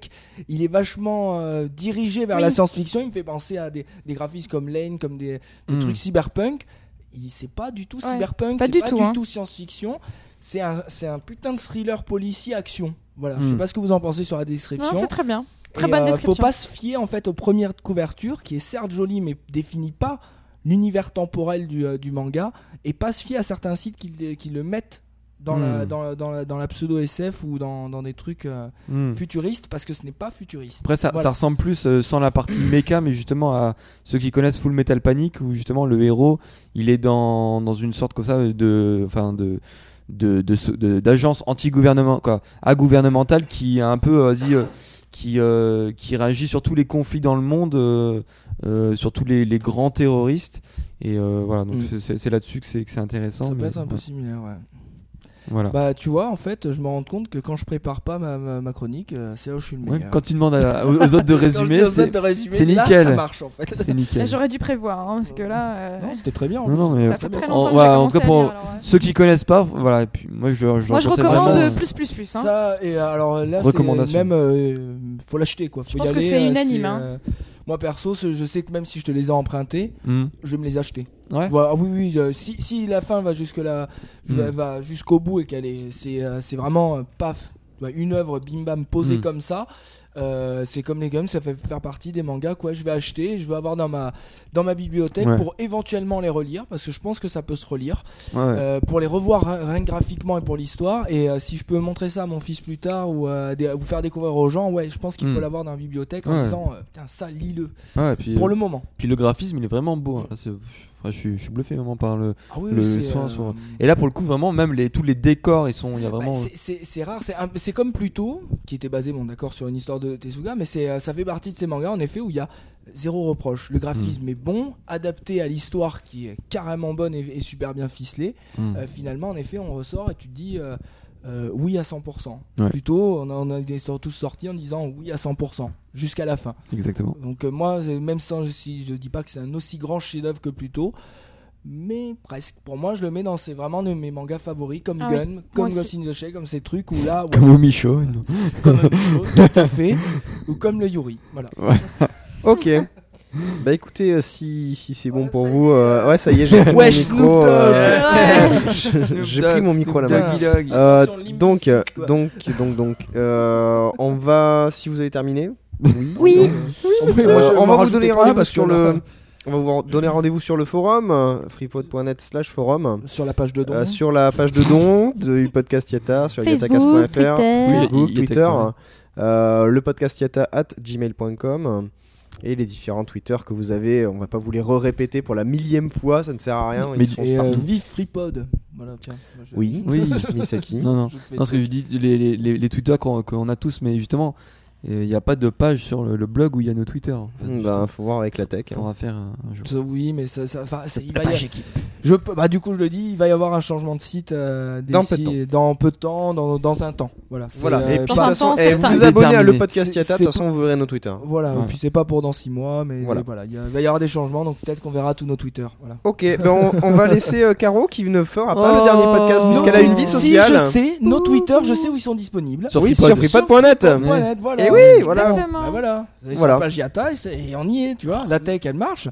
Speaker 3: il est vachement euh, dirigé vers
Speaker 4: Oui.
Speaker 3: la science-fiction. Il me fait penser à des, des graphismes comme Lane, comme des, des
Speaker 2: Hmm.
Speaker 3: trucs cyberpunk. Il- C'est pas du tout
Speaker 4: Ouais,
Speaker 3: cyberpunk,
Speaker 4: pas
Speaker 3: c'est
Speaker 4: du
Speaker 3: pas
Speaker 4: tout,
Speaker 3: du
Speaker 4: hein.
Speaker 3: tout science-fiction. C'est un, c'est un putain de thriller policier action. Voilà, je sais
Speaker 2: Hmm.
Speaker 3: pas ce que vous en pensez sur la
Speaker 4: Non,
Speaker 3: description.
Speaker 4: c'est très bien. Très
Speaker 3: Et,
Speaker 4: bonne
Speaker 3: euh,
Speaker 4: description.
Speaker 3: faut pas se fier en fait aux premières couvertures qui est certes jolie mais définit pas l'univers temporel du, euh, du manga et pas se fier à certains sites qui, le- qui le mettent dans, la,
Speaker 2: Hmm.
Speaker 3: dans, la- dans la, dans la pseudo SF ou dans, dans des trucs euh,
Speaker 2: Hmm.
Speaker 3: futuristes parce que ce n'est pas futuriste.
Speaker 2: Après, ça,
Speaker 3: Voilà.
Speaker 2: ça ressemble plus euh, sans la partie méca, mais justement à ceux qui connaissent Full Metal Panic, où justement le héros, il est dans, dans une sorte comme ça de, enfin de, de, de ce- de- d'agence anti-gouvernement, quoi, agouvernementale qui a un peu euh, dit, euh, qui, euh, qui réagit sur tous les conflits dans le monde, euh, euh, sur tous les, les grands terroristes. Et euh, voilà, donc
Speaker 3: Mm.
Speaker 2: c'est- c'est, c'est là-dessus que c'est, que c'est intéressant.
Speaker 3: Ça peut
Speaker 2: mais,
Speaker 3: être un peu similaire, ouais.
Speaker 2: Voilà.
Speaker 3: Bah, tu vois, en fait, je me rends compte que quand je prépare pas ma, ma, ma chronique, euh, c'est là où je suis le
Speaker 2: Ouais,
Speaker 3: meilleur.
Speaker 2: quand tu demandes à- aux aux autres de
Speaker 3: Quand je dis
Speaker 2: résumer,
Speaker 3: aux autres
Speaker 2: c'est,
Speaker 3: de résumer,
Speaker 2: c'est
Speaker 3: là,
Speaker 2: nickel.
Speaker 3: ça marche en fait.
Speaker 2: c'est nickel.
Speaker 4: Là, J'aurais dû prévoir hein, parce que là. euh,
Speaker 3: Non, c'était très bien. en
Speaker 2: Non,
Speaker 3: plus.
Speaker 2: non, mais
Speaker 4: ça fait très
Speaker 2: on-
Speaker 4: longtemps que j'ai
Speaker 2: voilà, en
Speaker 4: commencé
Speaker 2: tout cas,
Speaker 4: à
Speaker 2: pour-
Speaker 4: lire, alors, ouais.
Speaker 2: Ceux qui connaissent pas, voilà. Et puis moi, je, je
Speaker 4: Moi, je
Speaker 2: conseille
Speaker 4: recommande
Speaker 2: vraiment-
Speaker 3: vraiment-
Speaker 4: euh, plus, plus, plus. hein.
Speaker 3: Ça, et euh, alors là, c'est
Speaker 2: Recommandation.
Speaker 3: même. euh, faut l'acheter quoi. Faut
Speaker 4: pense
Speaker 3: y
Speaker 4: que
Speaker 3: aller,
Speaker 4: c'est
Speaker 3: euh,
Speaker 4: unanime,
Speaker 3: c'est,
Speaker 4: hein.
Speaker 3: euh, moi perso, ce- je sais que même si je te les ai empruntés,
Speaker 2: Hmm.
Speaker 3: je vais me les acheter.
Speaker 2: Ouais.
Speaker 3: Voilà, ah oui, oui. euh, si, si la fin va jusque là,
Speaker 2: Mm.
Speaker 3: va, va jusqu'au bout et qu'elle est, c'est, euh, c'est vraiment euh, paf, tu vois, une œuvre bim bam posée
Speaker 2: Mm.
Speaker 3: comme ça. euh, c'est comme les gums, ça fait faire partie des mangas quoi. Je vais acheter, je vais avoir dans ma dans ma bibliothèque
Speaker 2: Ouais.
Speaker 3: pour éventuellement les relire parce que je pense que ça peut se relire,
Speaker 2: Ouais, ouais.
Speaker 3: euh, pour les revoir hein, rien que graphiquement et pour l'histoire. Et euh, si je peux montrer ça à mon fils plus tard ou euh, des- vous faire découvrir aux gens, ouais, je pense qu'il
Speaker 2: Mm.
Speaker 3: faut l'avoir dans la bibliothèque en
Speaker 2: Ouais.
Speaker 3: disant euh, putain ça lis-le
Speaker 2: Ouais, puis,
Speaker 3: pour
Speaker 2: euh,
Speaker 3: le moment.
Speaker 2: puis le graphisme, il est vraiment beau. hein. Là, c'est- enfin, je, suis, je suis bluffé vraiment par le.
Speaker 3: Ah oui,
Speaker 2: Le
Speaker 3: oui, c'est,
Speaker 2: soin,
Speaker 3: euh,
Speaker 2: soin. Et là, pour le coup, vraiment, même les, tous les décors, ils sont. Il y a
Speaker 3: Bah,
Speaker 2: vraiment.
Speaker 3: c'est- c'est c'est rare, c'est un- c'est comme Pluto, qui était basé, bon d'accord, sur une histoire de Tezuka, mais c'est, euh, ça fait partie de ces mangas en effet où il y a zéro reproche. Le graphisme
Speaker 2: Mm.
Speaker 3: est bon, adapté à l'histoire qui est carrément bonne et, et super bien ficelée.
Speaker 2: Hmm.
Speaker 3: Euh, finalement, en effet, on ressort et tu te dis euh, euh, oui à 100%.
Speaker 2: Ouais.
Speaker 3: Plutôt, on, a- on a des- sont tous sortis en disant oui à 100% jusqu'à la fin.
Speaker 2: Exactement.
Speaker 3: Donc euh, moi, euh, même sans, si je dis pas que c'est un aussi grand chef-d'œuvre que Pluto, mais presque. Pour moi, je le mets dans c'est vraiment de mes mangas favoris, comme
Speaker 4: Ah oui,
Speaker 3: Gun,
Speaker 4: moi
Speaker 3: comme Ghost
Speaker 4: aussi.
Speaker 3: in the Shell, comme ces trucs où là, ouais,
Speaker 2: Comme au Michaud.
Speaker 3: comme un Michaud, tout à fait, ou comme le Yuri. Voilà.
Speaker 1: Ok. bah écoutez, euh, si, si c'est bon
Speaker 3: Ouais,
Speaker 1: pour
Speaker 3: ça y
Speaker 1: vous,
Speaker 3: est.
Speaker 1: euh, ouais, ça y est, j'ai pris mon
Speaker 3: Wesh,
Speaker 1: micro.
Speaker 3: Snoop Dogg.
Speaker 1: j'ai- j'ai pris mon micro à la
Speaker 3: Dogg.
Speaker 1: main.
Speaker 3: main.
Speaker 1: Euh,
Speaker 3: Sur le limbe
Speaker 1: donc,
Speaker 3: biscuit,
Speaker 1: euh,
Speaker 3: quoi.
Speaker 1: donc, donc, donc, euh, on va, si vous avez terminé, oui.
Speaker 4: Oui.
Speaker 1: Euh, on va vous donner rendez-vous
Speaker 3: parce
Speaker 1: sur
Speaker 3: que
Speaker 1: le, on va vous donner rendez-vous sur le forum, euh, freepod.net/slash forum,
Speaker 3: sur la page de don.
Speaker 1: euh, sur la page de don du podcast Yata, sur
Speaker 4: Facebook,
Speaker 1: yatacast.fr,
Speaker 4: Twitter.
Speaker 2: Oui.
Speaker 1: Facebook,
Speaker 2: Yatec,
Speaker 1: Twitter,
Speaker 2: ouais.
Speaker 1: euh, le podcast Yata at gmail.com euh, et les différents Twitter que vous avez. On va pas vous les re-répéter pour la millième fois, ça ne sert à rien. ils
Speaker 2: Mais-
Speaker 1: sont
Speaker 3: et euh,
Speaker 1: partout.
Speaker 3: vive FreePod. Voilà, tiens. moi, je-
Speaker 1: oui,
Speaker 2: Oui.
Speaker 1: Misaki.
Speaker 2: Non, non.
Speaker 3: je fais
Speaker 2: Non, ce que je dis, les, les, les, les Twitter qu'on qu'on a tous, mais justement, il n'y a pas de page sur le, le blog où il y a nos Twitter. en fait,
Speaker 1: Bah,
Speaker 2: justement.
Speaker 1: faut voir avec la tech. hein.
Speaker 2: faudra faire un, un jour.
Speaker 3: Ça, oui, mais ça, ça, enfin, ça- il va y avoir- Je peux- bah, du coup, je le dis, il va y avoir un changement de site euh,
Speaker 1: Dans peu de
Speaker 3: d'ici- dans peu de temps, dans, dans un temps. Voilà. c'est,
Speaker 1: Voilà.
Speaker 3: euh,
Speaker 1: Et puis, de
Speaker 4: Dans
Speaker 3: pas-
Speaker 1: toute
Speaker 4: un
Speaker 1: façon,
Speaker 4: temps
Speaker 1: eh, vous
Speaker 4: certain.
Speaker 1: vous abonnez à le
Speaker 2: Déterminé.
Speaker 1: podcast
Speaker 3: C'est-
Speaker 1: Yata. De toute
Speaker 3: c'est
Speaker 1: façon, vous verrez nos Twitter.
Speaker 3: Voilà,
Speaker 2: Ouais.
Speaker 3: et puis c'est pas pour dans 6 mois, mais mais
Speaker 1: Voilà.
Speaker 3: voilà, il y a- il va y avoir des changements, donc peut-être qu'on verra tous nos Twitter. Voilà.
Speaker 1: Ok, ben on, on va laisser euh, Caro qui ne fera pas le
Speaker 2: Oh.
Speaker 1: dernier podcast puisqu'elle a une vie
Speaker 3: Si,
Speaker 1: sociale.
Speaker 3: je sais, nos Twitter, je sais où ils sont disponibles.
Speaker 2: Sur
Speaker 1: oui,
Speaker 2: Freepod.
Speaker 1: sur freepod.net.
Speaker 3: Point net, voilà.
Speaker 1: Et oui, voilà.
Speaker 4: Exactement.
Speaker 3: Bah voilà, vous allez
Speaker 1: Voilà.
Speaker 3: sur la page Yata et, c'est- et on y est, tu vois. La tech, elle marche.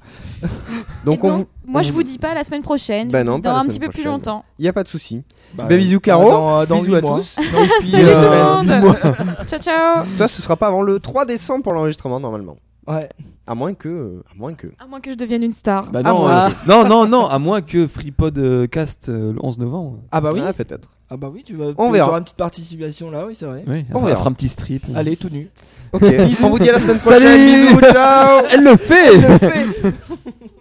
Speaker 1: Donc,
Speaker 4: Et
Speaker 1: on
Speaker 4: donc, moi, je vous dis pas la semaine prochaine.
Speaker 1: Bah
Speaker 4: je vous
Speaker 1: non,
Speaker 4: dis
Speaker 1: pas
Speaker 4: dans
Speaker 1: la
Speaker 4: un petit
Speaker 1: semaine
Speaker 4: peu plus
Speaker 1: prochaine.
Speaker 4: longtemps.
Speaker 1: y a pas de souci.
Speaker 3: Bah,
Speaker 1: Ben, bisous Caro,
Speaker 3: dans- dans
Speaker 1: bisous
Speaker 3: huit
Speaker 1: à
Speaker 3: mois.
Speaker 1: tous.
Speaker 4: Salut tout
Speaker 1: euh,
Speaker 4: le monde. ciao, ciao.
Speaker 1: Toi, ce sera pas avant le 3 décembre pour l'enregistrement normalement.
Speaker 3: Ouais.
Speaker 1: À moins que, euh, à moins que.
Speaker 4: À moins que je devienne une star.
Speaker 2: Bah
Speaker 1: Ah,
Speaker 2: non,
Speaker 1: moi.
Speaker 2: euh, non, non, non, à moins que FreePod euh, cast euh, le 11 novembre.
Speaker 3: Ah bah oui,
Speaker 1: Ah, peut-être.
Speaker 3: ah bah oui, tu vas.
Speaker 1: On
Speaker 3: tu-
Speaker 1: verra.
Speaker 3: Tu auras une petite participation là, oui, c'est vrai.
Speaker 2: Oui,
Speaker 1: On
Speaker 2: on va
Speaker 1: verra.
Speaker 2: faire un petit strip.
Speaker 3: Allez, tout nu.
Speaker 1: Ok. on vous dit à la semaine prochaine.
Speaker 2: Salut
Speaker 1: Bisous, ciao.
Speaker 2: Elle le fait
Speaker 3: Le fait.